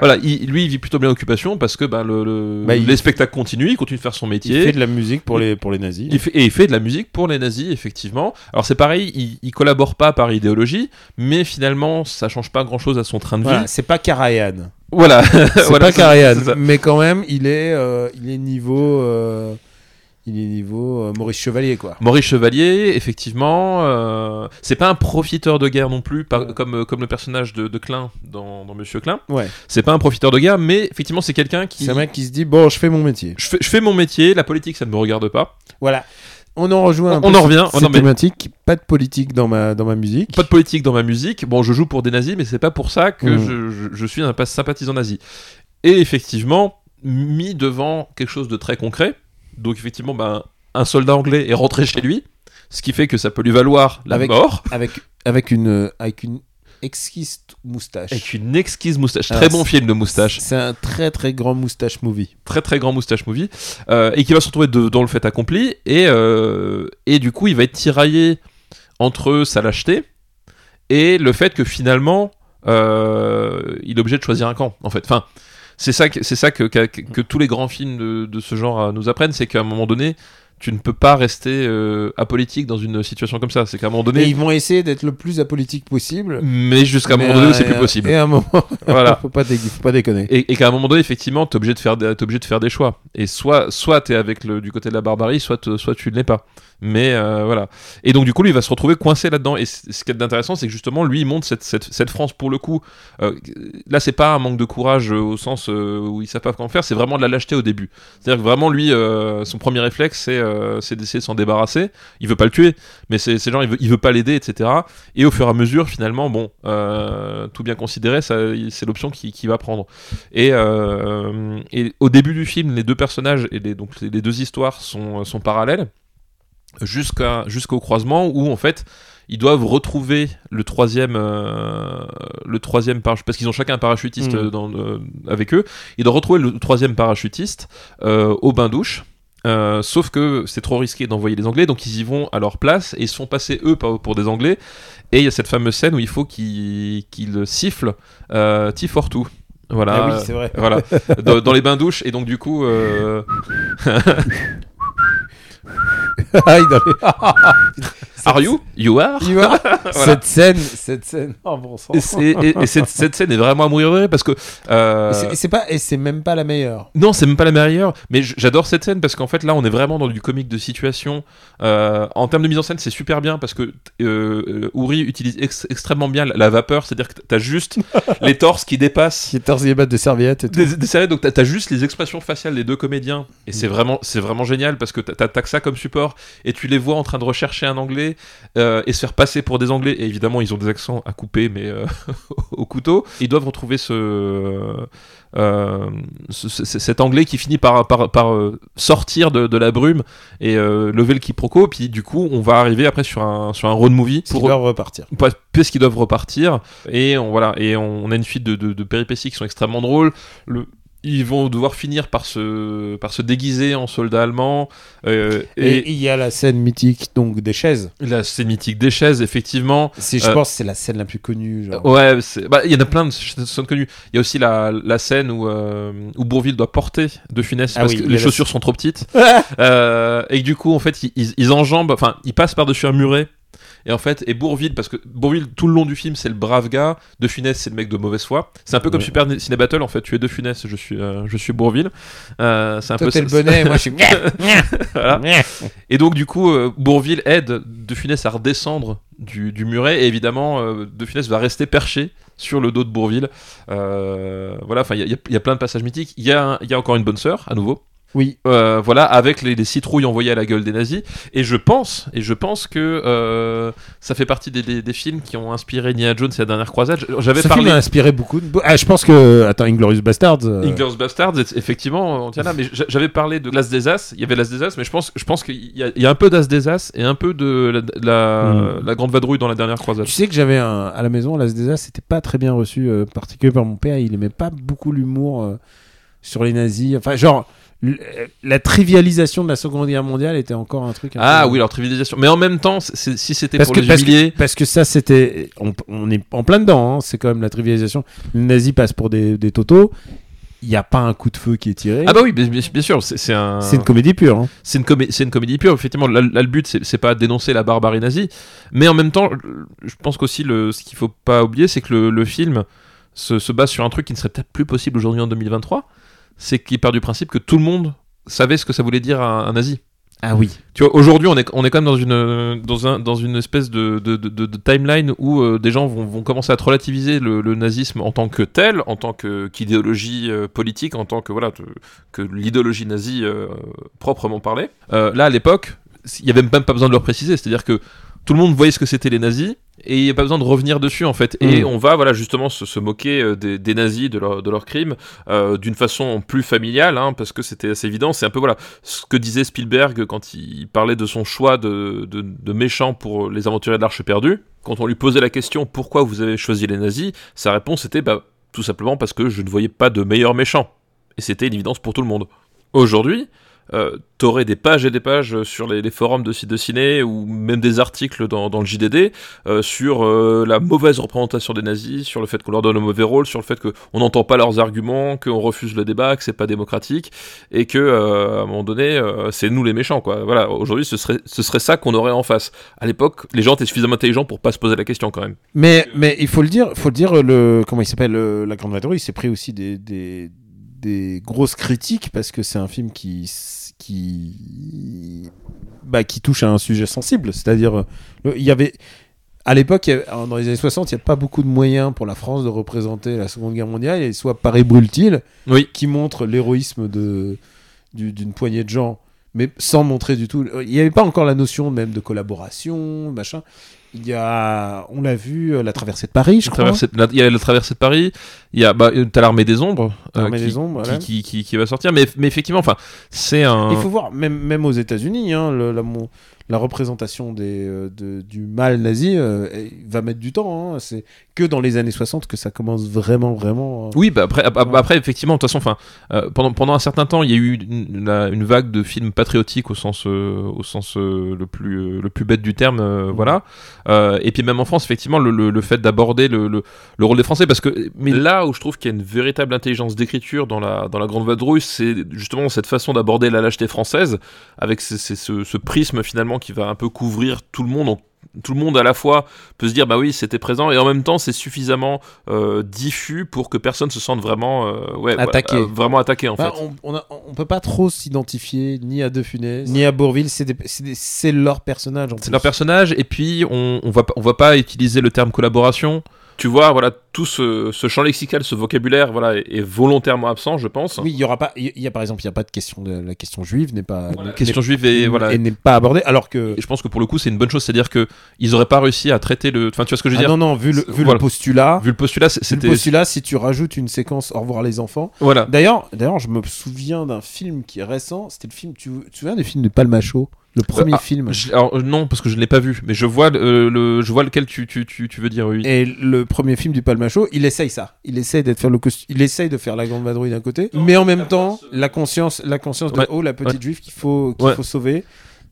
[SPEAKER 3] voilà il- lui, il vit plutôt bien l'occupation parce que ben, le, le-
[SPEAKER 2] Bah, il-
[SPEAKER 3] les spectacles continuent, il continue de faire son
[SPEAKER 2] Il
[SPEAKER 3] métier.
[SPEAKER 2] fait de la musique pour les, pour les nazis.
[SPEAKER 3] Il fait- et il fait de la musique pour les nazis, effectivement. Alors c'est pareil, il, il collabore pas par idéologie, mais finalement, ça change pas grand chose à son train de vie.
[SPEAKER 2] Voilà, c'est pas Karajan.
[SPEAKER 3] Voilà.
[SPEAKER 2] C'est
[SPEAKER 3] Voilà,
[SPEAKER 2] pas
[SPEAKER 3] c'est- c'est ça.
[SPEAKER 2] Karajan. Mais quand même, il est, euh, il est niveau. euh, il est niveau euh, Maurice Chevalier, quoi.
[SPEAKER 3] Maurice Chevalier, effectivement, euh, c'est pas un profiteur de guerre non plus, par- comme, comme le personnage de, de Klein dans, dans Monsieur Klein.
[SPEAKER 2] Ouais.
[SPEAKER 3] C'est pas un profiteur de guerre, mais effectivement, c'est quelqu'un qui.
[SPEAKER 2] C'est un mec qui se dit bon, je fais mon métier.
[SPEAKER 3] je fais, je fais mon métier, la politique ça ne me regarde pas.
[SPEAKER 2] Voilà. On en rejoint un
[SPEAKER 3] On- on
[SPEAKER 2] peu
[SPEAKER 3] en revient,
[SPEAKER 2] cette-
[SPEAKER 3] on en
[SPEAKER 2] cette
[SPEAKER 3] met-
[SPEAKER 2] thématique. Pas de politique dans ma, dans ma musique.
[SPEAKER 3] Pas de politique dans ma musique. Bon, je joue pour des nazis, mais c'est pas pour ça que
[SPEAKER 2] Mhm.
[SPEAKER 3] je, je- je suis un pas sympathisant nazi. Et effectivement, mis devant quelque chose de très concret, donc effectivement, ben, un soldat anglais est rentré chez lui, ce qui fait que ça peut lui valoir la
[SPEAKER 2] Avec-
[SPEAKER 3] mort.
[SPEAKER 2] Avec, avec, une, euh, avec une exquise moustache.
[SPEAKER 3] Avec une exquise moustache. Ah,
[SPEAKER 2] Alors,
[SPEAKER 3] très bon
[SPEAKER 2] c'est-
[SPEAKER 3] film de moustache.
[SPEAKER 2] C'est un très très grand moustache movie.
[SPEAKER 3] Très très grand moustache movie. euh, et qui va se retrouver de- dans le fait accompli. Et, euh, et du coup, il va être tiraillé entre sa lâcheté et le fait que finalement, euh, il est obligé de choisir un camp, en fait. Enfin, c'est ça, que, c'est ça que, qu'a- que, tous les grands films de, de ce genre euh, nous apprennent, c'est qu'à un moment donné, tu ne peux pas rester euh, apolitique dans une situation comme ça. C'est qu'à un moment
[SPEAKER 2] Et
[SPEAKER 3] donné,
[SPEAKER 2] ils vont essayer d'être le plus apolitique possible.
[SPEAKER 3] mais jusqu'à un
[SPEAKER 2] Mais
[SPEAKER 3] moment donné
[SPEAKER 2] à-
[SPEAKER 3] où c'est plus
[SPEAKER 2] à-
[SPEAKER 3] possible.
[SPEAKER 2] Et à un moment,
[SPEAKER 3] Voilà.
[SPEAKER 2] faut, pas dé- faut pas déconner.
[SPEAKER 3] Et, et qu'à un moment donné, effectivement, t'es obligé de faire, des- t'es obligé de faire des choix. Et soit, soit t'es avec le du côté de la barbarie, soit, te- soit tu ne l'es pas. Mais euh, voilà. Et donc du coup, lui, il va se retrouver coincé là-dedans. Et c- ce qui est intéressant, c'est que justement, lui, il montre cette, cette- cette France pour le coup. euh, là, c'est pas un manque de courage euh, au sens euh, où ils savent pas comment faire. C'est vraiment de la lâcheté au début. C'est-à-dire que vraiment, lui, euh, son premier réflexe, c'est euh, c'est d'essayer de s'en débarrasser. Il veut pas le tuer, mais c'est c'est genre, il veut, il veut pas l'aider, etc. Et au fur et à mesure, finalement, bon, euh, tout bien considéré, ça, c'est l'option qui, qui va prendre. Et, euh, et au début du film, les deux personnages et les, donc les les deux histoires sont, sont parallèles jusqu'à, jusqu'au croisement où en fait ils doivent retrouver le troisième, euh, le troisième parachutiste parce qu'ils ont chacun un parachutiste
[SPEAKER 2] Mhm.
[SPEAKER 3] euh, dans, euh, avec eux. Ils doivent retrouver le troisième parachutiste euh, au bain douche. Euh, sauf que c'est trop risqué d'envoyer des Anglais, donc ils y vont à leur place et ils se font passer eux par- pour des Anglais. Et il y a cette fameuse scène où il faut qu'ils qu'ils sifflent euh, T for two. Voilà.
[SPEAKER 4] Ah oui, c'est vrai.
[SPEAKER 3] voilà, dans, dans les bains douches et donc du coup, euh,
[SPEAKER 2] Aïe, dans les-
[SPEAKER 3] are you, you are,
[SPEAKER 2] Tu vois Cette scène, cette scène. Oh bon sang.
[SPEAKER 3] et, c'est- et- et cette, cette scène est vraiment à mourir de rire parce que euh,
[SPEAKER 2] Et c'est- et c'est pas, et c'est même pas la meilleure.
[SPEAKER 3] Non, c'est même pas la meilleure, mais j- j'adore cette scène parce qu'en fait là on est vraiment dans du comique de situation. Euh, en termes de mise en scène, c'est super bien parce que t- euh, euh, Uri utilise ex- extrêmement bien la, la vapeur, c'est-à-dire que t'as juste les torses qui dépassent.
[SPEAKER 2] Qui est torse et battre de serviettes et tout.
[SPEAKER 3] Des, des séries, donc t'as t'as juste les expressions faciales des deux comédiens et
[SPEAKER 2] Mm.
[SPEAKER 3] c'est vraiment c'est vraiment génial parce que t'as- t'as t'as que ça comme support et tu les vois en train de rechercher un anglais euh, et se faire passer pour des anglais et évidemment ils ont des accents à couper mais euh, au couteau ils doivent retrouver ce, euh, ce- ce- cet anglais qui finit par par, par, euh, sortir de, de la brume et euh, lever le quiproquo puis du coup on va arriver après sur un sur un road movie
[SPEAKER 2] Pour leur repartir.
[SPEAKER 3] pas- parce qu'ils doivent repartir et on voilà et on, on a une suite de, de- de péripéties qui sont extrêmement drôles le ils vont devoir finir par se, par se déguiser en soldats allemands. euh,
[SPEAKER 2] Et
[SPEAKER 3] et,
[SPEAKER 2] il y a la scène mythique donc des chaises.
[SPEAKER 3] la scène mythique des chaises, effectivement.
[SPEAKER 2] C'est, je
[SPEAKER 3] Euh,
[SPEAKER 2] pense que c'est la scène la plus connue. genre.
[SPEAKER 3] Ouais, c'est- bah, il y en a plein de ch- scènes connues. Il y a aussi la, la scène où, euh, où Bourville doit porter de Funès
[SPEAKER 2] Ah
[SPEAKER 3] parce
[SPEAKER 2] oui,
[SPEAKER 3] que
[SPEAKER 2] il y
[SPEAKER 3] les
[SPEAKER 2] a la-
[SPEAKER 3] chaussures sont trop petites.
[SPEAKER 2] Ah,
[SPEAKER 3] Euh, et que du coup, en fait, ils- ils, ils enjambent, enfin, ils passent par-dessus un muret. Et en fait, et Bourville, parce que Bourville, tout le long du film, c'est le brave gars. De Funès, c'est le mec de mauvaise foi. C'est un peu comme
[SPEAKER 2] Ouais.
[SPEAKER 3] Super Ciné Battle, en fait. Tu es De Funès, je suis, euh, je suis Bourville. Euh, c'est un
[SPEAKER 2] Toi
[SPEAKER 3] peu
[SPEAKER 2] t'es
[SPEAKER 3] ça-
[SPEAKER 2] le bonnet, moi je suis. Ah.
[SPEAKER 3] Voilà. Et donc, du coup, euh, Bourville aide De Funès à redescendre du, du muret. Et évidemment, euh, De Funès va rester perché sur le dos de Bourville. Euh, voilà, enfin, il y a- il y, a- il y a plein de passages mythiques. Il y a, un- il y a encore une bonne sœur, à nouveau.
[SPEAKER 2] Oui.
[SPEAKER 3] Euh, voilà, avec les, les citrouilles envoyées à la gueule des nazis. Et je pense, et je pense que euh, ça fait partie des, des- des films qui ont inspiré Nia Jones et la dernière croisade. J'avais
[SPEAKER 2] Ce
[SPEAKER 3] parlé.
[SPEAKER 2] film a inspiré beaucoup. de- Ah, je pense que attends, Inglorious Bastards. euh,
[SPEAKER 3] Inglourious Bastards, et- effectivement, on tient là. Mais j'a- j'avais parlé de l'As des As. Il y avait l'As des As, mais je pense, je pense qu'il y, a- il y a un peu d'As des As et un peu de la, de
[SPEAKER 2] Hmm.
[SPEAKER 3] la- la Grande Vadrouille dans la dernière croisade.
[SPEAKER 2] Tu sais que j'avais un- à la maison, l'As des As, c'était pas très bien reçu, euh, particulièrement par mon père. Il aimait pas beaucoup l'humour euh, sur les nazis. Enfin, genre, l- euh, la trivialisation de la Seconde Guerre mondiale était encore un truc. un
[SPEAKER 3] Ah
[SPEAKER 2] peu-
[SPEAKER 3] oui, leur trivialisation. Mais en même temps, c'est- c'est- si c'était
[SPEAKER 2] Parce
[SPEAKER 3] pour
[SPEAKER 2] que,
[SPEAKER 3] les
[SPEAKER 2] parce,
[SPEAKER 3] humilier.
[SPEAKER 2] que, parce que ça, c'était. On, on est en plein dedans, hein, c'est quand même la trivialisation. Les nazis passent pour des, des totos. Il n'y a pas un coup de feu qui est tiré.
[SPEAKER 3] Ah bah oui, bien, bien- bien sûr, c'est c'est un.
[SPEAKER 2] C'est une comédie pure. hein.
[SPEAKER 3] c'est une, comé- c'est une comédie pure. Effectivement, là, là, le but, c'est c'est pas dénoncer la barbarie nazie, mais en même temps, je pense qu'aussi, le- ce qu'il faut pas oublier, c'est que le, le film se, se base sur un truc qui ne serait peut-être plus possible aujourd'hui en 2023, c'est qu'il part du principe que tout le monde savait ce que ça voulait dire un, un nazi.
[SPEAKER 2] Ah oui.
[SPEAKER 3] Tu vois, aujourd'hui, on est, on est quand même dans une, euh, dans un, dans une espèce de, de- de- de- de timeline où euh, des gens vont, vont commencer à te relativiser le, le nazisme en tant que tel, en tant que- qu'idéologie euh, politique, en tant que voilà te- que l'idéologie nazie euh, proprement parlée. Euh, là, à l'époque, il n'y avait même pas besoin de le préciser, c'est-à-dire que tout le monde voyait ce que c'était les nazis. Et il n'y a pas besoin de revenir dessus en fait. Et
[SPEAKER 2] Mm.
[SPEAKER 3] on va voilà justement se, se moquer euh, des, des nazis, de, leur- de leurs crimes, euh, d'une façon plus familiale, hein, parce que c'était assez évident. C'est un peu voilà ce que disait Spielberg quand il parlait de son choix de, de, de méchant pour les aventuriers de l'Arche perdue. Quand on lui posait la question pourquoi vous avez choisi les nazis, sa réponse était bah, tout simplement parce que je ne voyais pas de meilleur méchant. Et c'était une évidence pour tout le monde. Aujourd'hui, euh, t'aurais des pages et des pages sur les, les forums de sites de ciné ou même des articles dans, dans le JDD euh, sur euh, la mauvaise représentation des nazis, sur le fait qu'on leur donne un mauvais rôle, sur le fait qu'on n'entend pas leurs arguments, qu'on refuse le débat, que c'est pas démocratique et que euh, à un moment donné euh, c'est nous les méchants quoi voilà aujourd'hui ce serait ce serait ça qu'on aurait en face à l'époque les gens étaient suffisamment intelligents pour pas se poser la question quand même
[SPEAKER 2] Mais, mais il faut le dire, faut le dire le, comment il s'appelle, euh, La Grande Vadrouille, il s'est pris aussi des, des, des grosses critiques parce que c'est un film qui, s- qui, bah, qui touche à un sujet sensible. C'est-à-dire, euh, le- il y avait. À l'époque, il y avait- dans les années 60, il n'y a pas beaucoup de moyens pour la France de représenter la Seconde Guerre mondiale, et soit Paris brûle-t-il,
[SPEAKER 3] oui
[SPEAKER 2] qui montre l'héroïsme de du- d'une poignée euh, de gens, mais sans montrer du tout. Il n'y avait pas encore la notion même de collaboration, machin. Il y a, on l'a vu, euh, la traversée de Paris, je
[SPEAKER 3] La
[SPEAKER 2] crois.
[SPEAKER 3] traversée- la- Il y a la traversée de Paris, il y a bah, euh, t'as l'armée des ombres, euh,
[SPEAKER 2] L'armée
[SPEAKER 3] qui,
[SPEAKER 2] des ombres,
[SPEAKER 3] qui-
[SPEAKER 2] voilà.
[SPEAKER 3] qui, qui- qui va sortir, mais, mais effectivement, enfin, c'est un.
[SPEAKER 2] Il faut voir, même, même aux États-Unis, hein, le- la, mon- la représentation des, euh, de- du mal nazi euh, eh, va mettre du temps. hein. C'est que dans les années 60 que ça commence vraiment, vraiment. euh.
[SPEAKER 3] Oui, bah après, ap- ap- après effectivement, de toute façon, enfin, euh, pendant, pendant un certain temps, il y a eu une, la- une vague de films patriotiques au sens, euh, au sens euh, le, plus, euh, le plus bête du terme, euh, voilà. Euh, et puis même en France, effectivement, le, le- le fait d'aborder le, le- le rôle des Français, parce que mais là où je trouve qu'il y a une véritable intelligence d'écriture dans la, dans la Grande Vadrouille, c'est justement cette façon d'aborder la lâcheté française, avec ce- ce- ce- ce prisme finalement qui va un peu couvrir tout le monde. Donc, tout le monde à la fois peut se dire bah oui c'était présent et en même temps c'est suffisamment euh, diffus pour que personne se sente vraiment euh, ouais, voilà,
[SPEAKER 2] Attaqué.
[SPEAKER 3] euh, vraiment attaqué en
[SPEAKER 2] Bah,
[SPEAKER 3] fait.
[SPEAKER 2] on, on a- on peut pas trop s'identifier ni à De Funès, ni à Bourville. C'est des- c'est des- c'est leur personnage. en
[SPEAKER 3] C'est
[SPEAKER 2] plus.
[SPEAKER 3] leur personnage et puis on, on va pas- on va pas utiliser le terme collaboration. Tu vois voilà tout ce, ce champ lexical, ce vocabulaire voilà est, est volontairement absent je pense.
[SPEAKER 2] Oui, il y aura pas. Il y a par exemple, il y a pas de question de la question juive n'est pas
[SPEAKER 3] La
[SPEAKER 2] n'est-
[SPEAKER 3] question juive est
[SPEAKER 2] n'est-
[SPEAKER 3] voilà.
[SPEAKER 2] et n'est pas abordée. Alors que
[SPEAKER 3] et je pense que pour le coup c'est une bonne chose, c'est-à-dire que ils auraient pas réussi à traiter le. Enfin tu vois ce que je veux
[SPEAKER 2] Ah
[SPEAKER 3] dire.
[SPEAKER 2] non non, vu le,
[SPEAKER 3] c'est-
[SPEAKER 2] vu
[SPEAKER 3] voilà.
[SPEAKER 2] le postulat.
[SPEAKER 3] Vu le postulat c'est-
[SPEAKER 2] vu le
[SPEAKER 3] c'était
[SPEAKER 2] postulat, si tu rajoutes une séquence au revoir les enfants,
[SPEAKER 3] voilà.
[SPEAKER 2] D'ailleurs, d'ailleurs, je me souviens d'un film qui est récent. C'était le film. Tu, tu te souviens du film de Palmacho, le premier
[SPEAKER 3] ah,
[SPEAKER 2] film.
[SPEAKER 3] Je- alors, euh, non parce que je ne l'ai pas vu mais je vois euh, le je vois lequel tu tu, tu, tu veux dire oui.
[SPEAKER 2] Et le premier film du Palmacho, il essaye ça. Il essaye d'être faire le costu- Il essaye de faire la grande vadrouille d'un côté, mais en même temps, la conscience, la conscience de
[SPEAKER 3] euh, Ouais.
[SPEAKER 2] oh la petite
[SPEAKER 3] Ouais.
[SPEAKER 2] juive qu'il faut qu'il
[SPEAKER 3] Ouais.
[SPEAKER 2] faut sauver.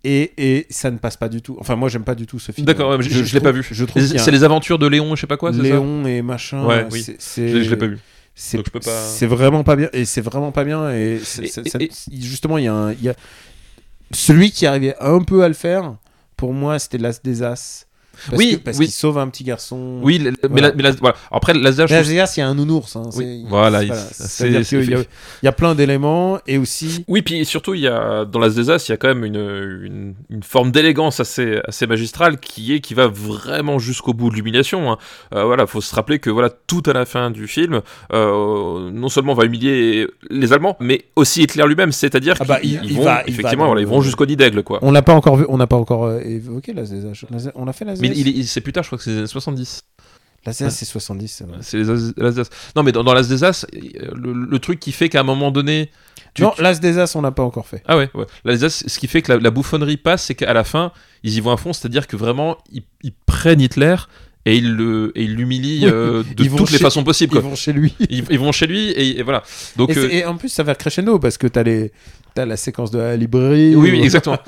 [SPEAKER 2] Et, et ça ne passe pas du tout. Enfin, moi, j'aime pas du tout ce film.
[SPEAKER 3] D'accord ouais, mais je, je,
[SPEAKER 2] trouve-
[SPEAKER 3] l'ai pas vu.
[SPEAKER 2] Je trouve qu'il y
[SPEAKER 3] C'est
[SPEAKER 2] a
[SPEAKER 3] c'est les aventures de Léon je sais pas quoi c'est ça.
[SPEAKER 2] Léon et machin.
[SPEAKER 3] Ouais, oui.
[SPEAKER 2] c'est-
[SPEAKER 3] Je,
[SPEAKER 2] c'est-
[SPEAKER 3] je l'ai pas vu.
[SPEAKER 2] C'est
[SPEAKER 3] Donc je peux pas-
[SPEAKER 2] c'est vraiment pas bien. Et c'est vraiment pas bien. Et, c'est-
[SPEAKER 3] Et-
[SPEAKER 2] c'est- ça-
[SPEAKER 3] et-
[SPEAKER 2] justement, il y a un. il y a- Celui qui arrivait un peu à le faire, pour moi, c'était l'As des As. Parce
[SPEAKER 3] Oui,
[SPEAKER 2] que- parce
[SPEAKER 3] oui.
[SPEAKER 2] qu'il sauve un petit garçon.
[SPEAKER 3] Oui, le- le- mais,
[SPEAKER 2] Voilà.
[SPEAKER 3] la- mais la- voilà. Après, Laser, je
[SPEAKER 2] L'As
[SPEAKER 3] trouve-
[SPEAKER 2] des As, il y a un nounours. hein,
[SPEAKER 3] Oui,
[SPEAKER 2] c'est-
[SPEAKER 3] voilà,
[SPEAKER 2] c'est-
[SPEAKER 3] il- c'est-
[SPEAKER 2] C'est-à-dire
[SPEAKER 3] c'est-
[SPEAKER 2] qu'il y a- il y a plein d'éléments et aussi.
[SPEAKER 3] Oui, puis surtout, il y a, dans Las Desas, il y a quand même une, une, une forme d'élégance assez, assez magistrale qui est qui va vraiment jusqu'au bout de l'humiliation. hein. Euh, voilà, faut se rappeler que voilà, tout à la fin du film, euh, non seulement va humilier les Allemands, mais aussi Hitler lui-même. C'est-à-dire
[SPEAKER 2] Ah bah,
[SPEAKER 3] qu'ils
[SPEAKER 2] il-
[SPEAKER 3] ils
[SPEAKER 2] il
[SPEAKER 3] vont
[SPEAKER 2] va- il
[SPEAKER 3] effectivement,
[SPEAKER 2] va-
[SPEAKER 3] voilà, ils vont jusqu'au nid d'aigle, quoi.
[SPEAKER 2] On l'a pas encore vu, on n'a pas encore euh, évoqué l'As des As. L'As- On a fait l'As
[SPEAKER 3] Mais
[SPEAKER 2] des
[SPEAKER 3] il, Ah.
[SPEAKER 2] As.
[SPEAKER 3] il- c'est plus tard, je crois que c'est les années 70.
[SPEAKER 2] L'As des As, c'est 70. c'est vrai.
[SPEAKER 3] C'est les As- Las Desas. Non, mais dans, dans Las Desas, euh, le, le truc qui fait qu'à un moment donné, tu-
[SPEAKER 2] Non, l'As des As, on l'a pas encore fait.
[SPEAKER 3] Ah ouais, ouais. L'Alsace, ce qui fait que la, la bouffonnerie passe, c'est qu'à la fin, ils y vont à fond, c'est-à-dire que vraiment, ils, ils prennent Hitler et ils le- et ils l'humilient
[SPEAKER 2] Oui,
[SPEAKER 3] euh, de
[SPEAKER 2] ils vont
[SPEAKER 3] toutes les
[SPEAKER 2] chez-
[SPEAKER 3] façons possibles.
[SPEAKER 2] Ils
[SPEAKER 3] quoi.
[SPEAKER 2] vont chez lui.
[SPEAKER 3] Ils, ils vont chez lui et, et voilà. Donc,
[SPEAKER 2] et, c'est-
[SPEAKER 3] euh,
[SPEAKER 2] et en plus, ça va crescendo parce que t'as les, t'as la séquence de la librairie.
[SPEAKER 3] oui, oui,
[SPEAKER 2] ou-
[SPEAKER 3] exactement.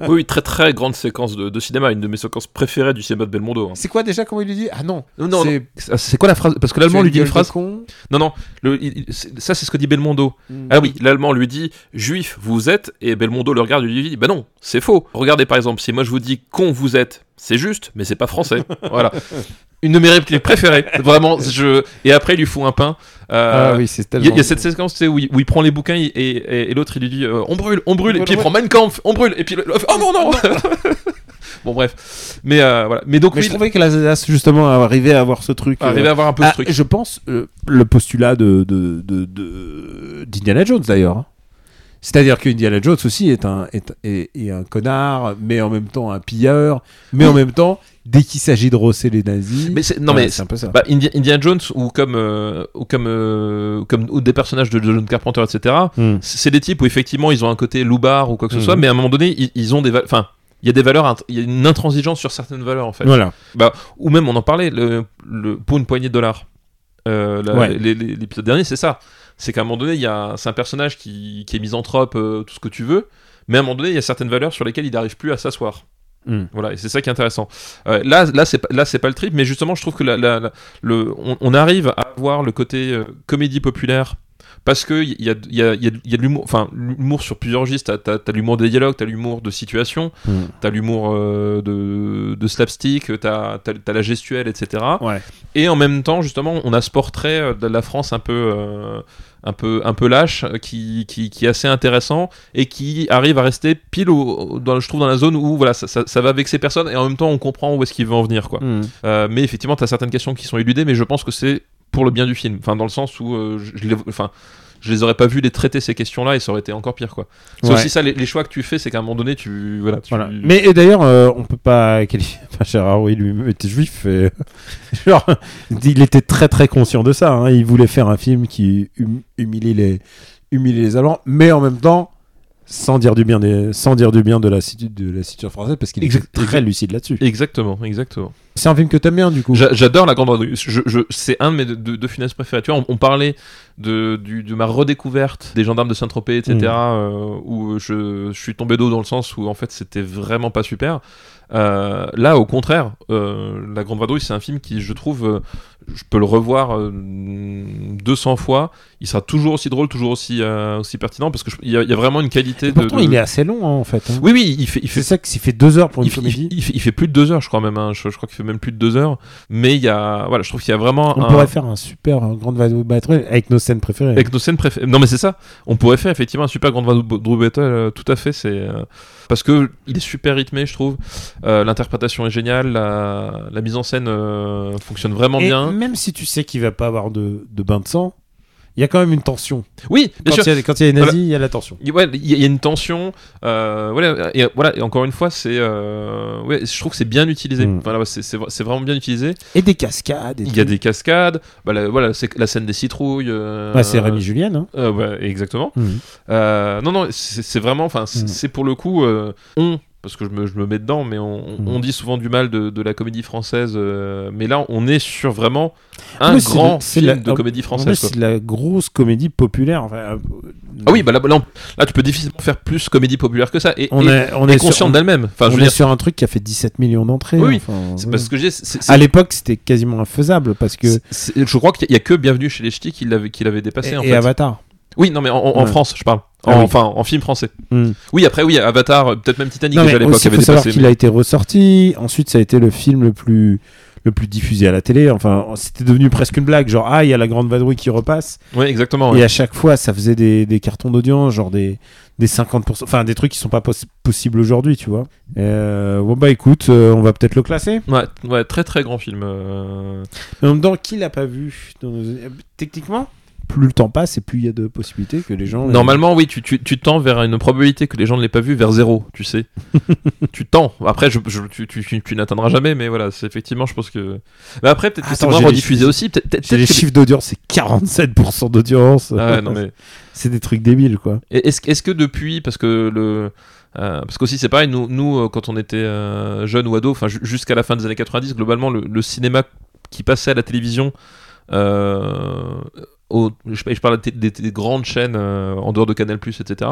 [SPEAKER 3] oui, oui, très très grande séquence de, de cinéma, une de mes séquences préférées du cinéma de Belmondo. hein.
[SPEAKER 2] C'est quoi déjà comment il lui dit Ah non,
[SPEAKER 3] Non, non,
[SPEAKER 2] c'est-
[SPEAKER 3] non. C'est quoi la phrase Parce que
[SPEAKER 2] tu as
[SPEAKER 3] l'allemand lui dit une
[SPEAKER 2] gueule de
[SPEAKER 3] phrase.
[SPEAKER 2] Con.
[SPEAKER 3] Non, non. le- il- il- c'est- ça, c'est ce que dit Belmondo.
[SPEAKER 2] Mm.
[SPEAKER 3] Ah oui, l'allemand lui dit Juif, vous êtes, et Belmondo le regarde et lui dit Bah non, c'est faux. Regardez par exemple, si moi je vous dis con vous êtes, c'est juste, mais c'est pas français. voilà. Une de mes répliques préférées, vraiment. Je... Et après, il lui faut un pain. Euh,
[SPEAKER 2] Ah oui, c'est
[SPEAKER 3] Il
[SPEAKER 2] tellement.
[SPEAKER 3] y, a- il y a cette séquence tu sais, où, il, où il prend les bouquins et, et- et l'autre il lui dit euh, on brûle, on brûle, et puis il prend Mein Kampf, on brûle, et puis le- l'autre fait, oh non, non Bon, bref. Mais euh, voilà. Mais donc,
[SPEAKER 2] Ah Mais
[SPEAKER 3] oui,
[SPEAKER 2] je trouvais que la ZAS, justement arrivait à avoir ce truc. euh,
[SPEAKER 3] arriver à avoir un peu
[SPEAKER 2] ah,
[SPEAKER 3] ce truc.
[SPEAKER 2] Je pense euh, le postulat de de de- de- d'Indiana Jones d'ailleurs. hein. C'est-à-dire qu'Indiana Jones aussi est un est, est- est un connard, mais en même temps un pilleur, mais en même temps dès qu'il s'agit de rosser les nazis.
[SPEAKER 3] Mais c'est- non,
[SPEAKER 2] voilà,
[SPEAKER 3] mais
[SPEAKER 2] c'est un peu ça.
[SPEAKER 3] Bah, Indi- Indiana Jones ou comme euh, ou comme euh, comme ou des personnages de John Carpenter etc
[SPEAKER 2] Hmm.
[SPEAKER 3] c'est c'est des types où effectivement ils ont un côté loupard ou quoi que ce soit
[SPEAKER 2] Mhm.
[SPEAKER 3] mais à un moment donné ils, ils ont des va- enfin il y a des valeurs int- il y a une intransigeance sur certaines valeurs en fait
[SPEAKER 2] Voilà.
[SPEAKER 3] ou même on en parlait le, le- pour une poignée de dollars Euh, la-
[SPEAKER 2] Ouais.
[SPEAKER 3] les- les- l'épisode dernier c'est ça c'est qu'à un moment donné il y a c'est un personnage qui, qui est misanthrope euh, tout ce que tu veux mais à un moment donné il y a certaines valeurs sur lesquelles il n'arrive plus à s'asseoir
[SPEAKER 2] Mm.
[SPEAKER 3] voilà et c'est ça qui est intéressant Euh, là là c'est pas- là c'est pas le trip mais justement je trouve que la- la- la- le on, on arrive à avoir le côté euh, comédie populaire parce que il y a, il y a- il y a- il y a de l'humour enfin l'humour sur plusieurs registres t'as t'as- t'as l'humour des dialogues t'as l'humour de situation
[SPEAKER 2] Mm.
[SPEAKER 3] t'as l'humour euh, de, de slapstick t'as t'as- t'as la gestuelle etc
[SPEAKER 2] Ouais.
[SPEAKER 3] et en même temps justement on a ce portrait euh, de la France un peu euh, un peu un peu lâche euh, qui, qui, qui est assez intéressant et qui arrive à rester pile au, au- dans, je trouve dans la zone où voilà ça, ça, ça va vexer personne et en même temps on comprend où est-ce qu'il veut en venir quoi
[SPEAKER 2] Hmm.
[SPEAKER 3] euh, mais effectivement, tu as certaines questions qui sont éludées, mais je pense que c'est pour le bien du film. Enfin, dans le sens où euh, je, je l'ai- enfin, je les aurais pas vus les traiter ces questions-là et ça aurait été encore pire quoi. C'est
[SPEAKER 2] Ouais.
[SPEAKER 3] aussi ça les, les choix que tu fais, c'est qu'à un moment donné tu voilà. tu-
[SPEAKER 2] Voilà. Mais et d'ailleurs, euh, on peut pas qualifier. Enfin, Gérard, oui, lui était juif. et- Genre, il était très très conscient de ça. hein. Il voulait faire un film qui hum- humilie les humilie les Allemands, mais en même temps, sans dire du bien des, sans dire du bien de la situ- de la situation française, parce qu'il est
[SPEAKER 3] Exact-
[SPEAKER 2] très lucide là-dessus.
[SPEAKER 3] Exactement, exactement.
[SPEAKER 2] C'est un film que t'aimes bien du coup.
[SPEAKER 3] J'a- J'adore la grande vadrouille. Je, je- c'est un de mes deux, deux, deux finesses préférées. Tu vois, on, on parlait de, du- de ma redécouverte des gendarmes de Saint-Tropez, etc.,
[SPEAKER 2] Mm.
[SPEAKER 3] euh, où je, je suis tombé d'eau dans le sens où en fait c'était vraiment pas super. Euh, là, au contraire, euh, La Grande Vadrouille, c'est un film qui, je trouve, euh, je peux le revoir euh, 200 fois. Il sera toujours aussi drôle, toujours aussi, euh, aussi pertinent, parce qu'il y, a- il y a vraiment une qualité de.
[SPEAKER 2] Pourtant,
[SPEAKER 3] de-
[SPEAKER 2] il est assez long hein, en fait. hein.
[SPEAKER 3] Oui, oui, il fait, il fait
[SPEAKER 2] C'est ça que s'il fait deux heures pour une
[SPEAKER 3] il, fait- il
[SPEAKER 2] comédie.
[SPEAKER 3] fait- il fait, il fait plus de deux heures, je crois même. hein. Je, je crois qu'il fait même plus de deux heures. Mais il y a, voilà, je trouve qu'il y a vraiment
[SPEAKER 2] On
[SPEAKER 3] un.
[SPEAKER 2] pourrait faire un super euh, grande vadrouille battle avec nos scènes préférées.
[SPEAKER 3] Avec nos scènes préférées. Non, mais c'est ça. On pourrait faire effectivement un super Grand Drew Battle, euh, tout à fait. C'est euh, parce que il est super rythmé, je trouve. Euh, L'interprétation est géniale. La, la mise en scène euh, fonctionne vraiment
[SPEAKER 2] Et
[SPEAKER 3] bien.
[SPEAKER 2] même si tu sais qu'il va pas avoir de, de bain de sang, il y a quand même une tension.
[SPEAKER 3] Oui, bien
[SPEAKER 2] Quand
[SPEAKER 3] sûr.
[SPEAKER 2] il, y a, quand il y a les
[SPEAKER 3] Voilà.
[SPEAKER 2] nazis, il y a la tension.
[SPEAKER 3] Il ouais, il y, a- il y a une tension. euh, voilà, et, voilà. Et encore une fois, c'est. euh, ouais, je trouve que c'est bien utilisé.
[SPEAKER 2] Mm.
[SPEAKER 3] Voilà, c'est- c'est c'est vraiment bien utilisé.
[SPEAKER 2] Et des cascades. et
[SPEAKER 3] Il y a
[SPEAKER 2] tout.
[SPEAKER 3] des cascades. Bah, la- voilà, c'est la scène des citrouilles. euh,
[SPEAKER 2] Ouais, c'est Rémi Julien. Hein.
[SPEAKER 3] Euh, ouais, exactement.
[SPEAKER 2] Mhm.
[SPEAKER 3] Euh, non, non, c'est c'est vraiment, enfin, c'est
[SPEAKER 2] Mhm.
[SPEAKER 3] c'est pour le coup, euh, on, parce que je me, je me mets dedans, mais on, on-
[SPEAKER 2] Mhm.
[SPEAKER 3] on dit souvent du mal de, de la comédie française, euh, mais là, on est sur vraiment un
[SPEAKER 2] Ah, Mais c'est
[SPEAKER 3] grand
[SPEAKER 2] le- c'est
[SPEAKER 3] film
[SPEAKER 2] la-
[SPEAKER 3] de
[SPEAKER 2] ah,
[SPEAKER 3] comédie
[SPEAKER 2] En vrai,
[SPEAKER 3] française. quoi.
[SPEAKER 2] c'est de la grosse comédie populaire. enfin, euh,
[SPEAKER 3] Ah oui, bah là, là, on- là, tu peux difficilement faire plus comédie populaire que ça, et,
[SPEAKER 2] on
[SPEAKER 3] et-
[SPEAKER 2] est, on
[SPEAKER 3] et
[SPEAKER 2] est
[SPEAKER 3] consciente
[SPEAKER 2] sur,
[SPEAKER 3] d'elle-même. Enfin,
[SPEAKER 2] on
[SPEAKER 3] je veux
[SPEAKER 2] est
[SPEAKER 3] dire,
[SPEAKER 2] sur un truc qui a fait 17 millions d'entrées.
[SPEAKER 3] Oui, oui.
[SPEAKER 2] enfin,
[SPEAKER 3] c'est
[SPEAKER 2] ouais.
[SPEAKER 3] parce que j'ai. c'est- c'est-
[SPEAKER 2] À l'époque, c'était quasiment infaisable parce que.
[SPEAKER 3] c'est- je crois qu'il y a que Bienvenue chez les Ch'tis qui l'avait qui l'avait dépassé
[SPEAKER 2] et
[SPEAKER 3] en
[SPEAKER 2] et
[SPEAKER 3] fait.
[SPEAKER 2] Avatar.
[SPEAKER 3] Oui, non, mais en, en
[SPEAKER 2] Ouais.
[SPEAKER 3] France, je parle. En-
[SPEAKER 2] Ah oui.
[SPEAKER 3] Enfin, en film français.
[SPEAKER 2] Mhm.
[SPEAKER 3] Oui, après, oui, Avatar, euh, peut-être même Titanic
[SPEAKER 2] Non,
[SPEAKER 3] déjà
[SPEAKER 2] mais
[SPEAKER 3] à l'époque
[SPEAKER 2] aussi,
[SPEAKER 3] avait
[SPEAKER 2] faut savoir
[SPEAKER 3] dépassé.
[SPEAKER 2] qu'il a été ressorti. Ensuite, ça a été le film le plus le plus diffusé à la télé. Enfin, c'était devenu presque une blague. Genre, ah, il y a la grande vadrouille qui repasse.
[SPEAKER 3] mais- Ouais, exactement. ouais.
[SPEAKER 2] Et à chaque fois, ça faisait des, des cartons d'audience, genre des, des 50%, enfin des trucs qui sont pas poss- possibles aujourd'hui, tu vois. Euh, bon, bah écoute, euh, on va peut-être le classer.
[SPEAKER 3] Ouais, ouais, très très grand film. euh.
[SPEAKER 2] Mais en même temps, qui l'a pas vu dans nos- euh, Techniquement, plus le temps passe et plus il y a de possibilités que les gens. euh,
[SPEAKER 3] Normalement, oui, tu, tu, tu tends vers une probabilité que les gens ne l'aient pas vu vers zéro, tu sais. tu tends. Après, je, je- tu, tu, tu- tu n'atteindras jamais, mais voilà, c'est effectivement, je pense que. Mais après, peut-être que c'est
[SPEAKER 2] Ah, Attends,
[SPEAKER 3] moins
[SPEAKER 2] j'ai les
[SPEAKER 3] rediffusé
[SPEAKER 2] chiffres.
[SPEAKER 3] aussi. Peut-être, peut-être
[SPEAKER 2] C'est les
[SPEAKER 3] que-
[SPEAKER 2] chiffres d'audience, c'est 47% d'audience.
[SPEAKER 3] Ah ouais, non, mais-
[SPEAKER 2] C'est des trucs débiles, quoi.
[SPEAKER 3] Et Est-ce est-ce que depuis, parce que le. euh, parce qu'aussi c'est pareil, nous, nous euh, quand on était euh, jeunes ou ados, enfin ju- jusqu'à la fin des années 90, globalement le, le cinéma qui passait à la télévision, euh, au- je, je parle des, des- des grandes chaînes euh, en dehors de Canal+, etc.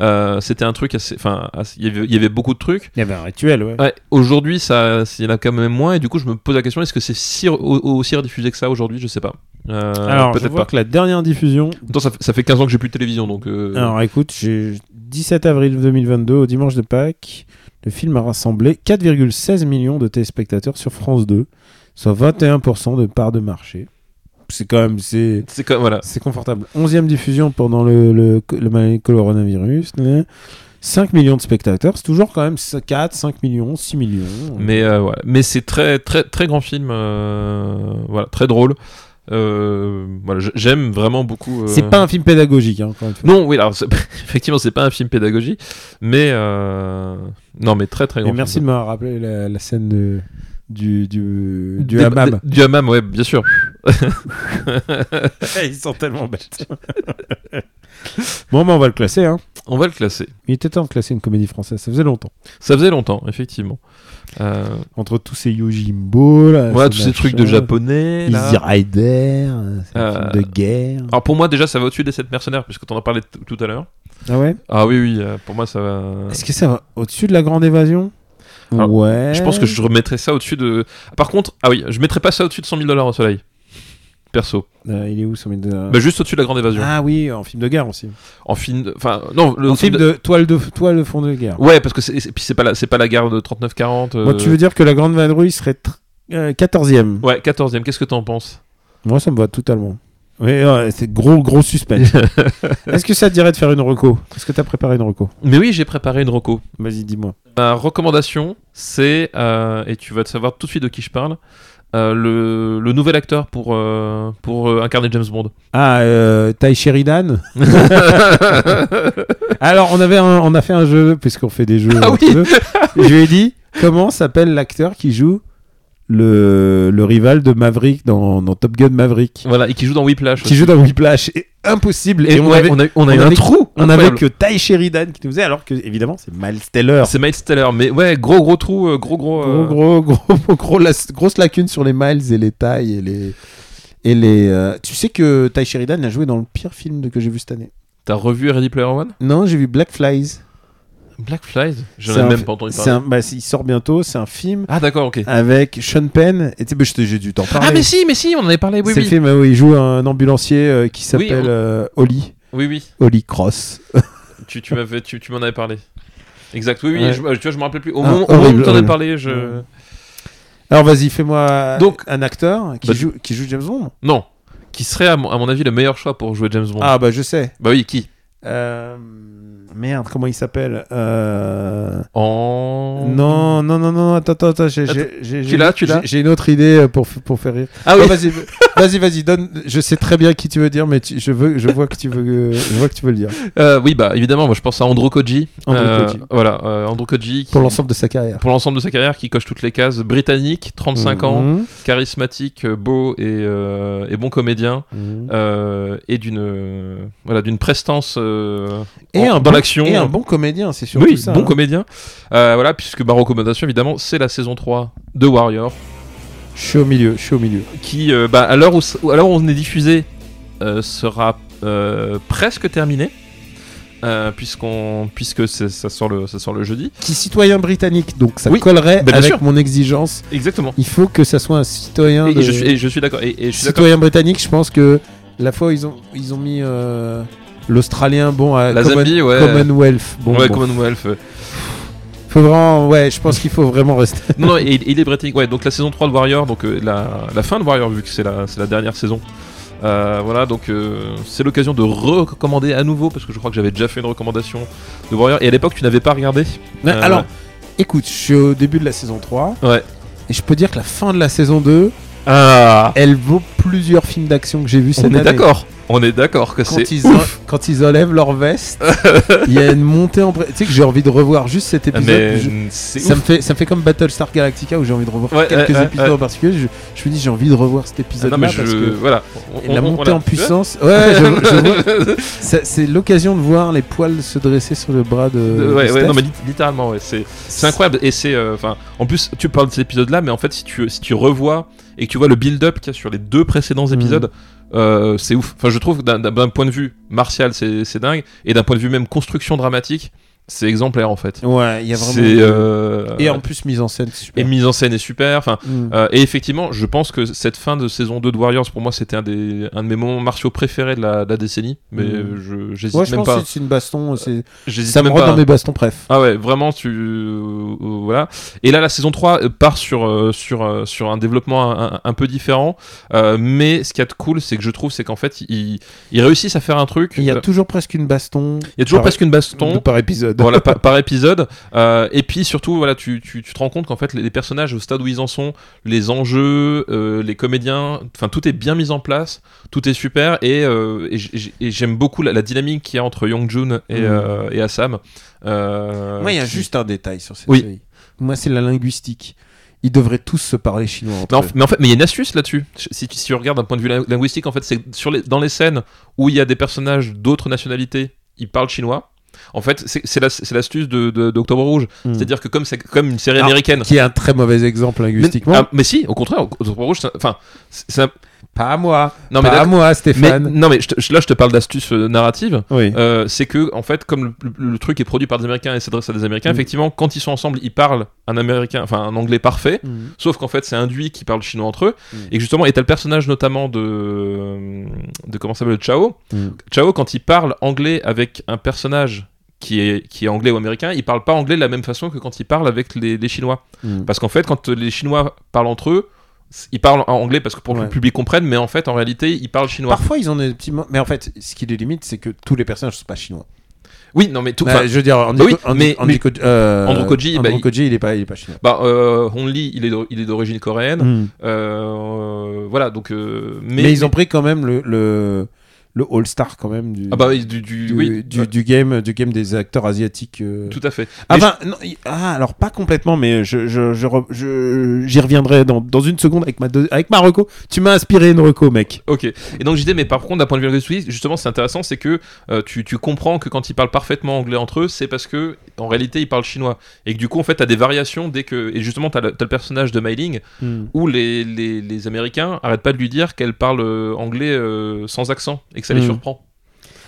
[SPEAKER 3] euh, c'était un truc assez, enfin assez- il y avait- il y avait beaucoup de trucs.
[SPEAKER 2] Il y avait un rituel, ouais.
[SPEAKER 3] Ouais, aujourd'hui, ça, il y en a quand même moins, et du coup, je me pose la question est-ce que c'est si, re- au- aussi rediffusé que ça aujourd'hui Je sais pas. Euh,
[SPEAKER 2] Alors, je
[SPEAKER 3] peut-être
[SPEAKER 2] vois
[SPEAKER 3] pas.
[SPEAKER 2] que la dernière diffusion.
[SPEAKER 3] Pourtant, ça, fait- ça fait 15 ans que j'ai plus de télévision, donc. euh,
[SPEAKER 2] Alors, écoute, j'ai 17 avril 2022, au dimanche de Pâques, le film a rassemblé 4,16 millions de téléspectateurs sur France 2, soit 21% de part de marché. C'est quand même, c'est,
[SPEAKER 3] c'est comme voilà.
[SPEAKER 2] c'est confortable. 11e diffusion pendant le, le, le mal- coronavirus. né. 5 millions de spectateurs, c'est toujours quand même 4, 5 millions, 6 millions.
[SPEAKER 3] Mais, euh, voilà. mais c'est très, très, très grand film, euh, voilà, très drôle. Euh, voilà, j- j'aime vraiment beaucoup. euh,
[SPEAKER 2] C'est pas un film pédagogique, hein, encore une fois.
[SPEAKER 3] Non, oui, alors c'est- effectivement, c'est pas un film pédagogie, mais euh, non, mais très très
[SPEAKER 2] Et
[SPEAKER 3] grand.
[SPEAKER 2] merci de
[SPEAKER 3] film.
[SPEAKER 2] m'avoir rappelé la, la scène de- du, du, du
[SPEAKER 3] Des-
[SPEAKER 2] hammam.
[SPEAKER 3] des- Du hammam, ouais, bien sûr.
[SPEAKER 2] Ils sont tellement bêtes. bon, ben on va le classer. Hein.
[SPEAKER 3] On va le classer.
[SPEAKER 2] Il était temps de classer une comédie française. Ça faisait longtemps.
[SPEAKER 3] Ça faisait longtemps, effectivement. Euh,
[SPEAKER 2] Entre tous ces Yojimbo, là,
[SPEAKER 3] voilà,
[SPEAKER 2] ce
[SPEAKER 3] tous ces
[SPEAKER 2] machin,
[SPEAKER 3] trucs de japonais. là.
[SPEAKER 2] Easy Rider, c'est un
[SPEAKER 3] Euh,
[SPEAKER 2] film de guerre.
[SPEAKER 3] Alors pour moi, déjà, ça va au-dessus des 7 mercenaires, puisque t'en as parlé t- tout à l'heure.
[SPEAKER 2] Ah ouais
[SPEAKER 3] Ah oui, oui, euh, pour moi, ça va.
[SPEAKER 2] Est-ce que ça va au-dessus de la grande évasion
[SPEAKER 3] Alors,
[SPEAKER 2] Ouais.
[SPEAKER 3] Je pense que je remettrais ça au-dessus de. Par contre, ah oui, je mettrais pas ça au-dessus de 100 000 dollars au soleil. Perso.
[SPEAKER 2] Euh, il est où son mille dollars
[SPEAKER 3] Bah, juste au-dessus de la Grande Évasion.
[SPEAKER 2] Ah oui, en film de guerre aussi.
[SPEAKER 3] En film. de- Enfin, non, le
[SPEAKER 2] En film de toile de toile de fond de guerre.
[SPEAKER 3] Ouais, parce que c'est et puis c'est pas, la... c'est pas la guerre de 39-40. euh,
[SPEAKER 2] Moi, tu veux dire que la grande vadrouille serait tr- euh, 14e
[SPEAKER 3] Ouais, 14ème, qu'est-ce que t'en penses
[SPEAKER 2] Moi, ça me va totalement. Oui, ouais, c'est gros, gros suspense. Est-ce que ça te dirait de faire une reco Est-ce que t'as préparé une reco
[SPEAKER 3] Mais oui, j'ai préparé une roco.
[SPEAKER 2] Vas-y, dis-moi.
[SPEAKER 3] Ma recommandation, c'est. euh, Et tu vas te savoir tout de suite de qui je parle. euh, le, le nouvel acteur pour, euh, pour euh, incarner James Bond.
[SPEAKER 2] Ah, euh, Ty Sheridan Alors, on, avait un- on a fait un jeu, puisqu'on fait des jeux.
[SPEAKER 3] Ah
[SPEAKER 2] entre
[SPEAKER 3] oui.
[SPEAKER 2] nous. Je lui ai dit comment s'appelle l'acteur qui joue le, le rival de Maverick dans, dans Top Gun Maverick
[SPEAKER 3] Voilà, et qui joue dans Whiplash.
[SPEAKER 2] Qui joue dans Whiplash Et Impossible
[SPEAKER 3] Et,
[SPEAKER 2] Et on
[SPEAKER 3] ouais,
[SPEAKER 2] avait,
[SPEAKER 3] on a, on a eu
[SPEAKER 2] on
[SPEAKER 3] un
[SPEAKER 2] avait-
[SPEAKER 3] trou.
[SPEAKER 2] on avait
[SPEAKER 3] incroyable.
[SPEAKER 2] que Ty Sheridan qui nous faisait, alors que évidemment, c'est Miles Teller.
[SPEAKER 3] C'est Miles Teller, mais ouais, gros gros trou, euh, gros gros. euh,
[SPEAKER 2] Gros, gros, gros, gros, las- grosse lacune sur les miles et les tailles et les. Et les euh, Tu sais que Ty Sheridan a joué dans le pire film de- que j'ai vu cette année.
[SPEAKER 3] T'as revu Ready Player One
[SPEAKER 2] Non, j'ai vu Black Flies.
[SPEAKER 3] Black Flies J'en
[SPEAKER 2] C'est
[SPEAKER 3] ai
[SPEAKER 2] un
[SPEAKER 3] même
[SPEAKER 2] fi-
[SPEAKER 3] pas entendu
[SPEAKER 2] C'est
[SPEAKER 3] parler.
[SPEAKER 2] un, bah, il sort bientôt, c'est un film
[SPEAKER 3] Ah d'accord, ok.
[SPEAKER 2] avec Sean Penn. Et tu sais, bah, je t'ai- j'ai dû t'en parler.
[SPEAKER 3] Ah mais si, mais si, on en avait parlé, oui,
[SPEAKER 2] c'est le
[SPEAKER 3] oui.
[SPEAKER 2] film où il joue un ambulancier euh, qui s'appelle
[SPEAKER 3] on-
[SPEAKER 2] euh, Holly.
[SPEAKER 3] Oui, oui,
[SPEAKER 2] Holly Cross.
[SPEAKER 3] tu, tu, m'avais- tu, tu m'en avais parlé. Exact, oui, oui,
[SPEAKER 2] Ouais.
[SPEAKER 3] je, euh, tu vois, je me rappelais plus. Au
[SPEAKER 2] Ah,
[SPEAKER 3] moment au moment où
[SPEAKER 2] horrible,
[SPEAKER 3] t'en avais
[SPEAKER 2] horrible.
[SPEAKER 3] parlé, je...
[SPEAKER 2] Alors vas-y, fais-moi
[SPEAKER 3] Donc-
[SPEAKER 2] Donc, un acteur qui,
[SPEAKER 3] Bah,
[SPEAKER 2] joue, qui joue James Bond.
[SPEAKER 3] Non. Qui serait, à mon, à mon avis, le meilleur choix pour jouer James Bond
[SPEAKER 2] Ah bah je sais.
[SPEAKER 3] Bah oui, qui
[SPEAKER 2] Euh, Merde, comment il s'appelle euh...
[SPEAKER 3] En...
[SPEAKER 2] Non, non, non, non, attends, attends, attends, j'ai-
[SPEAKER 3] Attends.
[SPEAKER 2] j'ai- j'ai-
[SPEAKER 3] Tu
[SPEAKER 2] j'ai-
[SPEAKER 3] l'as, tu l'as
[SPEAKER 2] j'ai- J'ai une autre idée euh, pour, f- pour faire rire.
[SPEAKER 3] Ah
[SPEAKER 2] Non,
[SPEAKER 3] oui
[SPEAKER 2] vas-y, vas-y, vas-y, donne. Je sais très bien qui tu veux dire, mais tu- je veux, je vois que tu veux, euh, je vois que tu veux le dire
[SPEAKER 3] Euh, Oui, bah évidemment, moi je pense à Andrew Koji.
[SPEAKER 2] Andrew
[SPEAKER 3] Euh,
[SPEAKER 2] Koji.
[SPEAKER 3] Voilà, euh, Andrew Koji. qui-
[SPEAKER 2] pour l'ensemble de sa carrière.
[SPEAKER 3] pour l'ensemble de sa carrière, qui coche toutes les cases. Britannique,
[SPEAKER 2] Mmh.
[SPEAKER 3] 35
[SPEAKER 2] Mhm.
[SPEAKER 3] ans, charismatique, euh, beau et, euh, et bon comédien.
[SPEAKER 2] Mhm.
[SPEAKER 3] euh, et d'une euh, voilà, d'une prestance euh,
[SPEAKER 2] Et
[SPEAKER 3] en-
[SPEAKER 2] un
[SPEAKER 3] dans
[SPEAKER 2] bon-
[SPEAKER 3] l'action.
[SPEAKER 2] Et un bon comédien, c'est surtout
[SPEAKER 3] oui,
[SPEAKER 2] ça.
[SPEAKER 3] bon
[SPEAKER 2] hein.
[SPEAKER 3] comédien. Euh, voilà, puisque ma recommandation, évidemment, c'est la saison 3 de Warrior.
[SPEAKER 2] Je suis au milieu, je suis au milieu.
[SPEAKER 3] qui, euh, bah, à l'heure où, à l'heure où on est diffusé, euh, sera euh, presque terminé. euh, puisqu'on, puisque c'est- ça sort, le, ça sort le jeudi.
[SPEAKER 2] Qui citoyen britannique, donc ça
[SPEAKER 3] Oui,
[SPEAKER 2] collerait
[SPEAKER 3] ben, bien
[SPEAKER 2] avec
[SPEAKER 3] sûr.
[SPEAKER 2] mon exigence.
[SPEAKER 3] Exactement.
[SPEAKER 2] Il faut que ça soit un citoyen.
[SPEAKER 3] Et, et
[SPEAKER 2] de-
[SPEAKER 3] je suis, et je suis d'accord. Et, et je suis d'accord.
[SPEAKER 2] citoyen britannique, je pense que la fois où ils ont, ils ont mis euh, l'Australien, bon, à
[SPEAKER 3] La
[SPEAKER 2] Common-
[SPEAKER 3] Zambie, ouais.
[SPEAKER 2] Commonwealth. Bon,
[SPEAKER 3] ouais,
[SPEAKER 2] bon.
[SPEAKER 3] Commonwealth. euh.
[SPEAKER 2] Faut vraiment, ouais, je pense qu'il faut vraiment rester.
[SPEAKER 3] non, non, et, et il est britannique. Ouais, donc la saison 3 de Warrior, donc euh, la, la fin de Warrior, vu que c'est la, c'est la dernière saison. Euh, voilà, donc euh, c'est l'occasion de recommander à nouveau, parce que je crois que j'avais déjà fait une recommandation de Warrior. Et à l'époque, tu n'avais pas regardé.
[SPEAKER 2] Mais
[SPEAKER 3] Euh,
[SPEAKER 2] Alors, écoute, je suis au début de la saison 3.
[SPEAKER 3] Ouais.
[SPEAKER 2] Et je peux dire que la fin de la saison 2,
[SPEAKER 3] Ah,
[SPEAKER 2] elle vaut plusieurs films d'action que j'ai vus cette
[SPEAKER 3] on
[SPEAKER 2] année.
[SPEAKER 3] est d'accord. On est d'accord que c'est
[SPEAKER 2] Quand ils, quand ils enlèvent leur veste, il y a une montée en. bra- Tu sais que j'ai envie de revoir juste cet épisode.
[SPEAKER 3] Mais
[SPEAKER 2] Je-
[SPEAKER 3] c'est
[SPEAKER 2] Ça
[SPEAKER 3] ouf.
[SPEAKER 2] me, fait, ça me fait comme Battlestar Galactica où j'ai envie de revoir
[SPEAKER 3] Ouais,
[SPEAKER 2] quelques
[SPEAKER 3] ouais, ouais,
[SPEAKER 2] épisodes
[SPEAKER 3] ouais.
[SPEAKER 2] en particulier. Je, je me dis, j'ai envie de revoir cet épisode-là.
[SPEAKER 3] Ah non mais je
[SPEAKER 2] parce que
[SPEAKER 3] voilà. On-
[SPEAKER 2] la
[SPEAKER 3] on- on-
[SPEAKER 2] montée
[SPEAKER 3] voilà.
[SPEAKER 2] en puissance. Ouais, je, je vois. Ça- C'est l'occasion de voir les poils se dresser sur le bras de.
[SPEAKER 3] Euh,
[SPEAKER 2] de
[SPEAKER 3] ouais, ouais,
[SPEAKER 2] Steph.
[SPEAKER 3] non mais lit- littéralement ouais, c'est c'est incroyable et c'est euh, enfin en plus tu parles de cet épisode là mais en fait si tu si tu revois et que tu vois le build-up qu'il y a sur les deux précédents
[SPEAKER 2] Mhm.
[SPEAKER 3] épisodes euh, c'est ouf enfin je trouve que d'un- d'un d'un point de vue martial c'est c'est dingue et d'un point de vue même construction dramatique c'est exemplaire en fait
[SPEAKER 2] Ouais, il y a vraiment.
[SPEAKER 3] c'est euh,
[SPEAKER 2] Et en plus, mise en scène, c'est
[SPEAKER 3] et
[SPEAKER 2] super.
[SPEAKER 3] mise en scène est super enfin
[SPEAKER 2] Mm.
[SPEAKER 3] Euh, et effectivement, je pense que cette fin de saison 2 de Warriors, pour moi, c'était un, des, un de mes moments martiaux préférés de la, de la décennie. Mais
[SPEAKER 2] Mm.
[SPEAKER 3] euh, je- j'hésite
[SPEAKER 2] Ouais, je
[SPEAKER 3] même
[SPEAKER 2] pense
[SPEAKER 3] pas.
[SPEAKER 2] que c'est une baston. c'est-
[SPEAKER 3] J'hésite
[SPEAKER 2] Ça me
[SPEAKER 3] même
[SPEAKER 2] rentre
[SPEAKER 3] pas. hein.
[SPEAKER 2] dans mes bastons, bref.
[SPEAKER 3] Ah ouais, vraiment, tu. euh, voilà. Et là, la saison 3 euh, part sur, euh, sur, euh, sur un développement un, un- un peu différent. Euh, mais ce qu'il y a de cool, c'est que je trouve, c'est qu'en fait, ils, ils réussissent à faire un truc.
[SPEAKER 2] Il y a
[SPEAKER 3] Euh,
[SPEAKER 2] toujours presque une baston.
[SPEAKER 3] il y a toujours
[SPEAKER 2] par-
[SPEAKER 3] presque une baston.
[SPEAKER 2] de par épisode.
[SPEAKER 3] voilà, par, par épisode. Euh, et puis surtout, voilà, tu, tu, tu te rends compte qu'en fait, les, les personnages au stade où ils en sont, les enjeux, euh, les comédiens, enfin, tout est bien mis en place, tout est super. Et, euh, et j- j- et j'aime beaucoup la, la dynamique qu'il y a entre Young Jun et,
[SPEAKER 2] Mm.
[SPEAKER 3] euh, et Assam. Euh,
[SPEAKER 2] Moi, il y a
[SPEAKER 3] qui-
[SPEAKER 2] juste un détail sur cette
[SPEAKER 3] Oui.
[SPEAKER 2] série. Moi, c'est la linguistique. Ils devraient tous se parler chinois. entre
[SPEAKER 3] Mais en,
[SPEAKER 2] eux.
[SPEAKER 3] mais en fait, mais il y a une astuce là-dessus. Si, tu- si tu regardes d'un point de vue lin- linguistique, en fait, c'est que sur les, dans les scènes où il y a des personnages d'autres nationalités, ils parlent chinois. En fait, c'est c'est la- c'est l'astuce de- de- d'Octobre Rouge.
[SPEAKER 2] Mm.
[SPEAKER 3] C'est-à-dire que comme c'est comme une série
[SPEAKER 2] Alors,
[SPEAKER 3] américaine,
[SPEAKER 2] Ah, Qui est un très mauvais exemple linguistiquement.
[SPEAKER 3] Mais, ah, mais si, au contraire, au- au- au rouge, c'est- enfin, c'est c'est un-
[SPEAKER 2] Pas à moi.
[SPEAKER 3] non
[SPEAKER 2] Pas
[SPEAKER 3] mais,
[SPEAKER 2] à
[SPEAKER 3] d'accord.
[SPEAKER 2] moi,
[SPEAKER 3] mais
[SPEAKER 2] Stéphane.
[SPEAKER 3] non mais je te- je- là je te parle d'astuces euh, narratives.
[SPEAKER 2] Oui.
[SPEAKER 3] Euh, c'est que en fait, comme le, le- le truc est produit par des Américains et s'adresse à des Américains,
[SPEAKER 2] Mm.
[SPEAKER 3] effectivement, quand ils sont ensemble, ils parlent un Américain, enfin un anglais parfait.
[SPEAKER 2] Mm.
[SPEAKER 3] Sauf qu'en fait, c'est induit qui parle chinois entre eux.
[SPEAKER 2] Mm.
[SPEAKER 3] Et que justement, et t'as le personnage notamment de. de comment ça s'appelle Chao.
[SPEAKER 2] Mm.
[SPEAKER 3] Chao, quand il parle anglais avec un personnage qui est, qui est anglais ou américain, il parle pas anglais de la même façon que quand il parle avec les, les Chinois.
[SPEAKER 2] Mm.
[SPEAKER 3] Parce qu'en fait, quand les Chinois parlent entre eux, c- ils parlent en anglais parce que pour que le
[SPEAKER 2] Ouais.
[SPEAKER 3] public comprenne, mais en fait, en réalité, ils parlent chinois.
[SPEAKER 2] Parfois, ils ont des petits. mo- Mais en fait, ce qui les limite, c'est que tous les personnages ne sont pas chinois.
[SPEAKER 3] Oui, non, mais tout.
[SPEAKER 2] Bah,
[SPEAKER 3] enfin,
[SPEAKER 2] je veux dire, Andy,
[SPEAKER 3] bah oui,
[SPEAKER 2] Co- Andy-
[SPEAKER 3] mais-
[SPEAKER 2] Andy Co- euh,
[SPEAKER 3] Andrew Koji, bah, il-
[SPEAKER 2] Koji, il est pas, il est pas chinois.
[SPEAKER 3] bah, euh, Hong Lee, il est d'or- il est d'origine coréenne.
[SPEAKER 2] Hmm.
[SPEAKER 3] Euh, voilà, donc. euh, mais,
[SPEAKER 2] Mais, ils ont pris quand même le le, le All Star quand même du
[SPEAKER 3] Ah bah, du, du-
[SPEAKER 2] du,
[SPEAKER 3] oui,
[SPEAKER 2] du-
[SPEAKER 3] bah,
[SPEAKER 2] du game du game des acteurs asiatiques. euh.
[SPEAKER 3] tout à fait.
[SPEAKER 2] Ah
[SPEAKER 3] Mais
[SPEAKER 2] ben, non, il- ah, alors pas complètement, mais je je je re- je- j'y reviendrai dans, dans une seconde avec ma deux- avec ma reco. Tu m'as inspiré une reco, mec.
[SPEAKER 3] Ok. Et donc je disais, mais par contre, d'un point de vue linguistique, justement, c'est intéressant, c'est que euh, tu, tu comprends que quand ils parlent parfaitement anglais entre eux, c'est parce que en réalité ils parlent chinois et que du coup, en fait, t'as des variations dès que et justement, t'as le, t'as le personnage de Mailing
[SPEAKER 2] Mmh.
[SPEAKER 3] où les, les, les Américains arrêtent pas de lui dire qu'elle parle euh, anglais euh, sans accent et que ça les
[SPEAKER 2] Mm.
[SPEAKER 3] surprend.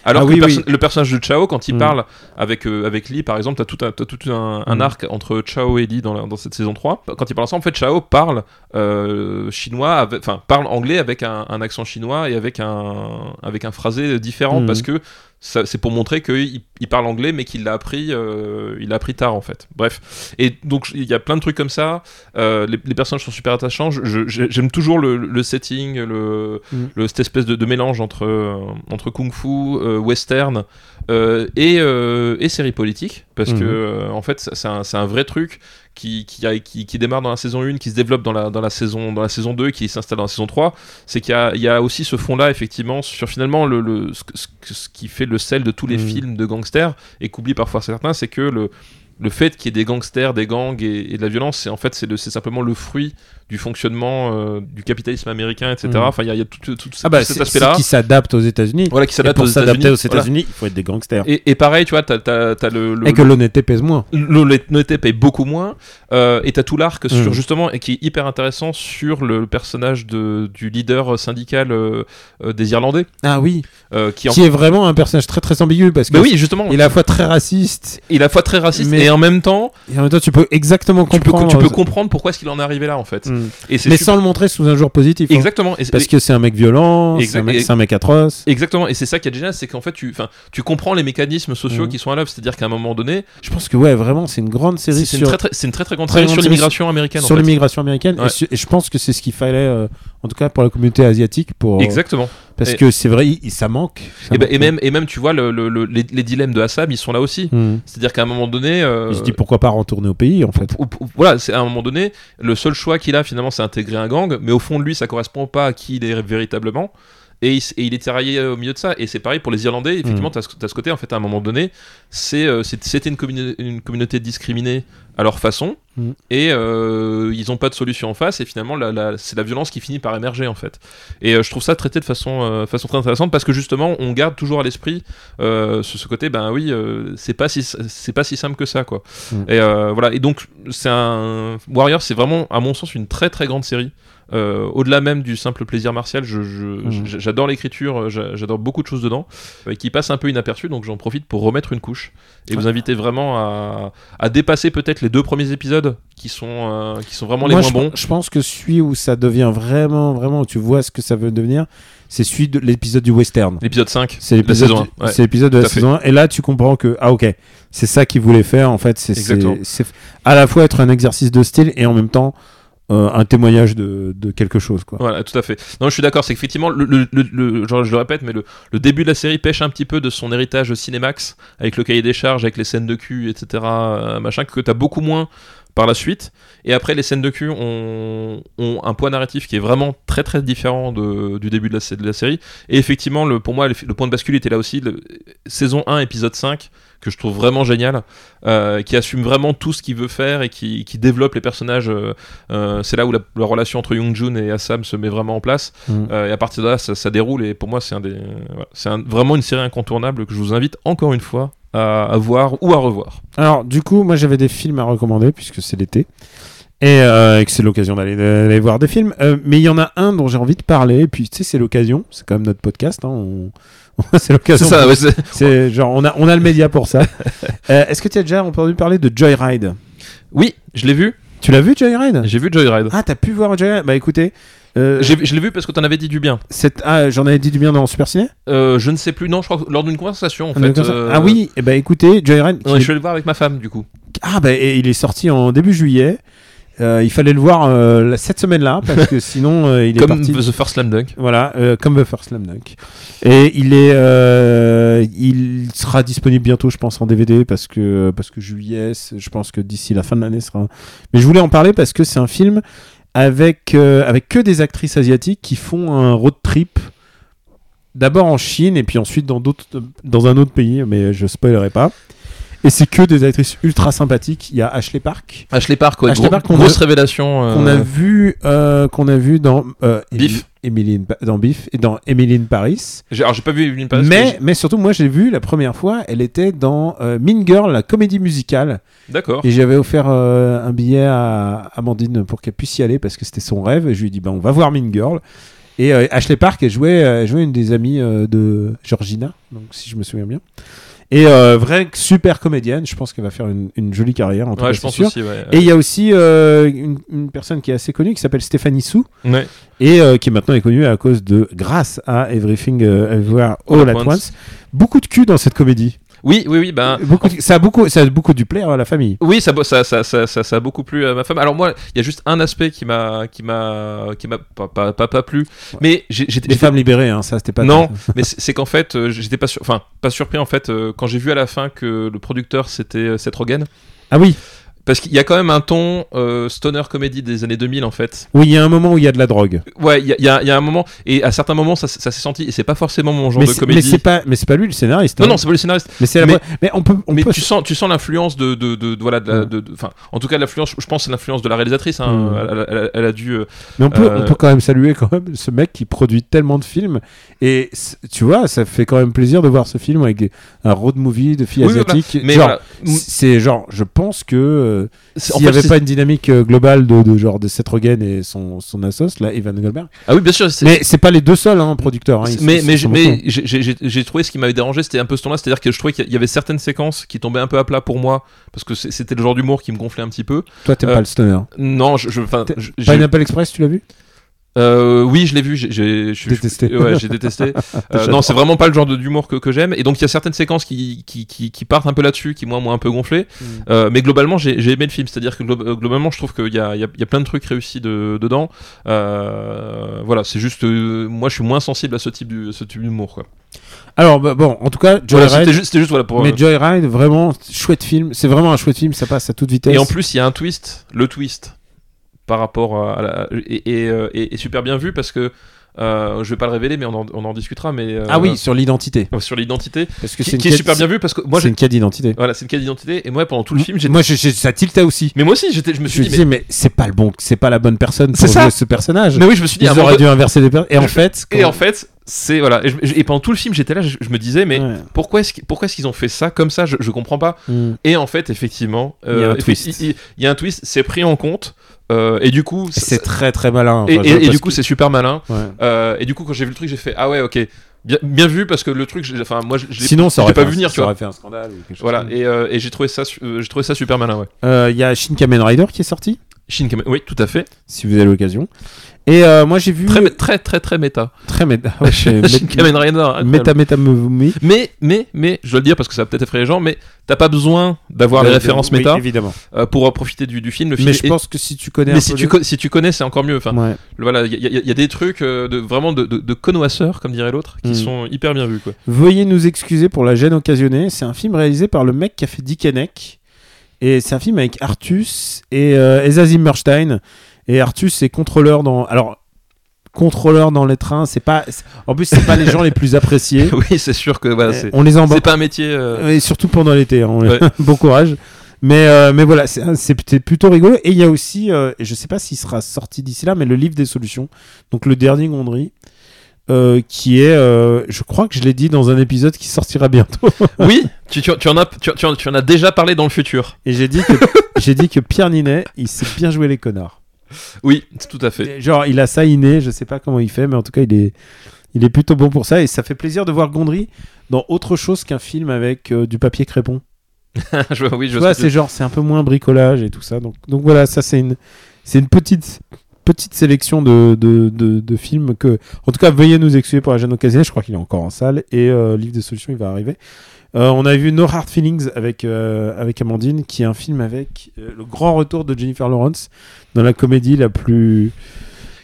[SPEAKER 3] Alors
[SPEAKER 2] Ah
[SPEAKER 3] que
[SPEAKER 2] oui,
[SPEAKER 3] le,
[SPEAKER 2] oui.
[SPEAKER 3] le personnage de Chao, quand il
[SPEAKER 2] Mm.
[SPEAKER 3] parle avec, euh, avec Lee, par exemple, t'as tout un, t'as tout un, un
[SPEAKER 2] Mm.
[SPEAKER 3] arc entre Chao et Lee dans, la- dans cette saison 3. Quand ils parlent ensemble, en fait, Chao parle euh, chinois, avec- enfin, parle anglais avec un, un accent chinois et avec un, avec un phrasé différent
[SPEAKER 2] Mm.
[SPEAKER 3] parce que ça- c'est pour montrer qu'il il parle anglais mais qu'il l'a appris, euh, il l'a appris tard en fait. Bref. Et donc, il y a plein de trucs comme ça. Euh, les, les personnages sont super attachants. Je- je- j'ai- J'aime toujours le, le setting, le,
[SPEAKER 2] Mm.
[SPEAKER 3] le- cette espèce de, de mélange entre, euh, entre kung-fu, euh, western euh, et, euh, et série politique. Parce
[SPEAKER 2] Mhm.
[SPEAKER 3] que, euh, en fait, ça- c'est un, c'est un vrai truc qui, qui, a- qui- qui démarre dans la saison 1, qui se développe dans la, dans la, saison, dans la saison 2, qui s'installe dans la saison 3. C'est qu'il y, a- il y a aussi ce fond-là, effectivement, sur finalement le, le- ce, que- ce que- ce qui fait le sel de tous les
[SPEAKER 2] Mm.
[SPEAKER 3] films de gangsters et qu'oublient parfois certains, c'est que le, le fait qu'il y ait des gangsters, des gangs et, et de la violence, c'est en fait c'est le- c'est simplement le fruit du fonctionnement euh, du capitalisme américain, etc.
[SPEAKER 2] Mm.
[SPEAKER 3] Enfin, il y a, il y a tout, tout- tout
[SPEAKER 2] Ah bah
[SPEAKER 3] cet
[SPEAKER 2] c'est
[SPEAKER 3] aspect-là.
[SPEAKER 2] qui s'adapte aux États-Unis.
[SPEAKER 3] Voilà, qui
[SPEAKER 2] Et
[SPEAKER 3] s'adapte
[SPEAKER 2] pour
[SPEAKER 3] aux
[SPEAKER 2] s'adapter
[SPEAKER 3] États-Unis.
[SPEAKER 2] aux
[SPEAKER 3] Voilà.
[SPEAKER 2] États-Unis, il faut être des gangsters.
[SPEAKER 3] Et, et pareil, tu vois, t'as t'as- t'as le, le,
[SPEAKER 2] Et que l'honnêteté pèse moins.
[SPEAKER 3] le- l'honnêteté paye beaucoup moins. euh, et t'as tout l'arc sur
[SPEAKER 2] Mm.
[SPEAKER 3] justement et qui est hyper intéressant sur le personnage de, du leader syndical euh, euh, des Irlandais,
[SPEAKER 2] Ah oui.
[SPEAKER 3] euh, qui en
[SPEAKER 2] Qui est vraiment un personnage très très ambigu parce que
[SPEAKER 3] Bah oui, justement,
[SPEAKER 2] il est à la fois très raciste
[SPEAKER 3] il est à la fois très raciste
[SPEAKER 2] Mais-
[SPEAKER 3] et en même temps,
[SPEAKER 2] et en même temps tu peux exactement
[SPEAKER 3] tu peux,
[SPEAKER 2] comprendre.
[SPEAKER 3] tu peux comprendre pourquoi est-ce qu'il en est arrivé là en fait.
[SPEAKER 2] Mm.
[SPEAKER 3] Et c'est
[SPEAKER 2] mais
[SPEAKER 3] super-
[SPEAKER 2] sans le montrer sous un jour positif. hein.
[SPEAKER 3] exactement. Et c'est-
[SPEAKER 2] Parce que c'est un mec violent, c'est
[SPEAKER 3] Exact-
[SPEAKER 2] un, mec-
[SPEAKER 3] et-
[SPEAKER 2] c'est un mec atroce.
[SPEAKER 3] Exactement, et c'est ça qui est génial, c'est qu'en fait tu, enfin, tu comprends les mécanismes sociaux
[SPEAKER 2] Mhm.
[SPEAKER 3] qui sont à l'œuvre, c'est-à-dire qu'à un moment donné,
[SPEAKER 2] Je pense que ouais, vraiment, c'est une grande
[SPEAKER 3] c'est
[SPEAKER 2] série
[SPEAKER 3] c'est une,
[SPEAKER 2] sur,
[SPEAKER 3] très, très- c'est une très très grande
[SPEAKER 2] très
[SPEAKER 3] série
[SPEAKER 2] grande
[SPEAKER 3] sur
[SPEAKER 2] série
[SPEAKER 3] l'immigration américaine. en
[SPEAKER 2] sur
[SPEAKER 3] fait.
[SPEAKER 2] l'immigration américaine.
[SPEAKER 3] Ouais.
[SPEAKER 2] Et, su- et je pense que c'est ce qu'il fallait, euh, en tout cas pour la communauté asiatique, pour euh,
[SPEAKER 3] Exactement.
[SPEAKER 2] parce
[SPEAKER 3] Et-
[SPEAKER 2] que c'est vrai, il- ça manque. ça
[SPEAKER 3] Et, ben-
[SPEAKER 2] manque.
[SPEAKER 3] et même, et même, tu vois, le- le- le- les, les dilemmes de Assam, ils sont là aussi.
[SPEAKER 2] Hmm.
[SPEAKER 3] C'est-à-dire qu'à un moment donné. euh,
[SPEAKER 2] Il se dit pourquoi pas retourner au pays en fait.
[SPEAKER 3] ou- ou- voilà, c'est à un moment donné, le seul choix qu'il a finalement, c'est intégrer un gang, mais au fond de lui, ça correspond pas à qui il est véritablement. Et il, s- et il est tiraillé euh, au milieu de ça. Et c'est pareil pour les Irlandais. Effectivement,
[SPEAKER 2] Mmh.
[SPEAKER 3] tu as, ce côté, en fait, à un moment donné, c'est, euh, c'est- c'était une, communi- une communauté discriminée à leur façon.
[SPEAKER 2] Mm.
[SPEAKER 3] Et euh, ils n'ont pas de solution en face. Et finalement, la- la- c'est la violence qui finit par émerger, en fait. Et euh, je trouve ça traité de façon, euh, façon très intéressante parce que justement, on garde toujours à l'esprit euh, ce, ce côté, ben oui, euh, c'est, pas si, c'est pas si simple que ça, quoi. Et euh, voilà. Et donc, c'est un Warrior, c'est vraiment, à mon sens, une très très grande série. Euh, Au-delà même du simple plaisir martial, je- je- j- j'adore l'écriture, euh, j'a- j'adore beaucoup de choses dedans, euh, qui passent un peu inaperçues. Donc, j'en profite pour remettre une couche et vous inviter vraiment à, à dépasser peut-être les deux premiers épisodes qui sont euh, qui sont vraiment les
[SPEAKER 2] Moi,
[SPEAKER 3] moins
[SPEAKER 2] je,
[SPEAKER 3] bons.
[SPEAKER 2] je pense que celui où ça devient vraiment, vraiment, où tu vois ce que ça veut devenir, c'est celui de l'épisode du western.
[SPEAKER 3] L'épisode 5
[SPEAKER 2] C'est
[SPEAKER 3] de la
[SPEAKER 2] l'épisode
[SPEAKER 3] saison
[SPEAKER 2] du-
[SPEAKER 3] un, ouais.
[SPEAKER 2] c'est l'épisode de la
[SPEAKER 3] Tout à fait.
[SPEAKER 2] saison 1. Et là, tu comprends que, ah ok, c'est ça qu'ils voulaient faire. En fait, c'est-
[SPEAKER 3] Exactement.
[SPEAKER 2] c'est c'est à la fois être un exercice de style et en même temps euh, un témoignage de, de quelque chose. Quoi.
[SPEAKER 3] Voilà, tout à fait. Non, je suis d'accord, c'est qu'effectivement, le, le- le- le- genre, je le répète, mais le, le début de la série pêche un petit peu de son héritage Cinemax, avec le cahier des charges, avec les scènes de cul, etc., euh, machin, que t'as beaucoup moins par la suite. Et après, les scènes de cul ont, ont un poids narratif qui est vraiment très très différent de- du début de la, sé- de la série. Et effectivement, le, pour moi, le, le point de bascule était là aussi, le- saison 1, épisode 5, que je trouve vraiment génial, euh, qui assume vraiment tout ce qu'il veut faire et qui, qui développe les personnages. euh, euh, c'est là où la, la relation entre Young Jun et Assam se met vraiment en place.
[SPEAKER 2] Mm.
[SPEAKER 3] Euh, et à partir de là, ça, ça déroule. Et pour moi, c'est un des, voilà, c'est un- vraiment une série incontournable que je vous invite encore une fois à, à voir ou à revoir.
[SPEAKER 2] Alors, du coup, moi j'avais des films à recommander puisque c'est l'été et, euh, et que c'est l'occasion d'aller d'aller voir des films. Euh, mais il y en a un dont j'ai envie de parler. Et puis, tu sais, c'est l'occasion. C'est quand même notre podcast. hein, on- c'est l'occasion.
[SPEAKER 3] ouais, c'est-
[SPEAKER 2] C'est genre, on a, on a le média pour ça. Euh, Est-ce que tu as déjà entendu parler de Joyride
[SPEAKER 3] Oui, je l'ai vu.
[SPEAKER 2] Tu l'as vu, Joyride
[SPEAKER 3] J'ai vu Joyride.
[SPEAKER 2] Ah, t'as pu voir Joyride Bah écoutez. euh,
[SPEAKER 3] J'ai- je l'ai vu parce que t'en avais dit du bien.
[SPEAKER 2] C'est- ah, j'en avais dit du bien dans Super Ciné
[SPEAKER 3] Euh, je ne sais plus. Non, je crois que lors d'une conversation en fait. euh,
[SPEAKER 2] Ah oui, eh ben écoutez, Joyride. qui
[SPEAKER 3] ouais,
[SPEAKER 2] est- ben,
[SPEAKER 3] je suis allé le voir avec ma femme du coup.
[SPEAKER 2] Ah bah et il est sorti en début juillet. Euh, il fallait le voir euh, la- cette semaine-là parce que sinon euh, il est
[SPEAKER 3] Comme
[SPEAKER 2] parti.
[SPEAKER 3] The First Slam Dunk.
[SPEAKER 2] Voilà, euh, comme The First Slam Dunk. Et il est, euh, il sera disponible bientôt, je pense, en DVD parce que parce que juillet, c'est- je pense que d'ici la fin de l'année sera. Mais je voulais en parler parce que c'est un film avec euh, avec que des actrices asiatiques qui font un road trip. D'abord en Chine et puis ensuite dans d'autres dans un autre pays, mais je spoilerai pas. Et c'est que des actrices ultra sympathiques. Il y a Ashley Park
[SPEAKER 3] Ah, Ashley Park, ouais,
[SPEAKER 2] Ashley
[SPEAKER 3] gros-
[SPEAKER 2] Park qu'on
[SPEAKER 3] grosse
[SPEAKER 2] a-
[SPEAKER 3] révélation. euh,
[SPEAKER 2] qu'on a vu euh, qu'on a vu dans euh,
[SPEAKER 3] Beef.
[SPEAKER 2] Emily in Pa- dans Beef et dans Emily in Paris.
[SPEAKER 3] j'ai- Alors j'ai pas vu Evelyn Paris.
[SPEAKER 2] mais mais surtout moi j'ai vu la première fois, elle était dans euh, Mean Girl, la comédie musicale
[SPEAKER 3] D'accord.
[SPEAKER 2] et j'avais offert euh, un billet à Amandine pour qu'elle puisse y aller parce que c'était son rêve et je lui ai dit ben on va voir Mean Girl. Et euh, Ashley Park, elle jouait, euh, elle jouait une des amies euh, de Georgina, donc si je me souviens bien. Et euh, vraie super comédienne, je pense qu'elle va faire une, une jolie carrière en tout cas,
[SPEAKER 3] Ouais, je
[SPEAKER 2] c'est
[SPEAKER 3] pense
[SPEAKER 2] sûr.
[SPEAKER 3] aussi. Ouais.
[SPEAKER 2] Et il y a aussi euh, une, une personne qui est assez connue qui s'appelle Stéphanie Sou
[SPEAKER 3] Ouais.
[SPEAKER 2] et euh, qui maintenant est connue à cause de grâce à Everything euh, Everywhere All at Once. Beaucoup de cul dans cette comédie. Euh,
[SPEAKER 3] Oui, oui, oui. Ben,
[SPEAKER 2] Beaucoup de- ça a beaucoup ça a beaucoup dû plaire à la famille.
[SPEAKER 3] Oui, ça, bo- ça, ça, ça, ça, ça a beaucoup plu à ma femme. Alors moi, il y a juste un aspect qui m'a, qui m'a, qui m'a pas, pas, pas, pas plu. Mais j'ai, j'ai-
[SPEAKER 2] Les
[SPEAKER 3] j'étais-
[SPEAKER 2] femmes libérées, hein, ça c'était pas.
[SPEAKER 3] non, mais c'est c'est qu'en fait, euh, j'étais pas sur, enfin, pas surpris en fait euh, quand j'ai vu à la fin que le producteur c'était euh, Seth Rogen,
[SPEAKER 2] Ah oui,
[SPEAKER 3] parce qu'il y a quand même un ton euh, stoner comédie des années 2000 en fait.
[SPEAKER 2] oui, il y a un moment où il y a de la drogue.
[SPEAKER 3] Ouais, il y a, il y a- il y a un moment et à certains moments ça, s- ça s'est senti et c'est pas forcément mon genre
[SPEAKER 2] mais
[SPEAKER 3] de
[SPEAKER 2] c'est- mais
[SPEAKER 3] comédie.
[SPEAKER 2] c'est pas mais c'est pas lui le scénariste.
[SPEAKER 3] Non,
[SPEAKER 2] hein.
[SPEAKER 3] non, c'est pas le scénariste.
[SPEAKER 2] mais c'est la
[SPEAKER 3] mais-
[SPEAKER 2] mais, mais on peut on
[SPEAKER 3] mais
[SPEAKER 2] peut
[SPEAKER 3] tu sens, tu sens l'influence de, de, de, de- voilà, de, la-
[SPEAKER 2] Mm.
[SPEAKER 3] de- de- enfin, en tout cas, l'influence, je pense, c'est l'influence de la réalisatrice. hein.
[SPEAKER 2] Mm.
[SPEAKER 3] Elle, elle- elle a dû, euh,
[SPEAKER 2] Mais on peut,
[SPEAKER 3] Euh,
[SPEAKER 2] on peut quand même saluer quand même ce mec qui produit tellement de films. Et c- tu vois, ça fait quand même plaisir de voir ce film avec des- un road movie de filles
[SPEAKER 3] Oui, voilà.
[SPEAKER 2] asiatiques.
[SPEAKER 3] mais
[SPEAKER 2] Genre,
[SPEAKER 3] voilà.
[SPEAKER 2] c- c'est genre, je pense que euh,
[SPEAKER 3] C'est- en
[SPEAKER 2] s'il n'y
[SPEAKER 3] fait,
[SPEAKER 2] avait
[SPEAKER 3] c'est-
[SPEAKER 2] pas une dynamique euh, globale de, de genre de Seth Rogen et son, son assos, là, Evan Goldberg.
[SPEAKER 3] Ah oui, bien sûr. c'est- Ah
[SPEAKER 2] Mais c'est pas les deux seuls hein, producteurs. hein, ils
[SPEAKER 3] c'est-
[SPEAKER 2] sont-
[SPEAKER 3] mais
[SPEAKER 2] ils
[SPEAKER 3] mais,
[SPEAKER 2] sont
[SPEAKER 3] mais
[SPEAKER 2] beaucoup.
[SPEAKER 3] j'ai- j'ai j'ai- j'ai trouvé ce qui m'avait dérangé, c'était un peu ce ton-là, c'est-à-dire que je trouvais qu'il y avait certaines séquences qui tombaient un peu à plat pour moi, parce que c'est- c'était le genre d'humour qui me gonflait un petit peu.
[SPEAKER 2] toi, t'es
[SPEAKER 3] euh,
[SPEAKER 2] pas le stoner.
[SPEAKER 3] Non, je, je, enfin,
[SPEAKER 2] T'es-
[SPEAKER 3] je- j'ai-
[SPEAKER 2] Pineapple Express, tu l'as vu
[SPEAKER 3] euh, oui, je l'ai vu, j'ai- j'ai je- je-
[SPEAKER 2] Détesté.
[SPEAKER 3] Ouais, j'ai détesté. Euh, non, c'est vraiment pas le genre de- d'humour que, que j'aime. Et donc, il y a certaines séquences qui, qui, qui, qui partent un peu là-dessus, qui, moi, m'ont un peu gonflé.
[SPEAKER 2] Mm.
[SPEAKER 3] Euh, mais globalement, j'ai j'ai aimé le film. C'est-à-dire que glo- euh, globalement, je trouve qu'il y a, il y, a, il y a plein de trucs réussis de- dedans. Euh, voilà, c'est juste. euh, moi, je suis moins sensible à ce type du- ce type d'humour. quoi.
[SPEAKER 2] Alors, bah, bon, en tout cas,
[SPEAKER 3] Voilà,
[SPEAKER 2] Joyride.
[SPEAKER 3] c'était juste, c'était juste voilà, pour. euh,
[SPEAKER 2] mais Joyride, vraiment chouette film. C'est vraiment un chouette film, ça passe à toute vitesse.
[SPEAKER 3] Et en plus, il y a un twist, le twist, par rapport à la. Et, et, euh, et- et super bien vu parce que. euh, je vais pas le révéler, mais on en, on en discutera. Mais euh,
[SPEAKER 2] ah oui, sur l'identité.
[SPEAKER 3] euh, sur l'identité,
[SPEAKER 2] Parce que
[SPEAKER 3] qui,
[SPEAKER 2] c'est une
[SPEAKER 3] qui est
[SPEAKER 2] quête-
[SPEAKER 3] super bien vu parce que moi,
[SPEAKER 2] c'est
[SPEAKER 3] j'ai-
[SPEAKER 2] une quête d'identité.
[SPEAKER 3] voilà, c'est une carte d'identité. Et moi, pendant tout le film, j'ai.
[SPEAKER 2] Moi, je- je- ça tilta aussi.
[SPEAKER 3] Mais moi aussi, j'étais, je me
[SPEAKER 2] Je
[SPEAKER 3] suis
[SPEAKER 2] me
[SPEAKER 3] dit. Mais,
[SPEAKER 2] disais, mais c'est pas le bon, c'est pas la bonne personne pour
[SPEAKER 3] C'est ça.
[SPEAKER 2] jouer ce personnage.
[SPEAKER 3] mais oui, je me suis dit.
[SPEAKER 2] Ils
[SPEAKER 3] à un moment
[SPEAKER 2] auraient
[SPEAKER 3] donné-
[SPEAKER 2] dû inverser les personnages. Et en fait,
[SPEAKER 3] Et en fait, c'est voilà. Et, je- je- et pendant tout le film, j'étais là, je, je me disais, mais
[SPEAKER 2] Ouais.
[SPEAKER 3] pourquoi est-ce, qu'- pourquoi est-ce qu'ils ont fait ça comme ça je, je comprends pas.
[SPEAKER 2] Mm.
[SPEAKER 3] Et en fait, effectivement,
[SPEAKER 2] Il y a un
[SPEAKER 3] effe-
[SPEAKER 2] twist.
[SPEAKER 3] Il, il- il y a un twist. C'est pris en compte. euh, et du coup, ça-
[SPEAKER 2] c'est très très malin.
[SPEAKER 3] et,
[SPEAKER 2] enfin,
[SPEAKER 3] et-
[SPEAKER 2] je-
[SPEAKER 3] et
[SPEAKER 2] parce
[SPEAKER 3] du coup, c'est super malin.
[SPEAKER 2] que- ouais.
[SPEAKER 3] Euh, et du coup, quand j'ai vu le truc, j'ai fait ah ouais, ok, bien, bien vu parce que le truc, j'ai- enfin moi, je, je l'ai-
[SPEAKER 2] Sinon, ça aurait
[SPEAKER 3] pas
[SPEAKER 2] fait
[SPEAKER 3] vu
[SPEAKER 2] un-
[SPEAKER 3] venir, tu
[SPEAKER 2] ça
[SPEAKER 3] vois.
[SPEAKER 2] aurait fait un scandale ou quelque chose.
[SPEAKER 3] voilà. Et, euh, et j'ai trouvé ça, su- euh, j'ai trouvé ça super malin, ouais.
[SPEAKER 2] Euh, Il y a Shin Kamen Rider qui est sorti,
[SPEAKER 3] Shin Kamen- oui, tout à fait.
[SPEAKER 2] si vous avez l'occasion. Et euh, moi, j'ai vu
[SPEAKER 3] Très, mé- très, très, très méta.
[SPEAKER 2] très mé- ah ouais, chez Mé-
[SPEAKER 3] Shin Kamen Rider, incroyable.
[SPEAKER 2] Meta Meta Movie.
[SPEAKER 3] Mais, mais, mais, je dois le dire parce que ça va peut-être effrayer les gens, mais t'as pas besoin d'avoir les références
[SPEAKER 2] Euh, Oui,
[SPEAKER 3] méta
[SPEAKER 2] évidemment.
[SPEAKER 3] euh, pour euh, profiter du, du film. Le film
[SPEAKER 2] Mais je
[SPEAKER 3] est-
[SPEAKER 2] pense que si tu connais.
[SPEAKER 3] mais
[SPEAKER 2] un
[SPEAKER 3] si
[SPEAKER 2] peu
[SPEAKER 3] tu,
[SPEAKER 2] le-
[SPEAKER 3] co- si tu connais, c'est encore mieux. Enfin,
[SPEAKER 2] Ouais.
[SPEAKER 3] voilà, il y, a- il y a- il y a des trucs euh, de, vraiment de, de, de connoisseurs, comme dirait l'autre, qui
[SPEAKER 2] Mm.
[SPEAKER 3] sont hyper bien vus. Quoi.
[SPEAKER 2] Veuillez nous excuser pour la gêne occasionnée. C'est un film réalisé par le mec qui a fait Dickeneck. Et c'est un film avec Artus et euh, Esa Zimmerstein. Et Artus est contrôleur dans. Alors, contrôleur dans les trains, c'est pas. c'est- En plus, c'est pas les gens les plus appréciés.
[SPEAKER 3] oui, c'est sûr que voilà, c'est
[SPEAKER 2] On les
[SPEAKER 3] c'est
[SPEAKER 2] embête.
[SPEAKER 3] pas un métier. euh,
[SPEAKER 2] Et surtout pendant l'été. hein. On-
[SPEAKER 3] Ouais.
[SPEAKER 2] bon courage. Mais, euh, mais voilà, c'est c'est p- c'est plutôt rigolo. Et il y a aussi, euh, et je sais pas s'il sera sorti d'ici là, mais le livre des solutions. Donc le dernier Gondry. euh, qui est, euh, je crois que je l'ai dit dans un épisode qui sortira bientôt.
[SPEAKER 3] oui, tu, tu, tu en as, tu, tu en, tu en as déjà parlé dans le futur.
[SPEAKER 2] Et j'ai dit que j'ai dit que Pierre Ninet, il sait bien jouer les connards.
[SPEAKER 3] Oui, c'est tout à fait.
[SPEAKER 2] Genre, il a ça inné, je sais pas comment il fait, mais en tout cas, il est, il est plutôt bon pour ça. Et ça fait plaisir de voir Gondry dans autre chose qu'un film avec euh, du papier crépon.
[SPEAKER 3] Je- oui, je
[SPEAKER 2] Tu vois,
[SPEAKER 3] sais que-
[SPEAKER 2] c'est genre, c'est un peu moins bricolage et tout ça. Donc, donc voilà, ça c'est une, c'est une petite, petite sélection de, de, de, de films que, en tout cas, veuillez nous excuser pour la jeune occasion. Je crois qu'il est encore en salle et euh, livre de solutions, il va arriver. Euh, on a vu No Hard Feelings avec, euh, avec Amandine, qui est un film avec euh, le grand retour de Jennifer Lawrence dans la comédie la plus.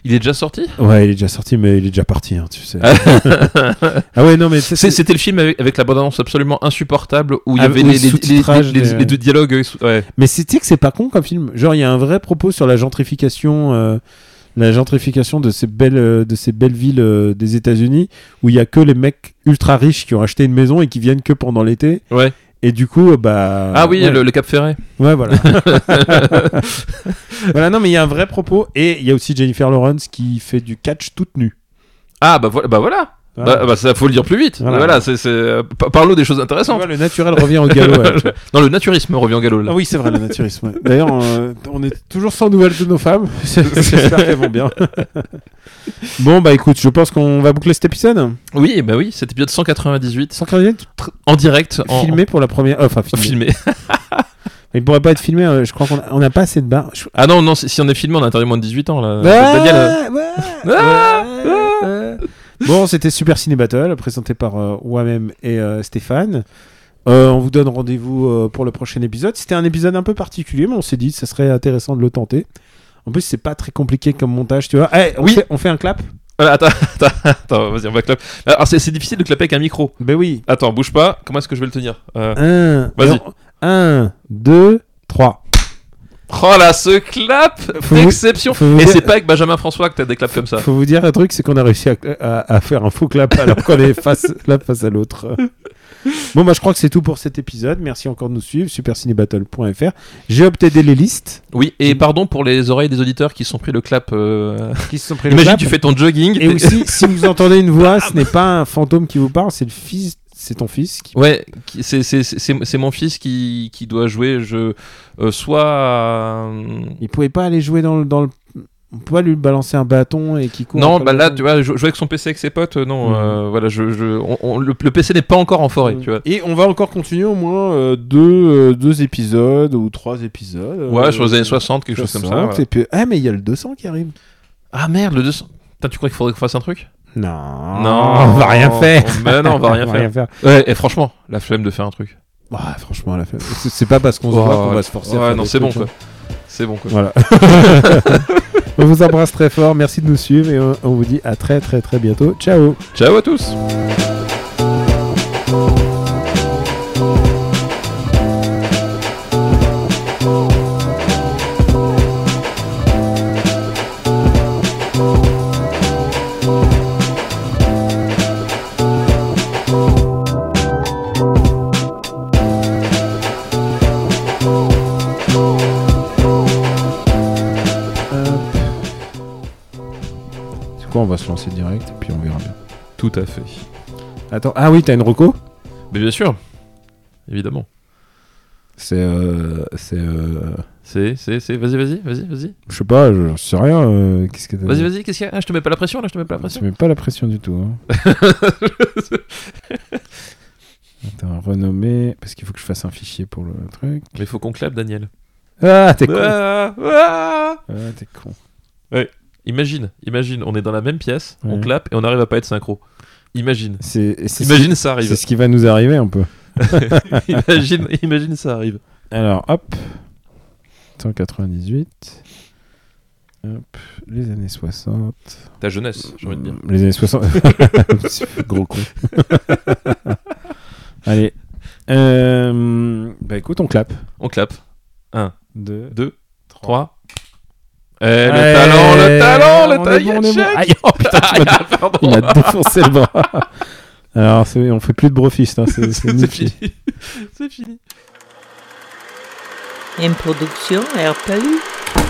[SPEAKER 3] Il est déjà sorti
[SPEAKER 2] Ouais, il est déjà sorti, mais il est déjà parti, hein, tu sais. ah ouais, non, mais ça,
[SPEAKER 3] C'est-
[SPEAKER 2] c'est-
[SPEAKER 3] C'était le film avec, avec la bande-annonce absolument insupportable où il y
[SPEAKER 2] Ah,
[SPEAKER 3] avait
[SPEAKER 2] oui,
[SPEAKER 3] les, les-
[SPEAKER 2] sous-titrage,
[SPEAKER 3] les- les-
[SPEAKER 2] mais-
[SPEAKER 3] les deux dialogues. euh, sous- Ouais.
[SPEAKER 2] Mais c'est tu sais que c'est pas con comme film. Genre, il y a un vrai propos sur la gentrification, euh, la gentrification de ces belles, euh, de ces belles villes euh, des États-Unis où il y a que les mecs ultra riches qui ont acheté une maison et qui viennent que pendant l'été.
[SPEAKER 3] Ouais.
[SPEAKER 2] Et du coup, euh, bah.
[SPEAKER 3] Ah oui,
[SPEAKER 2] ouais.
[SPEAKER 3] le, le Cap Ferret.
[SPEAKER 2] Ouais, voilà. voilà, non, mais il y a un vrai propos. Et il y a aussi Jennifer Lawrence qui fait du catch toute nue.
[SPEAKER 3] Ah bah voilà, bah voilà.
[SPEAKER 2] Voilà.
[SPEAKER 3] Bah, bah, ça faut le dire plus vite.
[SPEAKER 2] Voilà.
[SPEAKER 3] Voilà, c'est c'est euh, par- parlons des choses
[SPEAKER 2] Tu
[SPEAKER 3] intéressantes.
[SPEAKER 2] vois, le naturel revient au galop. ouais.
[SPEAKER 3] Non, le naturisme revient au galop. là.
[SPEAKER 2] Ah oui, c'est vrai, le naturisme. ouais. D'ailleurs, euh, on est toujours sans nouvelles de nos femmes. J'espère qu'elles vont bien. bon, bah écoute, je pense qu'on va boucler cet épisode.
[SPEAKER 3] Oui, bah oui, cet épisode 198
[SPEAKER 2] Sans cardinal,
[SPEAKER 3] en direct, en,
[SPEAKER 2] filmé pour la première. euh, Enfin,
[SPEAKER 3] en
[SPEAKER 2] filmé.
[SPEAKER 3] filmé.
[SPEAKER 2] Mais il pourrait pas être filmé, euh, je crois qu'on a- on n'a pas assez de barres. Je-
[SPEAKER 3] Ah non, non, si si on est filmé, on a interdit moins de 18 ans là.
[SPEAKER 2] Ah,
[SPEAKER 3] Daniel, euh,
[SPEAKER 2] ouais,
[SPEAKER 3] Ah,
[SPEAKER 2] ouais, ouais. Bon, c'était Super Ciné Battle, présenté par euh, moi-même et euh, Stéphane. Euh, on vous donne rendez-vous euh, pour le prochain épisode. C'était un épisode un peu particulier, mais on s'est dit que ça serait intéressant de le tenter. En plus, c'est pas très compliqué comme montage, tu vois. Eh, on,
[SPEAKER 3] Oui.
[SPEAKER 2] fait, on fait un clap
[SPEAKER 3] voilà, euh, attends, attends, attends, vas-y, on va clap. Alors, c'est c'est difficile de clapper avec un micro.
[SPEAKER 2] Ben oui.
[SPEAKER 3] Attends, bouge pas. Comment est-ce que je vais le tenir Euh,
[SPEAKER 2] Un,
[SPEAKER 3] Vas-y.
[SPEAKER 2] alors, un, deux, trois.
[SPEAKER 3] Oh là, ce clap
[SPEAKER 2] Faut vous-
[SPEAKER 3] d'exception
[SPEAKER 2] faut vous
[SPEAKER 3] Et
[SPEAKER 2] dire-
[SPEAKER 3] c'est pas avec Benjamin François que t'as des claps comme ça.
[SPEAKER 2] Faut vous dire un truc, c'est qu'on a réussi à, à- à faire un faux clap alors qu'on est face l'un face à l'autre. Bon, bah, je crois que c'est tout pour cet épisode. Merci encore de nous suivre. Supercinébattle.fr. J'ai obtenu les listes
[SPEAKER 3] Oui, et pardon pour les oreilles des auditeurs qui se sont pris le clap. euh,
[SPEAKER 2] qui se sont pris le
[SPEAKER 3] Imagine,
[SPEAKER 2] clap.
[SPEAKER 3] tu fais ton jogging.
[SPEAKER 2] Et
[SPEAKER 3] t'es-
[SPEAKER 2] aussi, si vous entendez une voix, ce n'est pas un fantôme qui vous parle, c'est le fils, c'est ton fils qui.
[SPEAKER 3] Ouais, qui- c'est- c'est c'est- c'est mon fils qui, qui doit jouer. Je, euh, soit. euh,
[SPEAKER 2] Il pouvait pas aller jouer dans le. Dans le... On peut pas lui balancer un bâton et qui court.
[SPEAKER 3] non,
[SPEAKER 2] après
[SPEAKER 3] bah
[SPEAKER 2] le
[SPEAKER 3] là,
[SPEAKER 2] bâton.
[SPEAKER 3] tu vois, jou- jouer avec son PC avec ses potes, euh, non.
[SPEAKER 5] Mmh.
[SPEAKER 2] Mhm.
[SPEAKER 3] euh, voilà, je, je, on- on- le, le PC n'est pas encore en forêt, tu vois.
[SPEAKER 5] Et on va encore continuer au moins euh, deux, euh, deux épisodes ou trois épisodes. euh,
[SPEAKER 3] Ouais, sur les années 60, quelque chose comme ça.
[SPEAKER 5] 60,
[SPEAKER 3] voilà.
[SPEAKER 5] et puis- Ah, mais il y a le 200 qui arrive.
[SPEAKER 3] Ah merde, le 200. Putain, tu crois qu'il faudrait qu'on fasse un truc
[SPEAKER 2] Non. on va rien faire.
[SPEAKER 3] Bah non, on va rien faire.
[SPEAKER 2] faire.
[SPEAKER 3] Ouais, et franchement, la flemme de faire un truc.
[SPEAKER 5] Ah, franchement, la fin. C'est c'est pas parce qu'on se
[SPEAKER 3] Oh,
[SPEAKER 5] voit qu'on va se forcer à
[SPEAKER 3] Ouais,
[SPEAKER 5] faire
[SPEAKER 3] non,
[SPEAKER 5] des
[SPEAKER 3] c'est bon
[SPEAKER 5] trucs,
[SPEAKER 3] quoi.
[SPEAKER 5] hein.
[SPEAKER 3] C'est bon quoi.
[SPEAKER 2] Voilà. on vous embrasse très fort. Merci de nous suivre et on, on vous dit à très très très bientôt. Ciao.
[SPEAKER 3] Ciao à tous
[SPEAKER 5] C'est quoi, on va se lancer direct, puis on verra bien.
[SPEAKER 3] Tout à fait.
[SPEAKER 2] Attends. Ah oui, t'as une reco
[SPEAKER 3] Mais bien sûr Évidemment.
[SPEAKER 5] C'est. euh, c'est. euh,
[SPEAKER 3] C'est, c'est, c'est. Vas-y, vas-y, vas-y, vas-y.
[SPEAKER 5] Je sais pas, je j'en sais rien. euh, Qu'est-ce que t'as
[SPEAKER 3] Vas-y,
[SPEAKER 5] dit
[SPEAKER 3] vas-y, qu'est-ce qu'il y a Ah, Je te mets pas la pression là, je te mets pas la
[SPEAKER 5] Tu
[SPEAKER 3] pression.
[SPEAKER 5] mets pas la pression du tout. hein. Attends, renommer. Parce qu'il faut que je fasse un fichier pour le truc.
[SPEAKER 3] Mais faut qu'on clappe, Daniel.
[SPEAKER 5] Ah, t'es con.
[SPEAKER 3] Ah, ah
[SPEAKER 5] Ah, t'es con.
[SPEAKER 3] imagine, imagine, on est dans la même pièce, on
[SPEAKER 5] Ouais.
[SPEAKER 3] clappe et on arrive à pas être synchro. Imagine.
[SPEAKER 5] C'est et c'est ce,
[SPEAKER 3] Imagine ça
[SPEAKER 5] qui-
[SPEAKER 3] arrive.
[SPEAKER 5] c'est ce qui va nous arriver un peu.
[SPEAKER 3] imagine, imagine ça arrive.
[SPEAKER 5] Alors, hop. 198. Hop. Les années 60.
[SPEAKER 3] Ta jeunesse, j'ai envie de dire.
[SPEAKER 5] Hum, Les années 60. Gros con. Allez. Euh, bah écoute, on clappe.
[SPEAKER 3] On clappe.
[SPEAKER 5] Deux.
[SPEAKER 3] 2, 3. Eh, le
[SPEAKER 5] Ouais,
[SPEAKER 3] talent, le talent, le
[SPEAKER 5] on
[SPEAKER 3] talent,
[SPEAKER 5] est bon, on est bon.
[SPEAKER 3] Yachek
[SPEAKER 5] Aïe, oh putain, tu m'as- il m'a défoncé le bras. Alors, c'est- on fait plus de brofist, hein, c'est c'est
[SPEAKER 3] C'est
[SPEAKER 5] nifty.
[SPEAKER 3] fini. C'est fini.
[SPEAKER 6] Une production RPU.